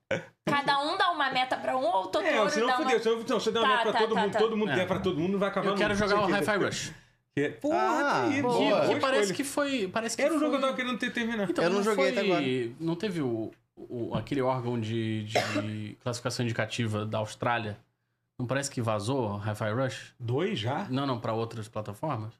Speaker 3: Cada um dá uma meta pra um ou o Totoro
Speaker 1: É, senão
Speaker 3: dá uma...
Speaker 1: fudeu. Senão, senão, se eu der uma
Speaker 3: Tá,
Speaker 1: meta pra
Speaker 3: tá,
Speaker 1: todo
Speaker 3: tá,
Speaker 1: mundo,
Speaker 3: tá.
Speaker 1: todo mundo
Speaker 2: É.
Speaker 1: der pra todo mundo, não vai acabar
Speaker 2: Eu quero
Speaker 1: nunca.
Speaker 2: jogar o
Speaker 1: Isso aqui.
Speaker 2: Hi-Fi Rush.
Speaker 1: Que- Porra,
Speaker 4: Ah,
Speaker 1: que,
Speaker 3: boa.
Speaker 1: boa
Speaker 2: Que, que parece
Speaker 1: escolha.
Speaker 2: que foi. Parece que
Speaker 1: Era um
Speaker 2: foi...
Speaker 1: jogo que eu tava querendo ter terminado.
Speaker 2: Então,
Speaker 4: Eu não joguei
Speaker 2: foi-
Speaker 4: até agora.
Speaker 2: Não teve o, o- aquele órgão de, de classificação indicativa da Austrália? Não parece que vazou Hi-Fi Rush?
Speaker 1: Dois já?
Speaker 2: Não, não, pra outras plataformas?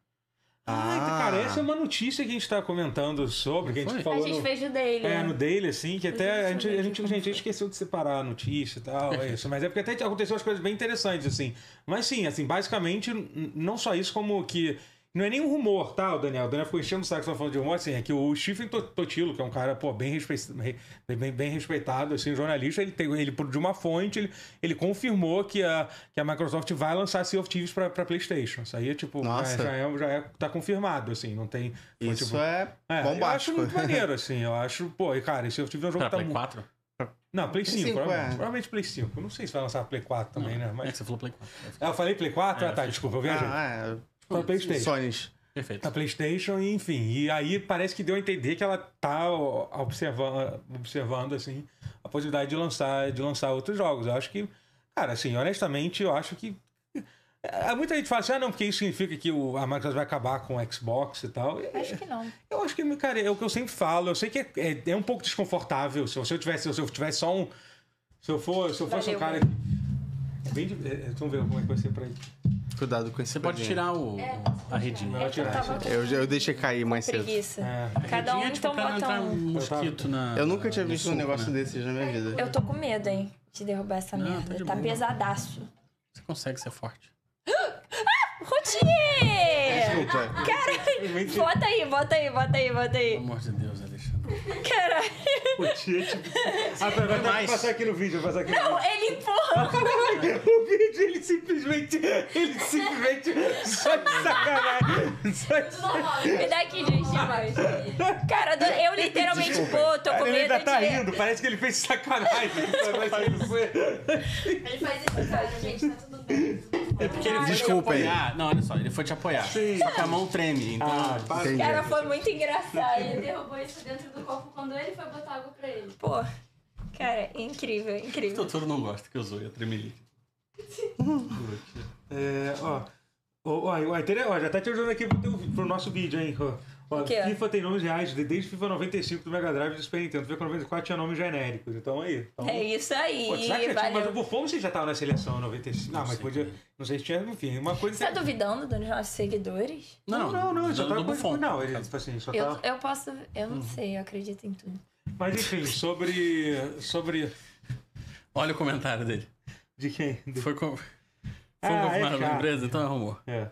Speaker 1: Ah, então, cara,
Speaker 4: Ah.
Speaker 1: essa é uma notícia que a gente tá comentando sobre, que a gente tá
Speaker 2: Foi?
Speaker 1: falou.
Speaker 3: A gente
Speaker 1: no-
Speaker 3: fez o dele. né?
Speaker 1: É, no daily, assim, que até
Speaker 3: Mas
Speaker 1: a
Speaker 3: eu não
Speaker 1: gente,
Speaker 3: sabia
Speaker 1: a
Speaker 3: que
Speaker 1: gente, gente, a gente esqueceu de separar a notícia e tal, é isso. Mas é porque até aconteceu umas coisas bem interessantes, assim. Mas sim, assim, basicamente, n- não só isso, como que Não é nem um rumor, tá, o Daniel? O Daniel ficou enchendo o saco só falando de rumor, assim, é que o Stephen Tot- Totilo, que é um cara, pô, bem, respe- re- bem, bem respeitado, assim, jornalista, ele, tem, ele de uma fonte, ele, ele confirmou que a, que a Microsoft vai lançar Sea of Thieves pra, pra Playstation. Isso aí é, tipo,
Speaker 4: Nossa.
Speaker 1: já é, já é- tá confirmado, assim, não tem... foi,
Speaker 4: Isso
Speaker 1: tipo,
Speaker 4: é,
Speaker 1: é, eu acho
Speaker 4: bombástico.
Speaker 1: muito maneiro, assim. Eu acho, pô, e cara, esse eu tive um jogo
Speaker 2: Pra
Speaker 1: que tá
Speaker 2: Ah, Play
Speaker 1: muito.
Speaker 2: 4?
Speaker 1: Não, Play 5,
Speaker 4: Play 5,
Speaker 1: provavelmente.
Speaker 4: é.
Speaker 1: Provavelmente Play 5. Eu Não sei se vai lançar Play 4 também, né?
Speaker 2: É
Speaker 1: Mas...
Speaker 2: que você falou Play 4.
Speaker 1: Ah, eu falei Play 4?
Speaker 2: É,
Speaker 1: ah, tá,
Speaker 2: Play
Speaker 1: desculpa, eu viajei.
Speaker 4: Ah,
Speaker 1: Pra
Speaker 4: é.
Speaker 1: PlayStation.
Speaker 4: Sonys.
Speaker 2: Perfeito.
Speaker 1: Pra PlayStation, e, enfim. E aí parece que deu a entender que ela tá ó, observando, observando assim, a possibilidade de lançar, de lançar outros jogos. Eu acho que, cara, assim, honestamente, eu acho que. é, Muita gente fala assim, ah, não, porque isso significa que o, a Microsoft vai acabar com o Xbox e tal.
Speaker 3: Acho que não.
Speaker 1: Eu acho que, cara, é o que eu sempre falo. Eu sei que é, é- é um pouco desconfortável. Se eu, se eu tivesse, se eu tivesse só um. Se eu, for, se eu fosse um cara.
Speaker 3: Valeu.
Speaker 1: que- É bem. de- é- é- Vamos ver como é que vai ser pra ele.
Speaker 4: Cuidado com esse
Speaker 2: Você pode tirar o,
Speaker 3: É.
Speaker 2: o- a redinha.
Speaker 1: Vai tirar isso.
Speaker 4: Eu, eu deixei cair mais cedo.
Speaker 3: Preguiça.
Speaker 1: É.
Speaker 3: Cada um
Speaker 2: Redinha é tipo
Speaker 3: então
Speaker 2: pra não
Speaker 3: bota
Speaker 2: entrar um
Speaker 3: um.
Speaker 2: mosquito na...
Speaker 4: Eu nunca tinha
Speaker 2: no
Speaker 4: visto um
Speaker 2: suco,
Speaker 4: negócio
Speaker 2: né?
Speaker 4: desses na minha vida.
Speaker 3: Eu tô com medo, hein? De derrubar essa
Speaker 2: Não, tá de
Speaker 3: merda. Tá
Speaker 2: boa.
Speaker 3: pesadaço.
Speaker 2: Você consegue ser forte.
Speaker 3: Routier!
Speaker 4: Desculpa.
Speaker 1: Simplesmente
Speaker 3: Bota aí, bota aí, bota aí, bota
Speaker 2: Pelo
Speaker 3: aí.
Speaker 2: amor de Deus, Alexandre.
Speaker 3: Caralho.
Speaker 1: podia, tipo. Ah, pera, vai, vai
Speaker 2: Mas-
Speaker 1: passar aqui no vídeo, vai passar aqui no vídeo.
Speaker 3: Ele empurra.
Speaker 1: O vídeo, ele simplesmente. Ele simplesmente. Só de sacanagem. Só de
Speaker 6: Normal,
Speaker 3: Me dá aqui, gente, mais. Cara, do- eu literalmente, pô, tô com
Speaker 1: Ele
Speaker 3: medo
Speaker 1: ainda tá
Speaker 3: de.
Speaker 1: rindo, parece que ele fez sacanagem. Vai ser-
Speaker 6: Ele faz isso, cara, gente, tá tudo bem. tudo
Speaker 3: É
Speaker 6: normal.
Speaker 2: Porque ele foi te
Speaker 4: Desculpa aí.
Speaker 2: apoiar. Não, olha só, ele foi te apoiar. Só que a mão treme, então...
Speaker 1: Ah, para-
Speaker 4: Entendi.
Speaker 3: Cara, foi muito
Speaker 6: Ele
Speaker 3: engraçado.
Speaker 6: derrubou isso Tá dentro do copo quando ele foi botar água pra ele.
Speaker 3: Pô, cara, incrível,
Speaker 2: O
Speaker 3: incrível.
Speaker 2: doutor não gosta que eu zoe a tremelique.
Speaker 1: É, ó. Ó, ó, ó, entendeu? Ó, já tá te ajudando aqui pro, teu, pro nosso vídeo, hein? Ó, ó,
Speaker 3: O quê?
Speaker 1: FIFA tem nomes reais de- desde FIFA 95 do Mega Drive e do Super Nintendo. FIFA 94 tinha nomes genéricos, então aí. Então,
Speaker 3: É isso
Speaker 1: Pô, será que
Speaker 3: aí,
Speaker 1: já tinha, mas o
Speaker 3: valeu.
Speaker 1: Buffon você já tava na seleção em 95. Não,
Speaker 2: Não
Speaker 1: mas
Speaker 2: sei.
Speaker 1: podia. Não sei se tinha, enfim, uma coisa.
Speaker 3: Você tá duvidando dos nossos seguidores?
Speaker 2: Não, não,
Speaker 1: não, não, ele só
Speaker 2: do-
Speaker 1: tava
Speaker 2: do Buffon.
Speaker 1: Não, ele, tipo assim, só
Speaker 3: Eu,
Speaker 1: tava.
Speaker 3: eu posso. Eu
Speaker 1: Uhum.
Speaker 3: não sei, eu acredito em tudo.
Speaker 1: Mas enfim, sobre. Sobre.
Speaker 2: Olha o comentário dele.
Speaker 1: De quem?
Speaker 2: Foi com... Foi
Speaker 1: Ah, é
Speaker 2: confirmado na
Speaker 1: chato.
Speaker 2: empresa, então arrumou.
Speaker 1: É.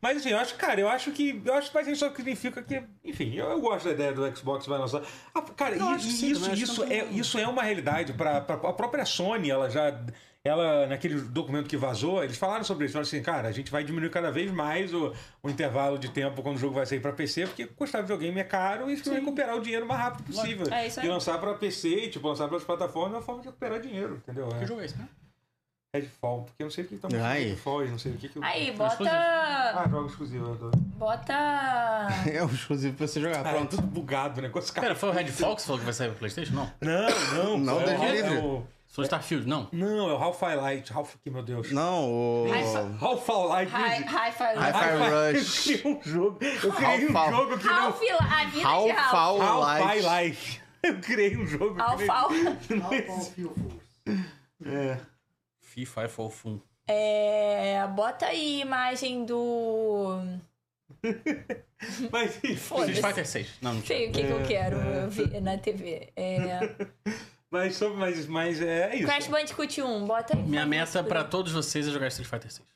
Speaker 1: Mas enfim, eu acho, cara, eu acho que. Eu acho que mais isso só significa que. Enfim, eu, eu gosto da ideia do Xbox vai lançar. Ah, cara,
Speaker 2: Eu
Speaker 1: e-
Speaker 2: acho que
Speaker 1: e
Speaker 2: sim,
Speaker 1: isso,
Speaker 2: também acho
Speaker 1: isso,
Speaker 2: que um
Speaker 1: é,
Speaker 2: não-
Speaker 1: isso é uma realidade. Pra, pra, a própria Sony, ela já. Ela, naquele documento que vazou, eles falaram sobre isso. Falaram assim, cara, a gente vai diminuir cada vez mais o, o intervalo de tempo quando o jogo vai sair pra PC, porque custar videogame é caro e eles querem recuperar o dinheiro o mais rápido possível.
Speaker 3: É isso aí.
Speaker 1: E lançar pra PC, tipo, lançar pras plataformas é uma forma de recuperar dinheiro, entendeu?
Speaker 2: Que
Speaker 1: É
Speaker 2: jogo é esse, né?
Speaker 1: Redfall, porque eu não sei o que tá
Speaker 4: Ai.
Speaker 1: Redfall, eu não sei o que que... o-
Speaker 3: Aí,
Speaker 2: exclusivo.
Speaker 3: bota.
Speaker 1: Ah, jogo exclusivo, eu adoro.
Speaker 3: Bota.
Speaker 4: É um exclusivo pra você jogar.
Speaker 1: Cara, é
Speaker 4: Pronto.
Speaker 1: tudo bugado, o negócio
Speaker 2: Pera, foi o Red Fox que falou que vai sair pro Playstation? Não.
Speaker 1: Não, não,
Speaker 4: Não,
Speaker 1: pô,
Speaker 4: Deus
Speaker 1: é, o-
Speaker 4: livre.
Speaker 1: é o-
Speaker 2: Foi o Starfield? Não.
Speaker 1: Não, é o Half-Life Light, Half, que meu Deus.
Speaker 4: Não, o.
Speaker 3: Ai, só-
Speaker 1: Half-Life Light.
Speaker 3: Hi-
Speaker 1: gente.
Speaker 4: Hi-
Speaker 3: Hi-Fi.
Speaker 4: Hi-Fi
Speaker 1: Eu
Speaker 4: Rush.
Speaker 1: criei um jogo, eu criei um
Speaker 4: Half-Life.
Speaker 1: jogo que não...
Speaker 3: Ralph, a vida de
Speaker 4: Half
Speaker 3: Ralph.
Speaker 4: Life.
Speaker 1: Half-Life Life. Eu criei um jogo que nem-
Speaker 3: Alfal.
Speaker 5: Alpha Fio Force.
Speaker 2: FIFA é fofum.
Speaker 3: É, bota aí a imagem do.
Speaker 1: Mas enfim,
Speaker 3: Foda-se.
Speaker 2: Street Fighter 6. Não, não tinha.
Speaker 3: Sei o que, que eu quero
Speaker 2: é.
Speaker 3: ver na TV. É,
Speaker 1: mas, sobre- mas, mas é isso.
Speaker 3: Crash Bandicoot 1, bota aí.
Speaker 2: Minha meta pra todos vocês é jogar Street Fighter 6.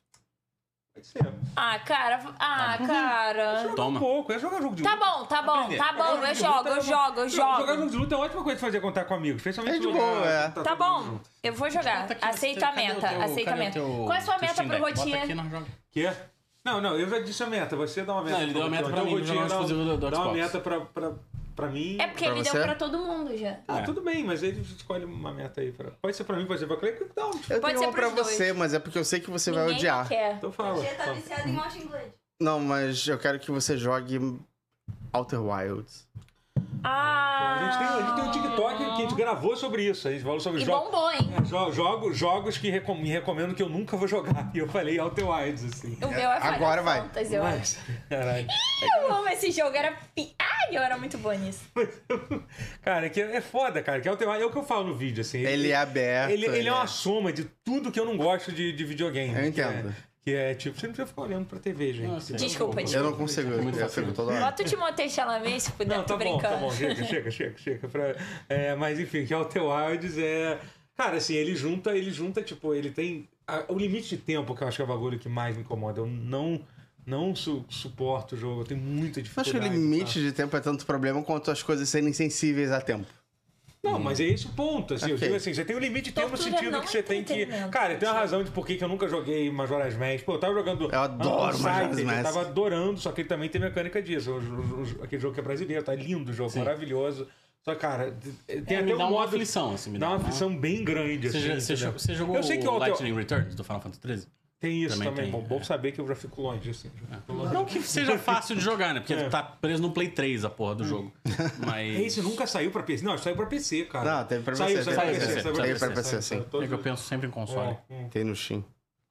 Speaker 1: Pode ser.
Speaker 3: Ah, cara. Ah, cara.
Speaker 1: Joga
Speaker 2: Toma.
Speaker 1: um pouco, é jogar jogo de
Speaker 3: Tá
Speaker 1: luta.
Speaker 3: bom, tá bom, tá bom. Eu jogo, eu jogo, eu
Speaker 1: Jogar
Speaker 3: jogo.
Speaker 1: jogo de luta é uma ótima coisa de fazer contar com amigos, principalmente
Speaker 4: É de
Speaker 1: jogar-
Speaker 4: boa, é.
Speaker 1: tá
Speaker 3: Tá
Speaker 1: todo mundo
Speaker 3: bom,
Speaker 1: junto.
Speaker 3: eu vou jogar.
Speaker 2: Bota Tá aqui,
Speaker 3: Aceita a
Speaker 2: cadê o
Speaker 3: meta,
Speaker 2: teu-
Speaker 3: aceita a
Speaker 2: cadê o
Speaker 3: meta.
Speaker 2: teu-
Speaker 3: Qual é a sua
Speaker 2: teu
Speaker 3: meta
Speaker 2: Steam
Speaker 3: pro
Speaker 2: Deck? Bota aqui,
Speaker 3: Rotier?
Speaker 2: nós joga.
Speaker 1: Quê? é? Não, não, eu já disse a meta. Você dá uma meta.
Speaker 2: Não, ele deu uma meta
Speaker 1: Então
Speaker 2: pra
Speaker 1: eu
Speaker 2: mim,
Speaker 1: vou
Speaker 2: pra
Speaker 1: te
Speaker 2: jogar
Speaker 1: dar um-
Speaker 2: exclusivo do- do
Speaker 1: Dá uma
Speaker 2: Xbox.
Speaker 1: meta pra, pra, pra mim.
Speaker 3: É porque
Speaker 4: Pra
Speaker 3: ele
Speaker 4: você?
Speaker 3: deu pra todo mundo já.
Speaker 1: Ah,
Speaker 2: É.
Speaker 1: tudo bem, mas ele escolhe uma meta aí. Pra... Pode ser pra mim, pode ser pra Clay. Então,
Speaker 4: Eu
Speaker 3: Pode
Speaker 4: tenho
Speaker 3: ser
Speaker 4: uma pra
Speaker 3: pros dois.
Speaker 4: você, mas é porque eu sei que você vai
Speaker 3: Ninguém
Speaker 4: odiar.
Speaker 3: quer.
Speaker 1: então fala.
Speaker 6: Ele tá
Speaker 1: fala.
Speaker 6: viciado em Watching Blade.
Speaker 4: Não, mas eu quero que você jogue Outer Wilds.
Speaker 3: Ah.
Speaker 1: A gente, tem, a gente tem um TikTok que a gente gravou sobre isso. A gente falou sobre
Speaker 3: E
Speaker 1: jogos.
Speaker 3: bombou, hein?
Speaker 1: jogos, jogos que recom- me recomendo que eu nunca vou jogar. E eu falei Outer Wilds, assim.
Speaker 3: O meu é Final
Speaker 4: Agora vai.
Speaker 3: Fantasy, eu acho.
Speaker 1: Mas, caralho.
Speaker 3: Eu amo esse jogo, era. pi- Ai, eu era muito boa nisso.
Speaker 1: Cara, é, que é foda, cara. Que Outer Wilds é o que eu falo no vídeo, assim.
Speaker 4: Ele é aberto.
Speaker 1: Ele, ele é uma soma de tudo que eu não gosto de, de videogame.
Speaker 4: Eu entendo.
Speaker 1: Que é, que é, tipo, você não precisa ficar olhando pra TV, gente. Então,
Speaker 2: Nossa,
Speaker 3: Desculpa,
Speaker 4: Eu
Speaker 3: desculpa.
Speaker 4: não consigo,
Speaker 2: Muito
Speaker 4: eu
Speaker 2: fácil.
Speaker 4: fico toda hora.
Speaker 3: Bota o Timothée Chalamet se puder,
Speaker 1: Não,
Speaker 3: tô
Speaker 1: tá bom,
Speaker 3: brincando.
Speaker 1: tá bom, chega, chega, chega, chega. Pra... É, mas enfim, que é o The Wilds é. Cara, assim, ele junta, ele junta, tipo, ele tem. a- o limite de tempo que eu acho que é o bagulho que mais me incomoda. Eu não não su- suporto o jogo, eu tenho muita
Speaker 4: Eu acho que
Speaker 1: dificuldade.
Speaker 4: o limite de tempo é tanto problema quanto as coisas serem sensíveis a tempo.
Speaker 2: Hum.
Speaker 1: Não, mas é esse o ponto. Assim, Eu
Speaker 4: Ok.
Speaker 1: digo assim, você tem um limite de tempo no
Speaker 3: Tortura
Speaker 1: sentido
Speaker 3: não
Speaker 1: que você
Speaker 3: é
Speaker 1: tem que.
Speaker 3: entretenimento,
Speaker 1: Cara, tem uma razão de por que que eu nunca joguei Majora's Mask. Pô, eu tava jogando.
Speaker 4: Eu adoro
Speaker 1: Unsighted,
Speaker 4: Majora's Mask.
Speaker 1: Eu tava adorando, só que ele também tem mecânica disso. O- o- o- Aquele jogo que é brasileiro, tá lindo o jogo, maravilhoso. Só, que, cara, tem
Speaker 2: É, me
Speaker 1: até
Speaker 2: dá
Speaker 1: um
Speaker 2: uma
Speaker 1: modo.
Speaker 2: aflição, assim, me
Speaker 1: Dá uma
Speaker 2: uma-
Speaker 1: aflição bem grande,
Speaker 2: Você,
Speaker 1: assim.
Speaker 2: já- você
Speaker 1: entendeu?
Speaker 2: jo- você jogou
Speaker 1: Eu sei que
Speaker 2: o
Speaker 1: ontem-
Speaker 2: Lightning Returns do Final Fantasy XIII?
Speaker 1: Tem isso
Speaker 2: Também
Speaker 1: também.
Speaker 2: tem,
Speaker 1: bom, bom
Speaker 2: é.
Speaker 1: saber que eu já fico longe, assim.
Speaker 2: Não que seja fácil de jogar, né? Porque
Speaker 1: É.
Speaker 2: tá preso no Play 3 a porra do jogo. Mas.
Speaker 1: É isso, nunca saiu pra PC. Não, saiu pra PC, cara.
Speaker 4: Não, teve pra
Speaker 1: Ah. Saiu,
Speaker 4: PC,
Speaker 1: saiu pra
Speaker 2: teve pra
Speaker 1: PC.
Speaker 2: PC, teve
Speaker 4: pra PC, sim.
Speaker 2: É que eu penso sempre em console.
Speaker 1: hum.
Speaker 4: Tem no Steam.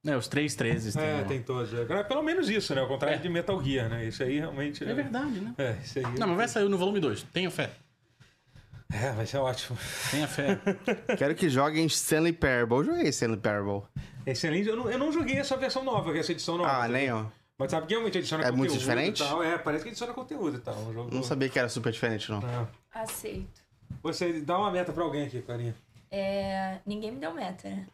Speaker 2: É, os 3 13 tem.
Speaker 1: É,
Speaker 2: um-
Speaker 1: tem todos. Agora, pelo menos isso, né? Ao contrário
Speaker 2: É.
Speaker 1: de Metal Gear, né? Isso aí realmente.
Speaker 2: É verdade, né?
Speaker 1: É, isso aí.
Speaker 2: Não, mas vai sair no volume 2. Tenha fé.
Speaker 1: É, vai ser ótimo.
Speaker 2: Tenha fé.
Speaker 4: Quero que joguem Stanley Parable. Eu joguei Stanley Parable.
Speaker 1: Excelente. Eu não, eu não joguei essa versão nova, que é essa edição nova.
Speaker 4: Ah, nem eu.
Speaker 1: Mas sabe que realmente adiciona
Speaker 4: É
Speaker 1: conteúdo.
Speaker 4: muito diferente?
Speaker 1: E tal. É, parece que adiciona conteúdo e tal. Um jogo...
Speaker 4: Não sabia que era super diferente, não.
Speaker 1: É.
Speaker 3: Aceito.
Speaker 1: Você dá uma meta pra alguém aqui, Clarinha.
Speaker 3: É, ninguém me deu meta, né?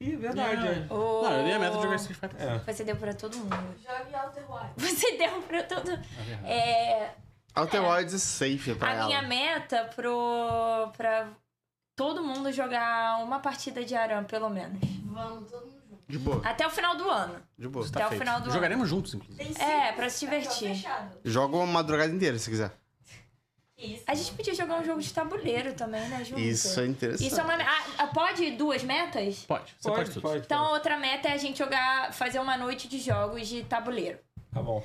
Speaker 1: Ih, verdade.
Speaker 2: Não.
Speaker 1: é.
Speaker 3: Ô,
Speaker 2: Não, eu dei a meta de jogar Street Fighter.
Speaker 1: É.
Speaker 3: Você deu pra todo mundo.
Speaker 6: Jogue Outer Wilds.
Speaker 3: Você deu pra todo
Speaker 2: verdade.
Speaker 3: É,
Speaker 4: Outer Wilds é safe pra
Speaker 3: a
Speaker 4: ela.
Speaker 3: minha meta pro, pra todo mundo jogar uma partida de Aram, pelo menos.
Speaker 6: Vamos, todo mundo junto.
Speaker 4: De boa,
Speaker 3: Até o final do ano.
Speaker 4: de boa.
Speaker 1: Tá
Speaker 3: até o final do ano.
Speaker 2: Jogaremos juntos, inclusive.
Speaker 6: Tem
Speaker 3: É,
Speaker 6: cinco.
Speaker 3: pra se
Speaker 6: Aqui, ó,
Speaker 3: divertir.
Speaker 6: fechado.
Speaker 4: Joga uma madrugada inteira, se quiser.
Speaker 6: Que isso.
Speaker 3: A gente podia jogar um jogo de tabuleiro também, né, junto?
Speaker 4: Isso é interessante.
Speaker 3: Isso é uma. Ah, pode duas metas?
Speaker 2: Pode, você pode,
Speaker 1: Pode,
Speaker 2: tudo.
Speaker 1: pode, pode.
Speaker 3: Então, outra meta é a gente jogar, fazer uma noite de jogos de tabuleiro.
Speaker 1: Tá bom.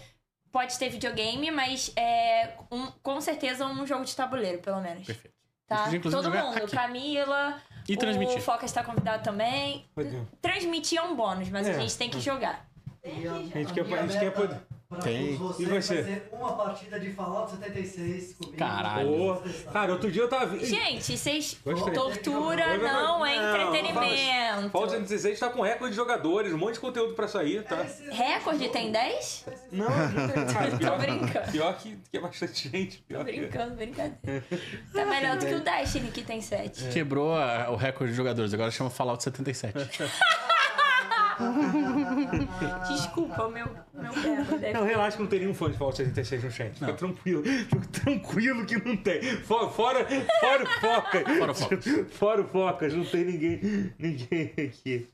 Speaker 3: Pode ter videogame, mas é um- com certeza um jogo de tabuleiro, pelo menos.
Speaker 2: Perfeito.
Speaker 3: Tá?
Speaker 2: Inclusive,
Speaker 3: Todo
Speaker 2: jogar
Speaker 3: mundo,
Speaker 2: aqui.
Speaker 3: Camila.
Speaker 2: E transmitir.
Speaker 3: O Foca está convidado também.
Speaker 1: Meu Deus.
Speaker 3: Transmitir é um bônus, mas
Speaker 1: É.
Speaker 3: a gente tem que jogar.
Speaker 5: E a,
Speaker 1: gente quer-
Speaker 5: minha
Speaker 1: a gente quer
Speaker 5: meta
Speaker 1: poder-
Speaker 5: Pra
Speaker 4: Tem.
Speaker 5: todos vocês
Speaker 1: E você?
Speaker 5: vai ser uma partida de Fallout 76 comigo.
Speaker 2: Caralho.
Speaker 1: Ô, Cara, outro dia eu tava. vi-
Speaker 3: Gente, vocês.
Speaker 1: Gostei.
Speaker 3: Tortura não é
Speaker 1: Não,
Speaker 3: entretenimento.
Speaker 1: Fallout 116 tá com recorde de jogadores, um monte de conteúdo pra sair, tá?
Speaker 3: É, Recorde tem 10?
Speaker 1: Não, não tem, cara, pior,
Speaker 3: brincando.
Speaker 1: Pior que, que é bastante gente. Pior
Speaker 3: Tô
Speaker 1: que-
Speaker 3: brincando, brincadeira. Tá melhor do que o Destiny, que tem 7.
Speaker 2: Quebrou a- o recorde de jogadores, agora chama Fallout 77.
Speaker 3: Ah. Desculpa, meu, meu verbo deve
Speaker 1: Não, relaxa que não tem nenhum fã de Fallout 76 no chat. Fica tranquilo. Fica tranquilo que não tem. Fora, fora, fora o Focas.
Speaker 2: Fora o Focas.
Speaker 1: Fora o Focas. Não tem ninguém, ninguém aqui.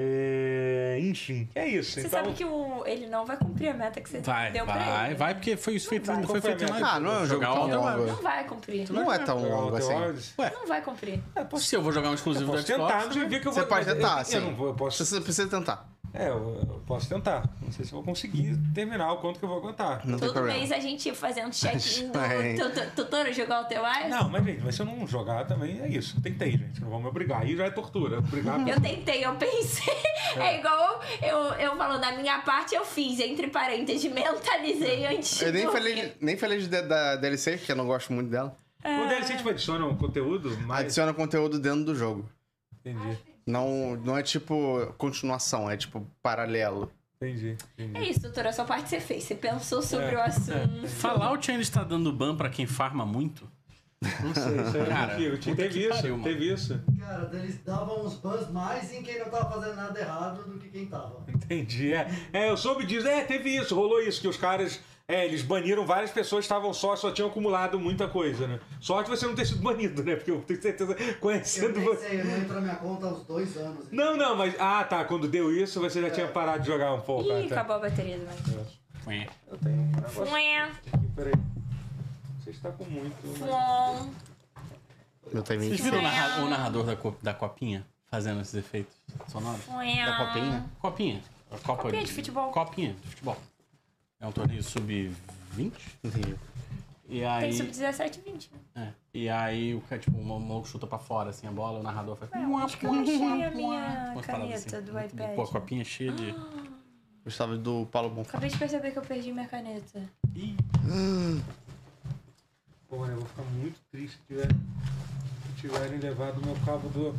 Speaker 1: É, enfim, é isso.
Speaker 3: Você
Speaker 1: então,
Speaker 3: sabe que o, ele não vai cumprir a meta que você
Speaker 2: Vai,
Speaker 3: deu pra
Speaker 2: vai,
Speaker 3: ele.
Speaker 2: vai, porque foi isso feito, foi,
Speaker 1: Qual foi a
Speaker 2: feito em
Speaker 1: meta?
Speaker 2: live.
Speaker 4: Ah, não é um jogo
Speaker 2: jogar
Speaker 4: tão
Speaker 2: Outer
Speaker 4: longo.
Speaker 2: Wilds.
Speaker 3: Não vai cumprir. Não,
Speaker 4: Não é tão
Speaker 1: Jogar
Speaker 4: longo
Speaker 1: Outer
Speaker 4: assim.
Speaker 1: Wilds?
Speaker 3: vai cumprir.
Speaker 2: Se eu vou jogar um exclusivo do
Speaker 1: É, Posso
Speaker 2: Xbox,
Speaker 1: tentar, mas
Speaker 2: né?
Speaker 1: eu vi que eu
Speaker 4: Você
Speaker 1: vou-
Speaker 4: pode
Speaker 1: mas
Speaker 4: tentar,
Speaker 1: eu,
Speaker 4: sim.
Speaker 1: Eu não vou, eu posso.
Speaker 4: Você precisa tentar.
Speaker 1: É, eu, eu posso tentar. Não sei se eu vou conseguir terminar o quanto que eu vou aguentar.
Speaker 4: Não tem
Speaker 3: Todo
Speaker 4: problema.
Speaker 3: mês a gente ia fazendo check-in
Speaker 4: Vai.
Speaker 3: do Totoro jogar o teu ar.
Speaker 1: Não, mas gente, mas se eu não jogar também é isso. Tentei, gente. Não vão me obrigar. Aí já é tortura. Obrigar
Speaker 3: Eu tentei, eu pensei. É, igual eu, eu falo, da minha parte eu fiz, entre parênteses, mentalizei antes.
Speaker 4: Eu
Speaker 3: é de
Speaker 4: nem
Speaker 3: dormir.
Speaker 4: falei, nem falei de, da DLC, porque eu não gosto muito dela.
Speaker 1: O DLC tipo, adiciona um conteúdo, mas.
Speaker 4: Adiciona conteúdo dentro do jogo.
Speaker 1: Entendi,
Speaker 4: Não, não é tipo continuação, é tipo paralelo.
Speaker 1: entendi, entendi.
Speaker 3: É isso, doutora, a sua parte você fez. Você pensou sobre o assunto.
Speaker 2: Fallout ainda está dando ban pra quem farma muito?
Speaker 1: Não sei, isso aí
Speaker 2: Cara,
Speaker 1: é difícil. Tinha-
Speaker 2: puta
Speaker 1: Teve
Speaker 2: que
Speaker 1: isso,
Speaker 2: pariu, mano.
Speaker 1: teve isso.
Speaker 5: Cara, eles davam uns bans mais em quem não tava fazendo nada errado do que quem tava.
Speaker 1: Entendi. É, É, eu soube disso. É, teve isso, rolou isso, que os caras. É, eles baniram várias pessoas, estavam só, só tinham acumulado muita coisa, né? Sorte você não ter sido banido, né? Porque eu tenho certeza,
Speaker 5: Eu
Speaker 1: conhecendo você.
Speaker 5: pensei, eu não entro na minha conta há uns dois anos.
Speaker 1: Não, não, mas. Ah, tá. Quando deu isso, você já tinha parado de jogar um pouco.
Speaker 3: Ih,
Speaker 1: ah, tá.
Speaker 3: acabou a bateria do meu.
Speaker 2: Ué.
Speaker 1: Eu tenho um negócio
Speaker 3: Fué,
Speaker 1: aqui, peraí. Você está com muito.
Speaker 3: fuom.
Speaker 4: Meu timing
Speaker 2: Vocês
Speaker 3: é
Speaker 2: viram o, narra- o narrador da, co- da copinha fazendo esses efeitos sonoros?
Speaker 4: da copinha.
Speaker 2: Copinha. A Copa
Speaker 3: Copinha de futebol.
Speaker 2: Copinha de futebol. É um torneio sub-20?
Speaker 4: Entendi.
Speaker 2: E
Speaker 3: Tem
Speaker 2: aí.
Speaker 3: sub-17 e 20.
Speaker 2: é. E aí o cara, tipo, o maluco chuta pra fora assim a bola, o narrador faz.
Speaker 3: É, Eu acho que eu achei a minha
Speaker 2: Umas paradas
Speaker 3: caneta
Speaker 2: assim.
Speaker 3: do iPad.
Speaker 2: Pô, a copinha cheia de.
Speaker 4: Gostava do Paulo Bonfá.
Speaker 3: Acabei de perceber que eu perdi minha caneta.
Speaker 2: Ih,
Speaker 1: Porra, eu vou ficar muito triste se tiverem, se tiverem levado o meu cabo do,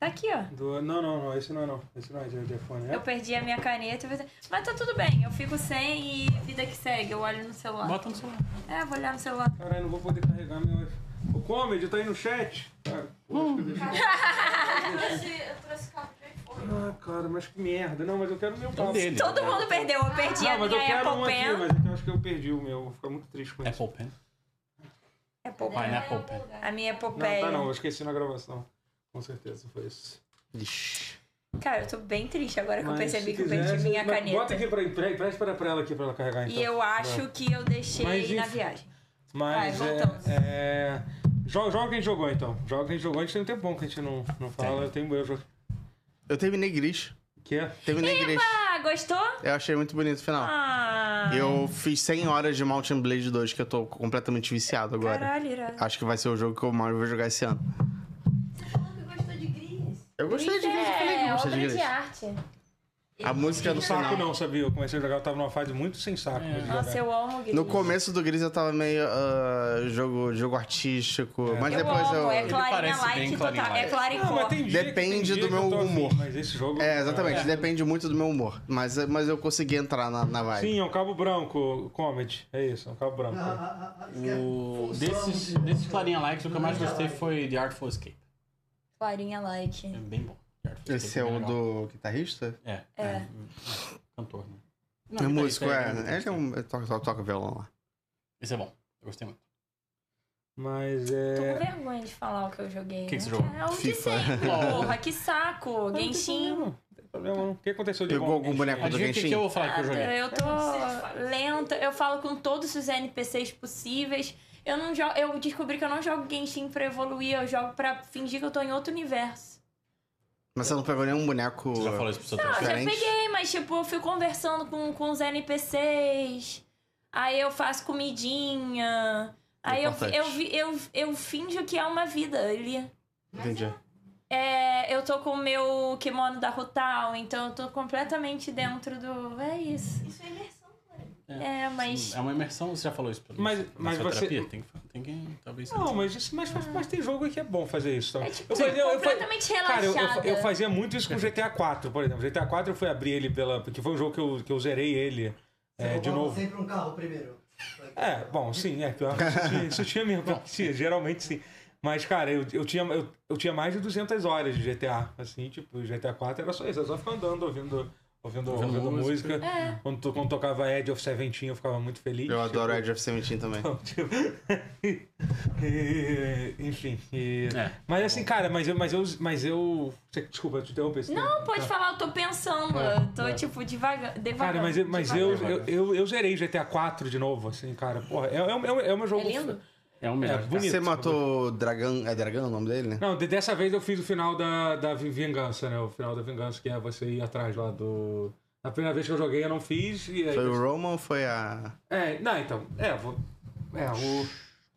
Speaker 3: Tá aqui, ó.
Speaker 1: do. Não, não, não, esse não é não. Esse não é de telefone,
Speaker 3: Eu
Speaker 1: é?
Speaker 3: perdi a minha caneta. mas- Mas tá tudo bem, eu fico sem e vida que segue. Eu olho no celular.
Speaker 2: bota no celular.
Speaker 3: É, vou olhar no celular.
Speaker 1: Caralho, não vou poder carregar meu. O Comedy tá aí no chat. Cara, poxa, deixa eu-
Speaker 6: Eu trouxe, eu trouxe o cabo de iPhone.
Speaker 1: Ah, cara, mas que merda. Não, mas eu quero meu papo.
Speaker 2: Então dele.
Speaker 3: Todo mundo perdeu. Eu perdi
Speaker 1: Ah,
Speaker 3: a
Speaker 1: mas eu
Speaker 3: minha
Speaker 1: quero um
Speaker 3: Apple
Speaker 1: aqui,
Speaker 3: Pen.
Speaker 1: mas eu acho que eu perdi o meu. Vou ficar muito triste com isso.
Speaker 2: Apple Pen.
Speaker 3: Apple
Speaker 6: né?
Speaker 3: Pen.
Speaker 6: é um
Speaker 2: Pineapple Pen.
Speaker 3: A minha Apple
Speaker 1: né? Não,
Speaker 3: Pen.
Speaker 1: tá não, eu esqueci na gravação. Com certeza, foi isso.
Speaker 3: Cara, eu tô bem triste agora É que eu
Speaker 1: Mas,
Speaker 3: percebi
Speaker 1: se
Speaker 3: que eu
Speaker 1: quiser,
Speaker 3: perdi minha
Speaker 1: mas Bota
Speaker 3: caneta.
Speaker 1: aqui pra, pra, presta pra, pra ela aqui pra ela carregar então.
Speaker 3: E eu acho
Speaker 1: Vai.
Speaker 3: que eu
Speaker 1: Mas,
Speaker 3: deixei
Speaker 1: enfim.
Speaker 3: na viagem.
Speaker 1: Mas
Speaker 3: Vai,
Speaker 1: é,
Speaker 3: voltamos.
Speaker 1: é. Joga, joga que a gente jogou então. Joga que a gente jogou. A gente tem um tempão que a gente não, não fala. Eu tenho eu jogo.
Speaker 4: Eu terminei gris.
Speaker 1: Que é?
Speaker 4: Terminei gris.
Speaker 3: Ah, gostou?
Speaker 4: Eu achei muito bonito o final.
Speaker 3: Ah.
Speaker 4: Eu fiz 100 horas de Mountain Blade 2, que eu tô completamente viciado agora.
Speaker 3: Caralho, irado.
Speaker 4: Acho que vai ser o jogo que eu mais vou jogar esse ano.
Speaker 6: Você falou que gostou de Gris.
Speaker 4: Eu gostei de gris, eu falei Ah, que eu
Speaker 3: É,
Speaker 4: gostei de
Speaker 3: obra
Speaker 4: gris.
Speaker 3: de arte.
Speaker 4: A música é do
Speaker 1: Saco
Speaker 4: final.
Speaker 1: não, sabia? Eu comecei a jogar, eu tava numa fase muito sem saco. mas de
Speaker 3: É. Nossa,
Speaker 1: jogar.
Speaker 3: eu amo Gris.
Speaker 4: No começo do Gris eu tava meio ah, jogo, jogo artístico, mas
Speaker 3: Eu
Speaker 4: depois
Speaker 3: amo,
Speaker 4: eu.
Speaker 3: é clarinha
Speaker 2: parece bem
Speaker 3: light
Speaker 2: Clarinha
Speaker 3: total. É
Speaker 2: Light.
Speaker 3: clarinha
Speaker 1: Não, Ah, mas tem dia que- tem
Speaker 4: Depende
Speaker 1: dia
Speaker 4: do
Speaker 1: que eu
Speaker 4: meu
Speaker 1: tô afim,
Speaker 4: humor.
Speaker 1: Mas esse jogo.
Speaker 4: É, exatamente, depende muito do meu humor. Mas, mas eu consegui entrar na, na vibe.
Speaker 1: Sim, é um cabo branco, Comet. É isso, é um cabo
Speaker 5: Ah,
Speaker 1: branco.
Speaker 5: é
Speaker 4: É,
Speaker 2: O, desses, desses Clarinha Likes, o que eu mais gostei foi The Artful Escape.
Speaker 3: Clarinha light.
Speaker 2: É bem bom. The Artful
Speaker 4: Esse
Speaker 2: Escape
Speaker 4: é
Speaker 2: bem
Speaker 4: o
Speaker 2: legal.
Speaker 4: do guitarrista?
Speaker 2: É.
Speaker 3: É.
Speaker 2: Cantor, né?
Speaker 4: é
Speaker 2: guitarrista,
Speaker 4: músico, é.
Speaker 2: né?
Speaker 4: Ele é um, ele toca, toca, toca violão lá.
Speaker 2: Esse é bom. Eu gostei muito.
Speaker 1: Mas
Speaker 3: Tô com
Speaker 1: é.
Speaker 3: vergonha de falar o que eu joguei.
Speaker 2: O que que
Speaker 3: né?
Speaker 2: você jogou?
Speaker 3: É o de
Speaker 4: FIFA.
Speaker 3: sempre, porra. Que saco.
Speaker 1: Não tem
Speaker 3: Genshin.
Speaker 1: problema, não tem problema, não. O que aconteceu de
Speaker 4: Pegou
Speaker 1: bom?
Speaker 4: algum
Speaker 1: Genshin?
Speaker 4: boneco É do
Speaker 2: Adivinha o que, que eu
Speaker 4: Genshin?
Speaker 2: vou falar É que eu joguei?
Speaker 3: Eu tô lenta. Eu falo com todos os NPCs possíveis. Eu não jogo. Eu descobri que eu não jogo Genshin pra evoluir. Eu jogo pra fingir que eu tô em outro universo.
Speaker 4: Mas você não pegou nenhum boneco.
Speaker 2: Você já falou isso pro seu
Speaker 3: Ah,
Speaker 2: trecho.
Speaker 3: já
Speaker 4: Diferente.
Speaker 3: peguei, mas tipo, eu fico conversando com, com os NPCs. Aí eu faço comidinha. Aí eu,
Speaker 4: Importante.
Speaker 3: eu, vi- eu, eu finjo que é uma vida ali.
Speaker 4: Entendi.
Speaker 3: É, eu tô com o meu kimono da Rutal, então eu tô completamente dentro do. É isso.
Speaker 6: Isso é imersão, né? cara.
Speaker 3: É, mas.
Speaker 2: É uma imersão, você já falou isso pra mim.
Speaker 1: Mas-
Speaker 2: Na
Speaker 1: mas
Speaker 2: sua
Speaker 1: você-
Speaker 2: terapia? Tem, que- tem que. Talvez.
Speaker 1: Não, mas, isso, mas, mas, mas tem jogo que é bom fazer isso. Tá?
Speaker 3: Ah. É tipo,
Speaker 1: eu fazia, eu fa-
Speaker 3: completamente
Speaker 1: Cara, eu, eu,
Speaker 3: relaxada.
Speaker 1: eu fazia muito isso com GTA IV, por exemplo. GTA IV eu fui abrir ele pela. Porque foi um jogo que eu, que eu zerei ele é, de novo.
Speaker 5: sempre um carro primeiro.
Speaker 1: É, bom, sim, é pior. que Isso tinha, isso tinha mesmo. Sim, geralmente sim. Mas, cara, eu, eu, tinha, eu, eu tinha mais de 200 horas de GTA. Assim, tipo, GTA 4 era só isso. Era só ficar andando, ouvindo, ouvindo,
Speaker 2: Ouvindo
Speaker 1: ouvindo música.
Speaker 2: música.
Speaker 3: É.
Speaker 1: Quando, to- quando tocava Edge of Seventeen, eu ficava muito feliz.
Speaker 4: Eu adoro
Speaker 1: Tipo,
Speaker 4: Edge of Seventeen também.
Speaker 1: então, tipo, e- enfim. e-
Speaker 2: É.
Speaker 1: Mas assim, cara, mas eu. Mas eu, mas eu desculpa, eu te interrompi. assim. esse tempo.
Speaker 3: Não, pode falar, eu tô pensando.
Speaker 1: Tá. É,
Speaker 3: eu tô,
Speaker 1: é.
Speaker 3: tipo, devagar. devagar
Speaker 1: Cara, mas, eu- mas eu,
Speaker 3: devagar.
Speaker 1: eu, eu, eu zerei GTA 4 de novo, assim, cara. Porra, é, é, um- é, um- é um jogo.
Speaker 3: É lindo?
Speaker 2: É um
Speaker 1: É,
Speaker 2: melhor.
Speaker 1: bonito.
Speaker 4: Tá Você matou Dragão. É Dragão o nome dele, né?
Speaker 1: Não, de- dessa vez eu fiz o final da, da vi- vingança, né? O final da vingança, que é você ir atrás lá do. Na primeira vez que eu joguei, eu não fiz. E aí,
Speaker 4: Foi o Roman ou foi a.
Speaker 1: É, não, então. É, vou. É, o.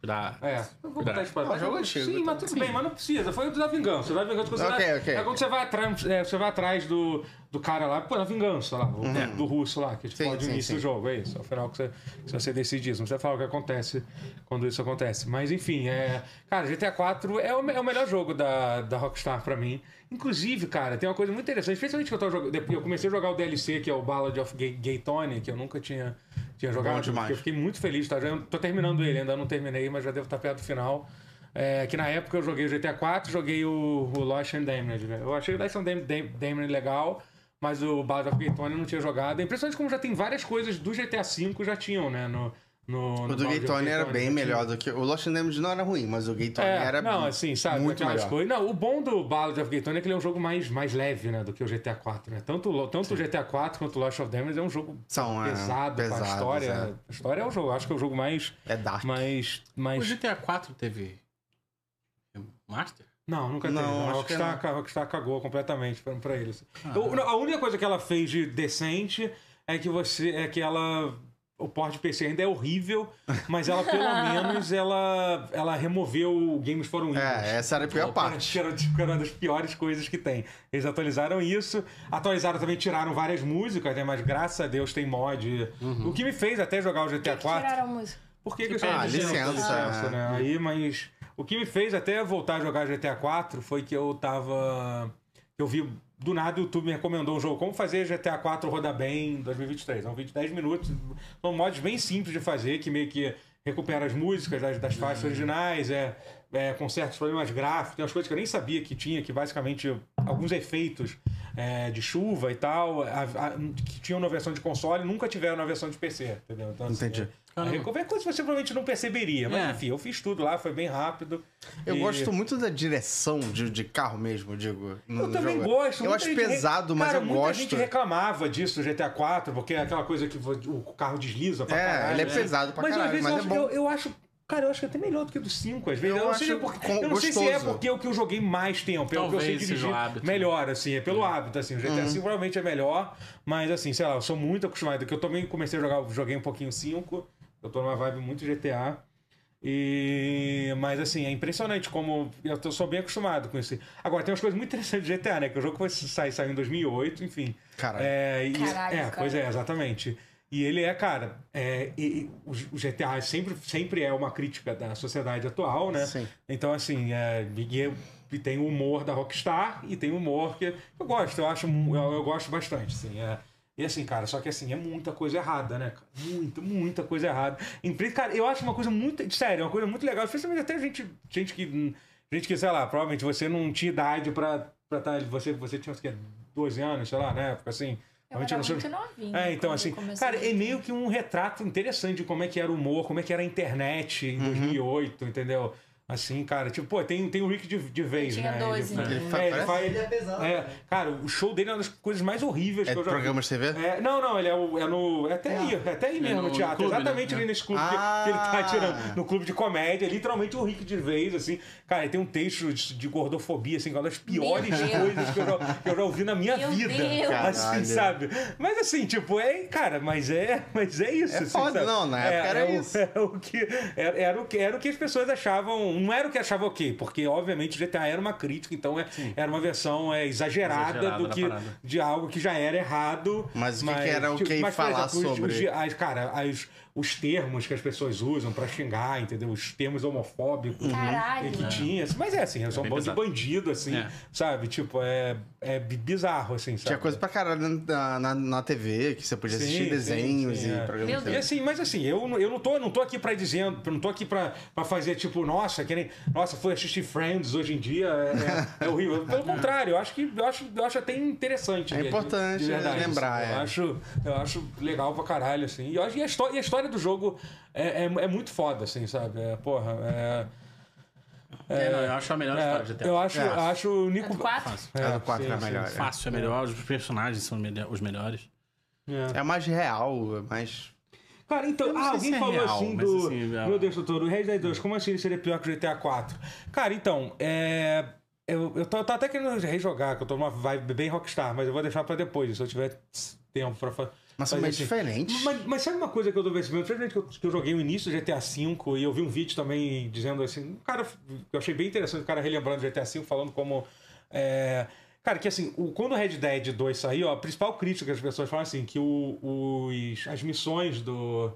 Speaker 2: Da...
Speaker 1: É, eu vou botar spoiler.
Speaker 4: Ah, jogo antigo,
Speaker 1: Sim,
Speaker 4: então.
Speaker 1: mas tudo bem, mas não precisa. Foi o da vingança. O da vingança quando você
Speaker 4: Ok,
Speaker 1: vai,
Speaker 4: ok.
Speaker 1: É quando você vai atrás, é, você vai atrás do, do cara lá, pô, na vingança lá, o- do russo lá, que
Speaker 4: Uhum. Sim,
Speaker 1: explode o
Speaker 4: sim,
Speaker 1: início
Speaker 4: sim.
Speaker 1: do jogo. É isso. É o final que você, que você decide isso. Não precisa falar o que acontece quando isso acontece. Mas enfim, é. Cara, GTA IV é o, me- é o melhor jogo da, da Rockstar pra mim. Inclusive, cara, tem uma coisa muito interessante, especialmente que eu tava jogando. depois- Eu comecei a jogar o DLC, que é o Ballad of Gay, Gaytone, que eu nunca tinha, tinha jogado. porque
Speaker 4: demais.
Speaker 1: eu fiquei fiquei muito feliz, tá? Já tô terminando ele, ainda não terminei, mas já devo estar perto do final. É, que na época eu joguei o GTA 4, joguei o, o Lost and Damned, né? Eu achei o Lost and Dam- Dam- Damned legal, mas o Battle of Gaytone eu não tinha jogado. É impressionante como já tem várias coisas do GTA V já tinham, né? No, no, no
Speaker 4: O do
Speaker 1: Baldur's Gate
Speaker 4: Gaytone era
Speaker 1: Tone,
Speaker 4: bem
Speaker 1: já né, tinha.
Speaker 4: melhor do que. O Lost in Damage não era ruim, mas o Gaytone
Speaker 1: É,
Speaker 4: era.
Speaker 1: não, assim, sabe?
Speaker 4: Muito
Speaker 1: aquelas
Speaker 4: melhor.
Speaker 1: coisas. Não, o bom do Ballad of Gaytone é que ele é um jogo mais, mais leve, né? Do que o GTA 4, né? Tanto, o- tanto o GTA 4 quanto o Lost of Damned é um jogo
Speaker 4: São, é,
Speaker 1: pesado, com a
Speaker 4: pesados,
Speaker 1: história. A história é o jogo, acho que é o jogo mais...
Speaker 4: É, é Dark.
Speaker 1: mais,
Speaker 2: O
Speaker 1: mais
Speaker 2: GTA 4 teve. É um Master?
Speaker 1: Não, nunca
Speaker 4: Não, Ah.
Speaker 1: teve. A
Speaker 4: acho
Speaker 1: Rockstar,
Speaker 4: que
Speaker 1: a Rockstar cagou completamente pra, pra eles. Eu- não, a única coisa que ela fez de decente é que você. é que ela. O port de PC ainda é horrível, mas ela, pelo menos, ela, ela removeu o Games for Windows.
Speaker 4: É, essa era a pior parte.
Speaker 1: Que era, tipo, era uma das piores coisas que tem. Eles atualizaram isso. Atualizaram também, tiraram várias músicas, né? Mas graças a Deus tem mod.
Speaker 4: Uhum.
Speaker 1: O que me fez até jogar o GTA IV.
Speaker 3: Tiraram a música.
Speaker 1: Por que, que eu
Speaker 4: Ah, licença, é.
Speaker 1: né? Aí, mas o que me fez até voltar a jogar GTA 4 foi que eu tava. Eu vi do nada o YouTube me recomendou um jogo como fazer GTA 4 rodar bem em 2023. É um vídeo de 10 minutos, são mods bem simples de fazer, que meio que recupera as músicas das, das
Speaker 4: Uhum.
Speaker 1: faixas originais, é, é, conserta os problemas gráficos, tem umas coisas que eu nem sabia que tinha, que basicamente alguns efeitos é, de chuva e tal, a- a- que tinham na versão de console, nunca tiveram na versão de PC, entendeu? Então, assim,
Speaker 4: Entendi.
Speaker 1: é, qualquer coisa você provavelmente não perceberia, mas
Speaker 2: É.
Speaker 1: enfim, eu fiz tudo lá, foi bem rápido.
Speaker 4: Eu
Speaker 1: e-
Speaker 4: gosto muito da direção de, de carro mesmo, digo. no-
Speaker 1: Eu
Speaker 4: no
Speaker 1: também
Speaker 4: jogo.
Speaker 1: gosto.
Speaker 4: Eu
Speaker 1: muita
Speaker 4: acho
Speaker 1: gente re-
Speaker 4: pesado, mas
Speaker 1: Cara,
Speaker 4: eu
Speaker 1: muita
Speaker 4: gosto.
Speaker 1: gente reclamava disso do GTA IV, porque é aquela coisa que vo- o carro desliza pra
Speaker 4: É,
Speaker 1: caralho.
Speaker 4: ele é
Speaker 1: né?
Speaker 4: pesado pra
Speaker 1: mas às
Speaker 4: caralho,
Speaker 1: vezes eu,
Speaker 4: mas é
Speaker 1: acho- eu,
Speaker 4: bom.
Speaker 1: eu acho. Cara, eu acho que é até melhor do que do 5, às vezes.
Speaker 4: Eu
Speaker 1: Eu, não, sei,
Speaker 4: acho
Speaker 1: porque-
Speaker 4: com-
Speaker 1: eu não sei se é
Speaker 4: gostoso.
Speaker 1: porque é o que eu joguei mais tempo, é o que eu sei
Speaker 2: Talvez seja
Speaker 1: dirigir
Speaker 2: o hábito. Hum.
Speaker 1: melhor, assim, é pelo hábito, assim. O
Speaker 4: Hum.
Speaker 1: GTA V provavelmente é melhor, mas assim, sei lá, eu sou muito acostumado, que eu também comecei a jogar, joguei um pouquinho 5, eu tô numa vibe muito GTA. E... Mas assim, é impressionante como eu tô- sou bem acostumado com isso. Agora, tem umas coisas muito interessantes de GTA, né? Que o jogo foi sair, saiu em 2008, enfim.
Speaker 4: Caralho.
Speaker 1: É, e-
Speaker 3: Caralho,
Speaker 1: é,
Speaker 3: cara.
Speaker 1: pois é, exatamente. E ele é, cara, é, e- e o G- o GTA sempre, sempre é uma crítica da sociedade atual, né?
Speaker 4: Sim.
Speaker 1: Então, assim, é, e, eu- e tem o humor da Rockstar e tem o humor que eu gosto, eu acho, mu- eu, eu gosto bastante, assim. é. E assim, cara, só que assim, é muita coisa errada, né, cara? Muita, muita coisa errada. Empre- Cara, eu acho uma coisa muito. Sério, uma coisa muito legal, especialmente até gente, gente que. hum, Gente que, sei lá, provavelmente você não tinha idade pra estar. Tá, você, você tinha uns que, 12 anos, sei lá, na época, assim.
Speaker 3: Eu
Speaker 1: Realmente
Speaker 3: era
Speaker 1: não sei-
Speaker 3: muito novinha.
Speaker 1: é, então
Speaker 3: quando
Speaker 1: assim,
Speaker 3: começou
Speaker 1: cara,
Speaker 3: a-
Speaker 1: é meio que um retrato interessante de como é que era o humor, como é que era a internet
Speaker 4: Uhum.
Speaker 1: em 2008, entendeu? Assim, cara, tipo, pô, tem, tem o Rick de, de vez,
Speaker 3: Ele tinha
Speaker 1: né?
Speaker 3: 12,
Speaker 1: ele,
Speaker 3: né?
Speaker 4: Ele fa-
Speaker 1: é, ele
Speaker 4: parece-
Speaker 1: faz-
Speaker 5: Ele é pesado.
Speaker 1: é,
Speaker 5: né?
Speaker 1: cara, o show dele é uma das coisas mais horríveis
Speaker 4: É
Speaker 1: que eu já vi.
Speaker 4: programa de TV?
Speaker 1: É, não, não, ele é, o- é no. É até aí, é até aí mesmo
Speaker 2: no-
Speaker 1: no
Speaker 2: no
Speaker 1: teatro.
Speaker 2: clube,
Speaker 1: exatamente
Speaker 2: né?
Speaker 1: ali nesse clube que-
Speaker 4: Ah!
Speaker 1: que, ele tá tirando. No clube de comédia, é literalmente o Rick de vez, assim. Cara, ele tem um texto de, de gordofobia, assim, que é uma das piores
Speaker 3: Deus.
Speaker 1: coisas que eu, já, que eu já ouvi na minha
Speaker 3: Meu
Speaker 1: vida.
Speaker 3: Deus.
Speaker 1: Assim,
Speaker 4: Caralho.
Speaker 1: sabe? Mas assim, tipo, é. Cara, mas é, mas é isso.
Speaker 4: É
Speaker 1: assim,
Speaker 4: foda,
Speaker 1: sabe? é
Speaker 4: não, na época era
Speaker 1: o-
Speaker 4: isso.
Speaker 1: era o que, era, era o que, era o que as pessoas achavam. Não era o que achavam ok, porque obviamente o GTA era uma crítica, então é, era uma versão é, exagerada,
Speaker 2: Exagerada
Speaker 1: do
Speaker 2: da
Speaker 1: que
Speaker 2: parada.
Speaker 1: de algo que já era errado.
Speaker 4: Mas o que que era ok
Speaker 1: mas, por
Speaker 4: falar
Speaker 1: exemplo, os-
Speaker 4: sobre?
Speaker 1: os- as- cara, as- os termos que as pessoas usam pra xingar, entendeu? Os termos homofóbicos.
Speaker 3: Caralho.
Speaker 1: Que tinha. Mas é assim, são um
Speaker 2: bem
Speaker 1: bando de
Speaker 2: pesado.
Speaker 1: bandido, assim,
Speaker 2: É.
Speaker 1: sabe? Tipo, é, é bi- bizarro, assim, sabe?
Speaker 4: Tinha coisa pra caralho na, na, na TV, que você podia assistir
Speaker 1: Sim,
Speaker 4: desenhos
Speaker 1: sim, sim,
Speaker 4: e
Speaker 1: é.
Speaker 4: programas
Speaker 3: Meu
Speaker 4: de
Speaker 1: E
Speaker 4: TV.
Speaker 1: assim, mas assim, eu, não- eu não tô, não tô aqui pra dizer, eu não tô aqui pra, pra fazer tipo, nossa, que nem, nossa, foi assistir Friends hoje em dia, é, é- é horrível. Pelo contrário, eu acho que eu acho, eu acho até interessante.
Speaker 4: É
Speaker 1: de- de-
Speaker 4: importante
Speaker 1: de verdade,
Speaker 4: lembrar,
Speaker 1: assim. Eu,
Speaker 4: é.
Speaker 1: acho, eu acho legal pra caralho, assim. E, eu acho- e a, histó- e a história do jogo é, é, é muito foda, assim, sabe? É, porra, é.
Speaker 2: É, não, eu acho a melhor
Speaker 1: é,
Speaker 2: história de GTA.
Speaker 1: eu acho,
Speaker 4: É.
Speaker 1: eu acho o Nico.
Speaker 3: Do quatro?
Speaker 2: Fácil.
Speaker 4: É, do quatro
Speaker 1: Ah, sim,
Speaker 4: é
Speaker 1: sim,
Speaker 4: melhor,
Speaker 1: sim.
Speaker 2: Fácil, é melhor. Os personagens são melho- os melhores.
Speaker 1: É.
Speaker 4: É mais real, é mais.
Speaker 1: Cara,
Speaker 2: Eu
Speaker 1: então,
Speaker 2: não
Speaker 1: ah,
Speaker 2: sei
Speaker 1: alguém
Speaker 2: se é
Speaker 1: falou
Speaker 2: real,
Speaker 1: assim
Speaker 2: mas
Speaker 1: do.
Speaker 2: assim, é-
Speaker 1: Meu Deus, doutor, o Red Dead 2, como assim ele seria pior que o GTA 4? Cara, então, é. Eu, eu, tô, eu tô até querendo rejogar, que eu tô numa vibe bem rockstar, mas eu vou deixar pra depois, se eu tiver tempo pra fa-
Speaker 4: Mas são
Speaker 1: fazer
Speaker 4: meio
Speaker 1: assim.
Speaker 4: diferentes.
Speaker 1: Mas, mas sabe uma coisa que eu tô percebendo? Principalmente que eu, que eu joguei o início do GTA V e eu vi um vídeo também dizendo assim, um cara, que eu achei bem interessante, o cara relembrando o GTA V, falando como. é, cara, que assim, o- quando o Red Dead 2 saiu, a principal crítica que as pessoas falam assim, que o- os, as missões do.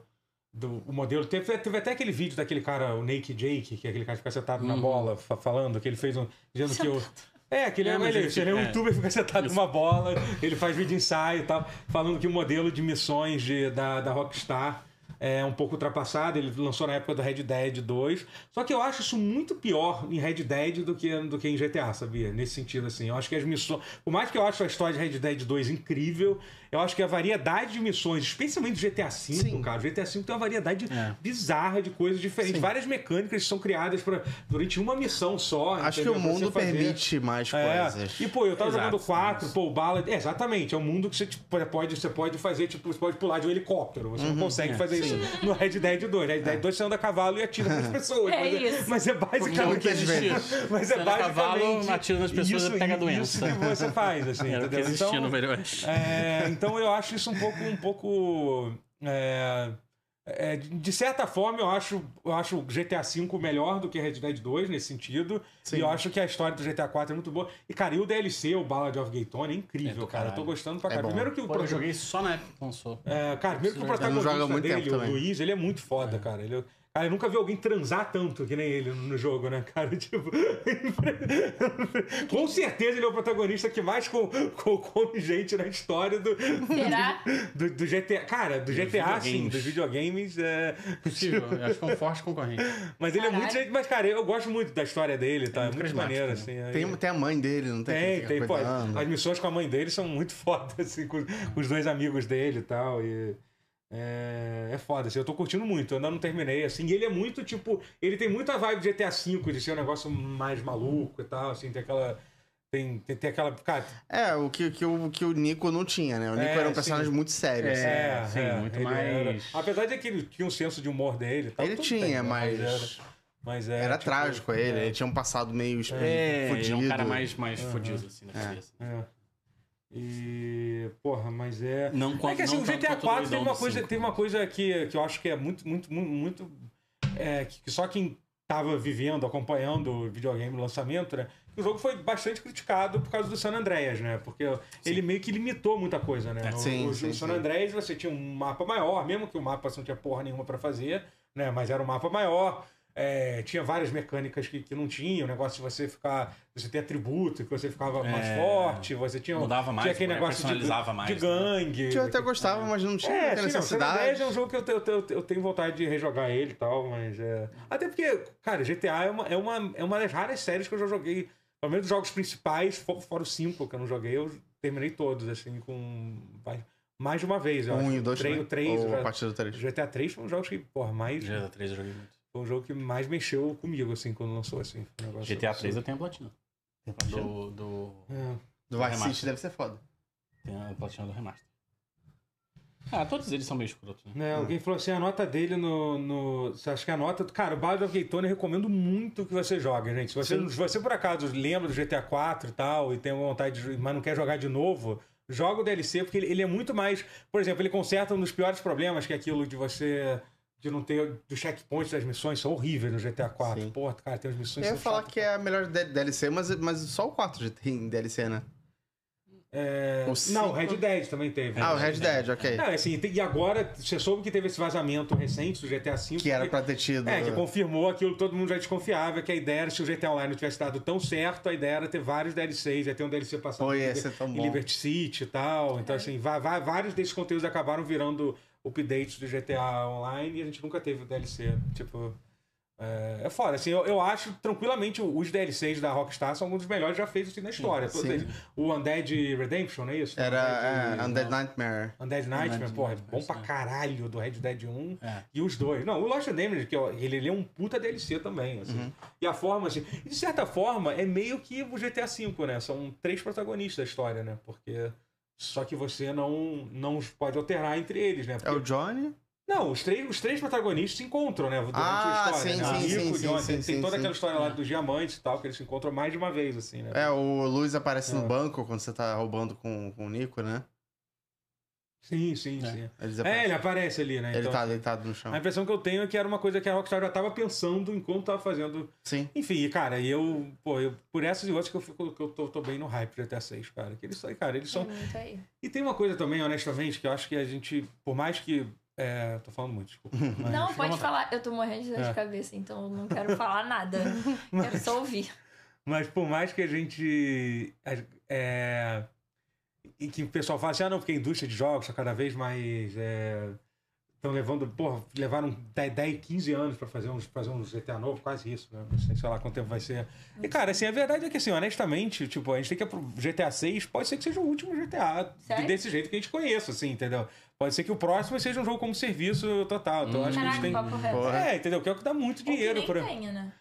Speaker 1: Do, o modelo. Teve, teve até aquele vídeo daquele cara, o Naked Jake, que é aquele cara que fica sentado na bola fa- falando, que ele fez um. dizendo que o. É, que ele é,
Speaker 2: É, mas
Speaker 1: ele,
Speaker 2: ele-
Speaker 1: ele é um
Speaker 2: é.
Speaker 1: youtuber que fica sentado numa bola, ele faz vídeo ensaio e tal, falando que o modelo de missões de- da, da Rockstar é um pouco ultrapassado, ele lançou na época do Red Dead 2. Só que eu acho isso muito pior em Red Dead do que, do que em GTA, sabia? Nesse sentido, assim. Eu acho que as missões. Por mais que eu acho a história de Red Dead 2 incrível, eu acho que a variedade de missões, especialmente do GTA V, cara, o GTA V tem uma variedade
Speaker 2: É.
Speaker 1: bizarra de coisas diferentes. Várias mecânicas são criadas pra, durante uma missão só.
Speaker 4: Acho que
Speaker 1: entendeu?
Speaker 4: o
Speaker 1: Pra você
Speaker 4: mundo
Speaker 1: fazer.
Speaker 4: permite mais
Speaker 1: É.
Speaker 4: coisas.
Speaker 1: E, pô, eu tava
Speaker 2: Exato,
Speaker 1: jogando 4, pô, o Ballad. É, exatamente. É um mundo que você tipo, pode, você pode fazer, tipo, você pode pular de um helicóptero. Você
Speaker 2: Uhum.
Speaker 1: não
Speaker 2: É.
Speaker 1: consegue fazer isso no Red Dead 2. Red Dead 2 você anda a cavalo e atira nas pessoas.
Speaker 3: É
Speaker 1: mas,
Speaker 3: isso.
Speaker 1: mas é basicamente.
Speaker 4: Muitas vezes.
Speaker 1: Mas é
Speaker 2: Você anda a
Speaker 1: basicamente.
Speaker 2: cavalo, atira nas pessoas e pega
Speaker 1: Isso
Speaker 2: doença.
Speaker 1: que você faz, assim,
Speaker 2: Era o que
Speaker 1: entendeu?
Speaker 2: existia
Speaker 1: Então,
Speaker 2: no Velho Oeste.
Speaker 1: é, então eu acho isso um pouco. Um pouco é, é, de- de certa forma, eu acho, eu acho o GTA V melhor do que Red Dead 2 nesse sentido. E eu acho que a história do GTA IV é muito boa. E, cara, e o DLC, o Ballad of Gay Tony, é
Speaker 2: É
Speaker 1: incrível,
Speaker 2: do
Speaker 1: cara. Eu tô
Speaker 2: caralho.
Speaker 1: gostando pra
Speaker 4: É
Speaker 1: caralho.
Speaker 4: bom.
Speaker 1: primeiro que o
Speaker 2: Pô, eu
Speaker 1: pro-
Speaker 2: joguei só na época que lançou.
Speaker 1: é, cara, primeiro que o
Speaker 2: Eu não
Speaker 1: protagonista
Speaker 4: jogo há muito
Speaker 1: dele,
Speaker 4: tempo
Speaker 1: o
Speaker 4: também.
Speaker 1: Luiz, ele é muito foda, cara. Ele é- Cara, eu nunca vi alguém transar tanto que nem ele no jogo, né, cara? Tipo. com certeza ele é o protagonista que mais com, com, come gente na história do,
Speaker 3: Será?
Speaker 1: do, do GTA. Cara, do GTA, sim,
Speaker 2: videogames.
Speaker 1: dos videogames. É...
Speaker 2: Possível. Eu acho que é um forte concorrente.
Speaker 1: Mas ele é muito
Speaker 3: Caralho.
Speaker 1: gente. Mas, cara, eu gosto muito da história dele, tá? É
Speaker 2: muito
Speaker 1: muito
Speaker 2: carismático,
Speaker 1: maneiro,
Speaker 2: né?
Speaker 1: assim. aí-
Speaker 4: Tem, tem a mãe dele, não tem?
Speaker 1: Tem,
Speaker 4: que
Speaker 1: tem,
Speaker 4: ficar
Speaker 1: pô.
Speaker 4: cuidando.
Speaker 1: As missões com a mãe dele são muito fodas, assim, com, com os dois amigos dele e tal. E, é, é foda, assim, eu tô curtindo muito, eu ainda não terminei, assim. E ele é muito, tipo, ele tem muita vibe de GTA V, de ser um negócio mais maluco e tal, assim, tem aquela. Tem, tem, tem aquela. Cara,
Speaker 4: É, o que, que, o que o Nico não tinha, né? O Nico
Speaker 1: É,
Speaker 4: era um
Speaker 1: sim.
Speaker 4: personagem muito sério, assim.
Speaker 2: É, sim, muito
Speaker 1: ele era-
Speaker 2: mais-
Speaker 1: Apesar de que ele tinha um senso de humor dele e tal.
Speaker 4: Ele
Speaker 1: tudo
Speaker 4: tinha,
Speaker 1: tem, né?
Speaker 4: mas.
Speaker 1: Mas era, mas era,
Speaker 4: Era
Speaker 1: tipo,
Speaker 4: trágico ele,
Speaker 1: é,
Speaker 4: ele tinha um passado meio
Speaker 2: É, ele é
Speaker 4: fudido.
Speaker 2: um cara mais, mais fodido, assim, na cabeça.
Speaker 1: é. E. Porra, mas é.
Speaker 2: Não
Speaker 1: É que assim, o
Speaker 2: tanto
Speaker 1: GTA
Speaker 2: quanto assim.
Speaker 1: 4
Speaker 2: doidão
Speaker 1: tem uma
Speaker 2: do
Speaker 1: coisa,
Speaker 2: cinco.
Speaker 1: tem uma coisa que, que eu acho que é muito, muito, muito. muito é, que que só quem tava vivendo, acompanhando o videogame o lançamento, né? que O jogo foi bastante criticado por causa do San Andreas, né? Porque ele meio que limitou muita coisa, né?
Speaker 4: É,
Speaker 1: O-
Speaker 4: sim,
Speaker 1: o, o
Speaker 4: sim,
Speaker 1: San
Speaker 4: sim.
Speaker 1: Andreas você tinha um mapa maior, mesmo que o mapa você não tinha porra nenhuma pra fazer, né? Mas era um mapa maior. é, tinha várias mecânicas que, que não tinha, o negócio de você ficar. Você ter atributo, que você ficava mais
Speaker 2: É.
Speaker 1: forte, você tinha.
Speaker 2: Mudava mais,
Speaker 1: tinha aquele
Speaker 2: né?
Speaker 1: negócio de,
Speaker 2: Personalizava mais,
Speaker 1: de
Speaker 2: né?
Speaker 1: gangue.
Speaker 4: Que eu até gostava, mas não tinha
Speaker 1: É,
Speaker 4: muita
Speaker 1: sim, não, San Andreas
Speaker 4: necessidade.
Speaker 1: é um jogo que eu, te- eu te- eu te- eu tenho vontade de rejogar ele e tal, mas é... Até porque, cara, GTA é uma, é, uma, é uma das raras séries que eu já joguei. Pelo menos os jogos principais, fo- fora o 5 que eu não joguei, eu terminei todos, assim, com mais, mais de uma vez. Eu
Speaker 4: Um
Speaker 1: acho.
Speaker 4: e dois,
Speaker 1: Tre-
Speaker 4: né?
Speaker 1: o 3,
Speaker 4: Ou
Speaker 1: já...
Speaker 4: a partir do 3.
Speaker 1: GTA 3 foi um jogo que, porra, mais...
Speaker 2: GTA 3 eu joguei muito.
Speaker 1: Foi um jogo que mais mexeu comigo, assim, quando lançou, assim. foi um negócio
Speaker 2: GTA 3
Speaker 1: absurdo.
Speaker 2: eu tenho a platina. Do, do...
Speaker 1: É.
Speaker 4: Do Vice City
Speaker 2: Remaster.
Speaker 4: deve ser foda.
Speaker 2: Tem a platina do remaster. Ah, todos eles são meio escrotos, né?
Speaker 4: Hum.
Speaker 1: Né, alguém falou assim, a nota dele no... no você acha que a nota... Cara, o Baldur's Gate 2 eu recomendo muito que você jogue, gente. Se você, se você por acaso lembra do GTA 4 e tal, e tem vontade, de, mas não quer jogar de novo, joga o DLC, porque ele, ele é muito mais... Por exemplo, ele conserta um dos piores problemas, que é aquilo de você... De não ter... Dos checkpoints das missões são horríveis no GTA 4.
Speaker 4: Sim.
Speaker 1: Porra, cara, tem as missões...
Speaker 4: Eu ia
Speaker 1: são
Speaker 4: falar
Speaker 1: chatas.
Speaker 4: que é a melhor D- DLC, mas, mas só o 4 já tem DLC, né?
Speaker 1: É,
Speaker 4: o
Speaker 1: Não,
Speaker 4: cinco-
Speaker 1: Red Dead também teve.
Speaker 4: Ah, o Red Dead, ok.
Speaker 1: Não, assim, e agora você soube que teve esse vazamento recente do GTA V.
Speaker 4: Que era pra ter tido.
Speaker 1: É, que confirmou aquilo que todo mundo já desconfiava, que a ideia era, se o GTA Online não tivesse dado tão certo, a ideia era ter vários DLCs, ia ter um DLC passado
Speaker 4: Pô,
Speaker 1: em
Speaker 4: ia
Speaker 1: Liber-
Speaker 4: ser tão
Speaker 1: em
Speaker 4: bom.
Speaker 1: Liberty City e tal. Então, assim, va- va- vários desses conteúdos acabaram virando updates do GTA Online e a gente nunca teve o DLC. Tipo. É, é foda, assim, eu, eu acho tranquilamente os DLCs da Rockstar são um dos melhores já feitos assim, na história. Todos
Speaker 4: sim.
Speaker 1: eles. O Undead Redemption, não é isso?
Speaker 4: Era
Speaker 1: Undead-
Speaker 4: é, Undead Nightmare.
Speaker 1: Undead Nightmare,
Speaker 2: Undead
Speaker 1: porra, é
Speaker 2: Nightmare,
Speaker 1: bom pra
Speaker 2: sim.
Speaker 1: caralho do Red Dead 1
Speaker 2: É.
Speaker 1: e os dois. Não, o Lost and Damned, que ó, ele, ele é um puta DLC também, assim.
Speaker 4: Uhum.
Speaker 1: E a forma, assim, e de certa forma, é meio que o GTA V, né? São três protagonistas da história, né? Porque só que você não não os pode alternar entre eles, né?
Speaker 4: É
Speaker 1: Porque-
Speaker 4: o Johnny?
Speaker 1: Não, os três, os três protagonistas se encontram, né? Durante
Speaker 4: Ah,
Speaker 1: a história.
Speaker 4: sim,
Speaker 1: né?
Speaker 4: sim,
Speaker 1: O Rico,
Speaker 4: sim,
Speaker 1: o John,
Speaker 4: sim,
Speaker 1: tem,
Speaker 4: sim,
Speaker 1: tem toda
Speaker 4: sim.
Speaker 1: aquela história lá dos diamantes e tal, que eles se encontram mais de uma vez, assim, né?
Speaker 4: É, o Luiz aparece
Speaker 1: É.
Speaker 4: no banco quando você tá roubando com, com o Nico, né?
Speaker 1: Sim, sim,
Speaker 2: É.
Speaker 1: sim.
Speaker 4: Eles
Speaker 1: É,
Speaker 4: aparecem.
Speaker 1: ele aparece ali, né?
Speaker 4: ele
Speaker 1: Então,
Speaker 4: tá deitado no chão.
Speaker 1: A impressão que eu tenho é que era uma coisa que a Rockstar já tava pensando enquanto tava fazendo
Speaker 4: Sim.
Speaker 1: Enfim, e, cara, e eu, pô, eu, por essas e outras que eu fico, que eu tô, tô bem no hype do GTA 6, cara. Que eles são, cara, eles
Speaker 3: É
Speaker 1: são.
Speaker 3: muito aí.
Speaker 1: E tem uma coisa também, honestamente, que eu acho que a gente, por mais que. É, tô falando muito, desculpa. mas-
Speaker 3: Não, pode falar. Eu tô morrendo de dor
Speaker 1: É.
Speaker 3: de cabeça, então eu não quero falar nada. Quero só ouvir.
Speaker 1: Mas por mais que a gente. a- É, e que o pessoal fala assim, ah, não, porque a indústria de jogos está cada vez mais. Estão levando. Porra, levaram 10, 10, 15 anos para fazer, uns, fazer um GTA novo, quase isso, né? Não sei, sei lá quanto tempo vai ser. E, cara, assim, a verdade é que, assim, honestamente, tipo, a gente tem que. apro- GTA 6 pode ser que seja o último GTA
Speaker 3: Sério?
Speaker 1: desse jeito que a gente conheça, assim, entendeu? Pode ser que o próximo seja um jogo como serviço total. Então, acho que a gente
Speaker 3: Caraca,
Speaker 1: tem.
Speaker 3: papo reto.
Speaker 4: Porra.
Speaker 1: É, entendeu? Que é o que dá muito dinheiro.
Speaker 3: Ou que
Speaker 1: por-
Speaker 3: nem tenha, né?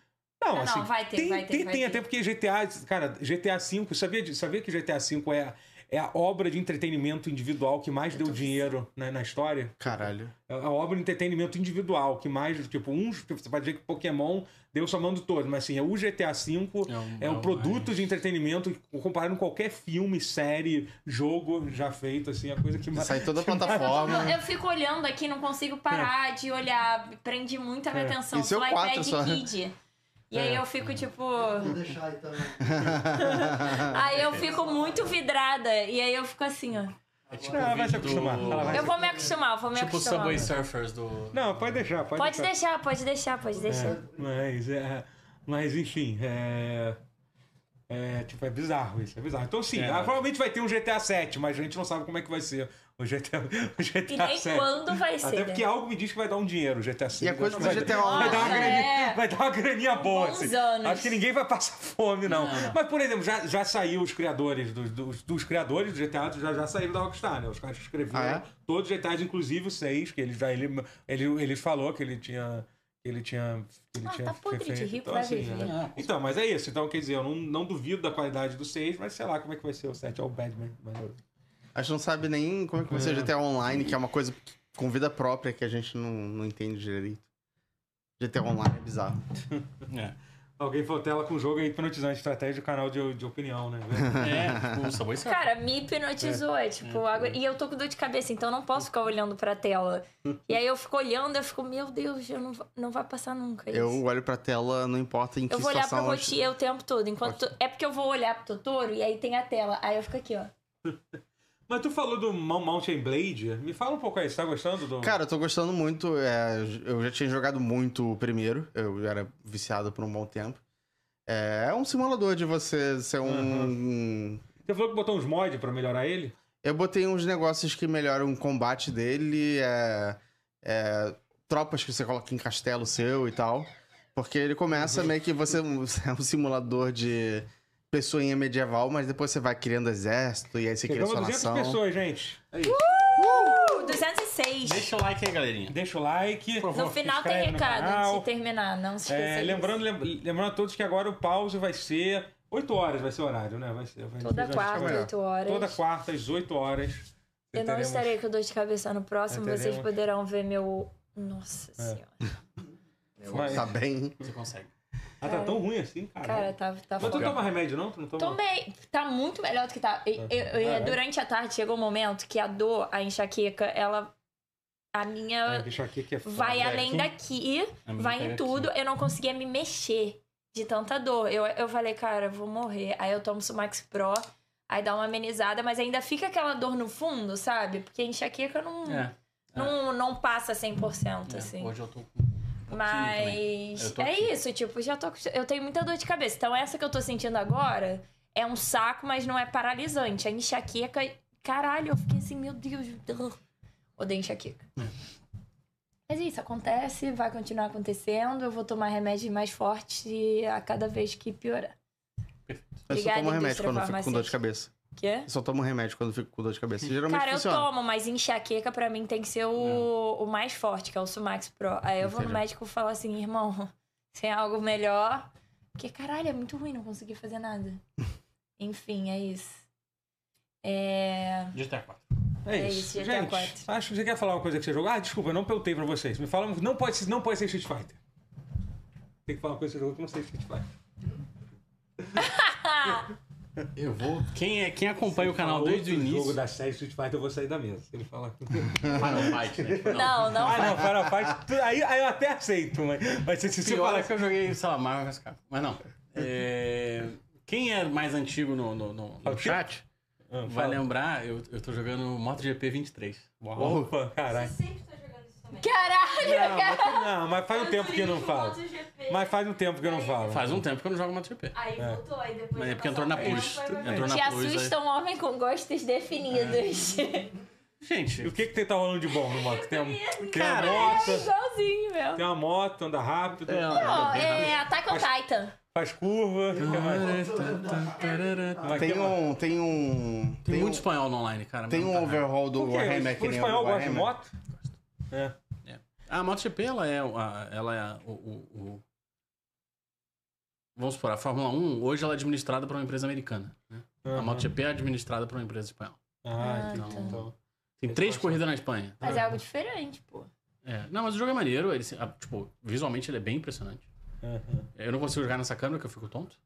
Speaker 1: não,
Speaker 3: Ah, não,
Speaker 1: assim,
Speaker 3: vai ter,
Speaker 1: tem,
Speaker 3: vai ter,
Speaker 1: tem,
Speaker 3: vai
Speaker 1: tem,
Speaker 3: ter.
Speaker 1: até porque GTA, cara, GTA V, sabia, de- sabia que GTA V é, é a obra de entretenimento individual que mais deu dinheiro né, na história?
Speaker 4: Caralho.
Speaker 1: É A obra de entretenimento individual que mais, tipo, uns, tipo, você pode dizer que Pokémon deu somando todo, mas assim, é o GTA V
Speaker 2: É um-
Speaker 1: é
Speaker 2: é
Speaker 1: um
Speaker 2: um-
Speaker 1: produto
Speaker 2: é.
Speaker 1: de entretenimento que, comparado com qualquer filme, série, jogo já feito, assim, é a coisa que mais...
Speaker 4: Sai toda a
Speaker 3: Eu,
Speaker 4: plataforma.
Speaker 3: eu fico olhando aqui, não consigo parar de olhar. Prende muito a minha
Speaker 1: É.
Speaker 3: atenção.
Speaker 4: Isso é o
Speaker 3: Sou
Speaker 4: quatro
Speaker 3: iPad
Speaker 4: só.
Speaker 3: Kid. E aí
Speaker 1: É.
Speaker 3: eu fico, tipo.
Speaker 5: Vou deixar aí também.
Speaker 4: Ah,
Speaker 3: Aí eu fico muito vidrada. E aí eu fico assim, ó.
Speaker 2: É tipo
Speaker 1: Ah, vai
Speaker 2: o
Speaker 1: se
Speaker 2: vídeo é
Speaker 1: acostumar. Ela vai
Speaker 3: Eu vou me acostumar, vou me
Speaker 2: Tipo o
Speaker 3: acostumar.
Speaker 2: Subway Surfers do...
Speaker 1: Não, pode deixar, pode,
Speaker 3: Pode deixar, pode deixar, pode
Speaker 4: É.
Speaker 3: deixar.
Speaker 1: É, Mas, é, mas enfim, é, é, Tipo, é bizarro isso, é bizarro. Então, sim,
Speaker 2: É.
Speaker 1: ah, provavelmente vai ter um GTA 7, mas a gente não sabe como é que vai ser o GTA, o GTA
Speaker 3: E nem
Speaker 1: 7.
Speaker 3: quando vai ser.
Speaker 1: Tá Até porque
Speaker 3: né?
Speaker 1: algo me diz que vai dar um dinheiro o GTA 6.
Speaker 4: E a coisa do
Speaker 1: vai,
Speaker 4: GTA
Speaker 1: vai dar uma
Speaker 3: Nossa,
Speaker 1: graninha,
Speaker 3: é.
Speaker 1: vai dar uma graninha boa.
Speaker 3: bons
Speaker 1: Assim.
Speaker 3: anos.
Speaker 1: Acho que ninguém vai passar fome, não.
Speaker 2: Não.
Speaker 1: Mas, por exemplo, já, já saiu os criadores dos, dos, dos criadores do GTA, já, já saíram da Rockstar, né? Os caras que escreveram
Speaker 4: Ah, é?
Speaker 1: todos os GTAs, inclusive o 6, que ele já ele, ele, ele falou que ele tinha. que Ele tinha. que Ele
Speaker 3: Ah,
Speaker 1: tinha
Speaker 3: tá podre de
Speaker 1: feito.
Speaker 3: rico, vai viver.
Speaker 1: é. Então, mas é isso. Então, quer dizer, eu não, não duvido da qualidade do 6, mas sei lá como é que vai ser o 7. É o Batman. mas eu-
Speaker 4: A gente não sabe nem como é que vai ser o GTA Online, que é uma coisa com vida própria que a gente não, não entende direito. GTA Online é bizarro.
Speaker 2: É.
Speaker 1: Alguém falou tela com o jogo é hipnotizante, estratégia do canal de, de opinião, né?
Speaker 2: É, tipo o Subway Surfers.
Speaker 3: Cara, me hipnotizou, é, tipo,
Speaker 4: Uhum.
Speaker 3: agora- e eu tô com dor de cabeça, então eu não posso ficar olhando pra tela. E aí eu fico olhando, eu fico, meu Deus, eu não, va- não vai passar nunca É isso.
Speaker 4: Eu olho pra tela, não importa em que
Speaker 3: Eu vou olhar pra
Speaker 4: situação.
Speaker 3: Rotia o tempo todo, enquanto... É porque eu vou olhar pro Totoro e aí tem a tela, aí eu fico aqui, ó.
Speaker 1: Mas tu falou do Mount- Mountain Blade? Me fala um pouco aí, você tá gostando do.
Speaker 4: Cara, eu tô gostando muito. é, eu já tinha jogado muito o primeiro. Eu era viciado por um bom tempo. É, é um simulador de você ser um.
Speaker 1: Você falou que botou uns mods pra melhorar ele?
Speaker 4: Eu botei uns negócios que melhoram o combate dele, é, é, tropas que você coloca em castelo seu e tal. Porque ele começa meio que você é um- você é um simulador de pessoinha medieval, mas depois você vai criando exército e aí você cria
Speaker 1: Chegamos a
Speaker 4: sua
Speaker 1: 200
Speaker 4: nação.
Speaker 1: pessoas, gente. Aí,
Speaker 3: Uh, 206!
Speaker 2: Deixa o like aí, galerinha.
Speaker 1: Deixa o like.
Speaker 2: Por favor,
Speaker 3: No final
Speaker 1: se
Speaker 3: tem
Speaker 1: inscreve no
Speaker 3: recado antes
Speaker 1: canal.
Speaker 3: de terminar, não se esqueça.
Speaker 1: É,
Speaker 3: disso.
Speaker 1: lembrando, lem- lembrando a todos que agora o pause vai ser 8 horas, vai ser o horário, né? Vai ser, vai
Speaker 3: Toda
Speaker 1: vai-
Speaker 3: quarta,
Speaker 1: vai-
Speaker 3: 8 horas.
Speaker 1: Toda quarta, às 8 horas.
Speaker 3: Eu não
Speaker 1: teremos-
Speaker 3: estarei com dor de cabeça no próximo,
Speaker 1: Teremos. É.
Speaker 3: vocês poderão ver meu... Nossa senhora.
Speaker 1: Mas-
Speaker 4: Tá bem.
Speaker 2: Você consegue.
Speaker 1: Ah, tá tão ruim assim, cara.
Speaker 3: Cara, tá, tá
Speaker 1: Mas tu
Speaker 3: foda.
Speaker 1: toma remédio, não? Tu não toma?
Speaker 3: Tomei. Tá muito melhor do que tá. E- eu- eu-
Speaker 1: Ah, é?
Speaker 3: Durante a tarde chegou um momento que a dor, a enxaqueca, ela. A
Speaker 1: É,
Speaker 3: minha
Speaker 1: deixa aqui que é foda.
Speaker 3: vai
Speaker 1: É,
Speaker 3: além
Speaker 1: aqui-
Speaker 3: daqui,
Speaker 2: A minha
Speaker 3: vai
Speaker 2: pega
Speaker 3: em
Speaker 2: aqui.
Speaker 3: tudo. Eu não conseguia me mexer de tanta dor. Eu, eu falei, cara, eu vou morrer. Aí eu tomo Sumax Pro, aí dá uma amenizada, mas ainda fica aquela dor no fundo, sabe? Porque a enxaqueca não,
Speaker 2: É.
Speaker 3: não, não passa 100%,
Speaker 2: é.
Speaker 3: assim.
Speaker 2: Hoje eu tô com... um pouquinho também. Eu
Speaker 3: Mas
Speaker 2: tô
Speaker 3: é
Speaker 2: aqui.
Speaker 3: isso, tipo, já tô. acostu- Eu tenho muita dor de cabeça. Então, essa que eu tô sentindo agora é um saco, mas não é paralisante. É enxaqueca. Caralho, eu fiquei assim, meu Deus. ugh. Odeio enxaqueca. Mas é isso, acontece, vai continuar acontecendo. Eu vou tomar remédios mais fortes e a cada vez que piorar.
Speaker 4: Eu só
Speaker 3: Obrigada,
Speaker 4: tomo remédio
Speaker 3: indústria
Speaker 4: quando eu fico com dor de
Speaker 3: farmacêutica.
Speaker 4: cabeça.
Speaker 3: Quê?
Speaker 4: Eu só tomo remédio quando eu fico com dor de cabeça. Geralmente
Speaker 3: Cara, eu
Speaker 4: funciona.
Speaker 3: tomo, mas enxaqueca pra mim tem que ser o, o mais forte, que é o Sumax Pro. Aí eu vou no
Speaker 4: Entendi.
Speaker 3: médico e falo assim, irmão, tem algo melhor? Porque, caralho, é muito ruim não conseguir fazer nada. Enfim, é isso. É...
Speaker 2: GTA 4.
Speaker 1: É
Speaker 3: É
Speaker 1: isso,
Speaker 3: isso,
Speaker 1: gente.
Speaker 3: GTA IV.
Speaker 1: Acho que você quer falar uma coisa que você jogou. Ah, desculpa, eu não perguntei pra vocês. Me fala, não pode, ser- não pode ser Street Fighter. Tem que falar uma coisa que você jogou que não sei Street Fighter.
Speaker 2: Eu vou... Quem, é, quem acompanha o canal
Speaker 1: Fala
Speaker 2: desde o
Speaker 1: outro jogo
Speaker 2: início...
Speaker 1: da série Street Fighter, eu vou sair da mesa. Ele fala.
Speaker 2: Final Fight, né? Tipo,
Speaker 3: Não, não
Speaker 1: ah,
Speaker 3: vai.
Speaker 1: não, Final Fight. tu- Aí, aí eu até aceito, mas, mas se, se você
Speaker 2: Pior
Speaker 1: falar
Speaker 2: é que eu joguei, sei lá, Marvel vs. Capcom. Mas não. É, Quem é mais antigo no, no, no- no
Speaker 1: Ah,
Speaker 2: chat
Speaker 1: Ah,
Speaker 2: vai
Speaker 1: fala.
Speaker 2: lembrar, eu, eu tô jogando MotoGP 23. Uau.
Speaker 1: Opa,
Speaker 6: Eu
Speaker 1: caralho.
Speaker 6: sempre tô jogando isso também.
Speaker 3: Caralho,
Speaker 1: É, Não, mas, tu- não, mas faz um tempo que eu não
Speaker 6: Turismo,
Speaker 1: falo.
Speaker 6: MotoGP.
Speaker 1: Mas faz um tempo que eu não falo.
Speaker 2: Faz um tempo que eu não jogo MotoGP.
Speaker 6: Aí voltou, aí depois.
Speaker 2: Mas é
Speaker 6: vai
Speaker 2: porque
Speaker 6: passar
Speaker 2: entrou na
Speaker 6: um tempo,
Speaker 2: push.
Speaker 6: aí vai-
Speaker 2: Entrou na
Speaker 3: te
Speaker 2: plus,
Speaker 3: assusta um homem com gostos definidos.
Speaker 1: E
Speaker 2: é. Gente,
Speaker 1: o que que tá rolando de bom no moto? Tem, uma- tem uma
Speaker 2: Cara,
Speaker 3: É
Speaker 1: moto,
Speaker 3: igualzinho, meu.
Speaker 1: tem uma moto, anda rápido,
Speaker 2: É,
Speaker 3: Ó,
Speaker 2: anda bem rápido.
Speaker 3: é Attack on Titan.
Speaker 1: faz curva. tem mais-
Speaker 2: Ah, é. tá, Tem
Speaker 1: mas
Speaker 4: Tem
Speaker 1: que mais?
Speaker 4: um. Tem um. Tem, um,
Speaker 2: tá, muito espanhol no online, cara.
Speaker 4: tem
Speaker 2: mas
Speaker 4: um
Speaker 2: não tá nada.
Speaker 4: overhaul do
Speaker 1: né? Por quê?
Speaker 4: Warhammer que
Speaker 1: O
Speaker 4: nem o
Speaker 1: espanhol
Speaker 4: do
Speaker 1: gosta de
Speaker 4: Warhammer.
Speaker 1: moto? É.
Speaker 2: É. A MotoGP, ela é, a- ela é a- o, o- o- Vamos supor, a Fórmula 1, hoje ela é administrada por uma empresa americana. né? A
Speaker 1: Aham.
Speaker 2: MotoGP é administrada por uma empresa espanhola.
Speaker 1: Ah, então.
Speaker 2: tá.
Speaker 1: então.
Speaker 2: Tem três corridas na Espanha.
Speaker 3: Mas é algo diferente, pô.
Speaker 2: É. Não, mas o jogo é maneiro. Ele, se- ah, tipo, visualmente ele é bem impressionante.
Speaker 1: Aham.
Speaker 2: Eu não consigo jogar nessa câmera que eu fico tonto.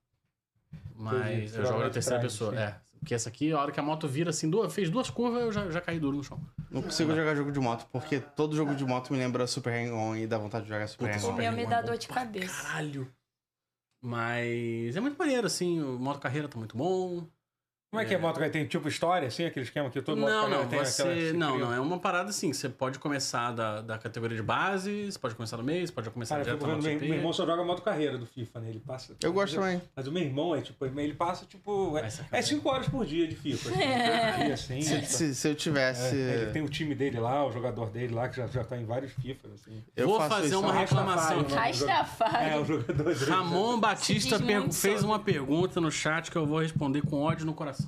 Speaker 1: Entendi,
Speaker 2: Mas
Speaker 1: você
Speaker 2: eu
Speaker 1: joga
Speaker 2: jogo
Speaker 1: lá
Speaker 2: na
Speaker 1: de
Speaker 2: terceira
Speaker 1: trás,
Speaker 2: pessoa.
Speaker 1: sim.
Speaker 2: É. Porque essa aqui, a hora que a moto vira assim, duas, fez duas curvas, eu já, já caí duro no chão.
Speaker 4: Não consigo jogar jogo de moto, porque todo jogo de moto me lembra Super Hang-On e dá vontade de jogar Super
Speaker 2: Puta,
Speaker 3: O
Speaker 4: Hang-On.
Speaker 2: Super-
Speaker 3: meu me dá
Speaker 2: Hang-On.
Speaker 3: dor de cabeça.
Speaker 2: Caralho! Mas é muito maneiro, assim. O modo carreira tá muito bom.
Speaker 1: Como é que é Motokai? Tem tipo história, assim, aquele esquema que todo
Speaker 2: Não,
Speaker 1: Motokai
Speaker 2: não,
Speaker 1: tem aquela que
Speaker 2: você.
Speaker 1: se
Speaker 2: Não,
Speaker 1: cria?
Speaker 2: não. É uma parada assim. Você pode começar da, da categoria de base, você pode começar no mês, pode começar
Speaker 1: Cara, eu
Speaker 2: direto
Speaker 1: fico
Speaker 2: tá na
Speaker 1: vendo,
Speaker 2: é?
Speaker 1: meu,
Speaker 2: MotoGP.
Speaker 1: meu irmão só joga moto carreira do FIFA, né? Ele passa.
Speaker 4: Eu gosto também.
Speaker 1: Mas o meu irmão é tipo, ele passa tipo.
Speaker 2: Vai
Speaker 1: É,
Speaker 2: sacanagem.
Speaker 1: é cinco horas por dia de FIFA. Assim, Todo dia, assim,
Speaker 4: Se,
Speaker 1: tipo,
Speaker 4: se- se eu tivesse.
Speaker 1: é, ele tem o time dele lá, o jogador dele lá, que já, já tá em vários FIFA, assim.
Speaker 4: Eu
Speaker 2: Vou
Speaker 4: faço
Speaker 2: fazer
Speaker 4: isso.
Speaker 2: uma
Speaker 1: Rastafari,
Speaker 2: reclamação aqui.
Speaker 1: né?
Speaker 3: Rastafari.
Speaker 1: É, o jogador dele.
Speaker 2: Ramon Batista
Speaker 3: diz
Speaker 2: per-
Speaker 3: muito
Speaker 2: fez
Speaker 3: sobre.
Speaker 2: uma pergunta no chat que eu vou responder com ódio no coração.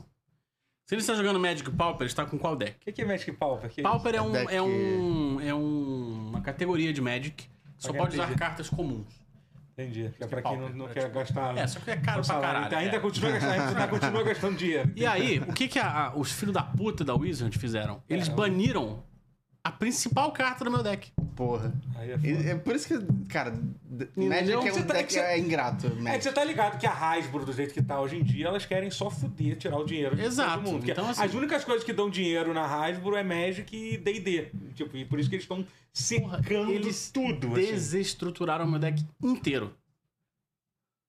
Speaker 2: Se ele está jogando Magic Pauper, ele está com qual deck?
Speaker 1: O que, que é Magic Pauper? Que é
Speaker 2: Pauper é, um,
Speaker 4: deck-
Speaker 2: é, um, é um- uma categoria de Magic que só
Speaker 1: Pra
Speaker 2: pode
Speaker 1: quem
Speaker 2: usar
Speaker 1: entendi.
Speaker 2: cartas comuns.
Speaker 1: isso? Entendi. Que é pra quem não, não
Speaker 2: Pauper,
Speaker 1: quer gastar.
Speaker 2: É, só que é caro
Speaker 1: o
Speaker 2: pra
Speaker 1: salário.
Speaker 2: caralho.
Speaker 1: Ainda
Speaker 2: é.
Speaker 1: continua gastando, ainda continua gastando dinheiro.
Speaker 2: E aí, o que, que a- a- os filhos da puta da Wizard fizeram? Eles
Speaker 1: É, eu-
Speaker 2: baniram a principal carta do meu deck.
Speaker 4: Porra.
Speaker 1: Aí é
Speaker 4: E-
Speaker 1: foda.
Speaker 4: é por isso que, cara, d- Magic é,
Speaker 1: Você
Speaker 4: um
Speaker 1: tá-
Speaker 4: deck-
Speaker 1: você-
Speaker 4: é ingrato. Magic.
Speaker 1: É que você tá ligado que a Hasbro, do jeito que tá hoje em dia, elas querem só fuder, tirar o dinheiro de
Speaker 2: Exato.
Speaker 1: todo mundo. Porque
Speaker 2: Então, assim-
Speaker 1: As únicas coisas que dão dinheiro na Hasbro é Magic e D&D. Tipo, e por isso que eles estão secando
Speaker 2: Eles
Speaker 1: tudo. assim.
Speaker 2: desestruturaram o meu deck inteiro.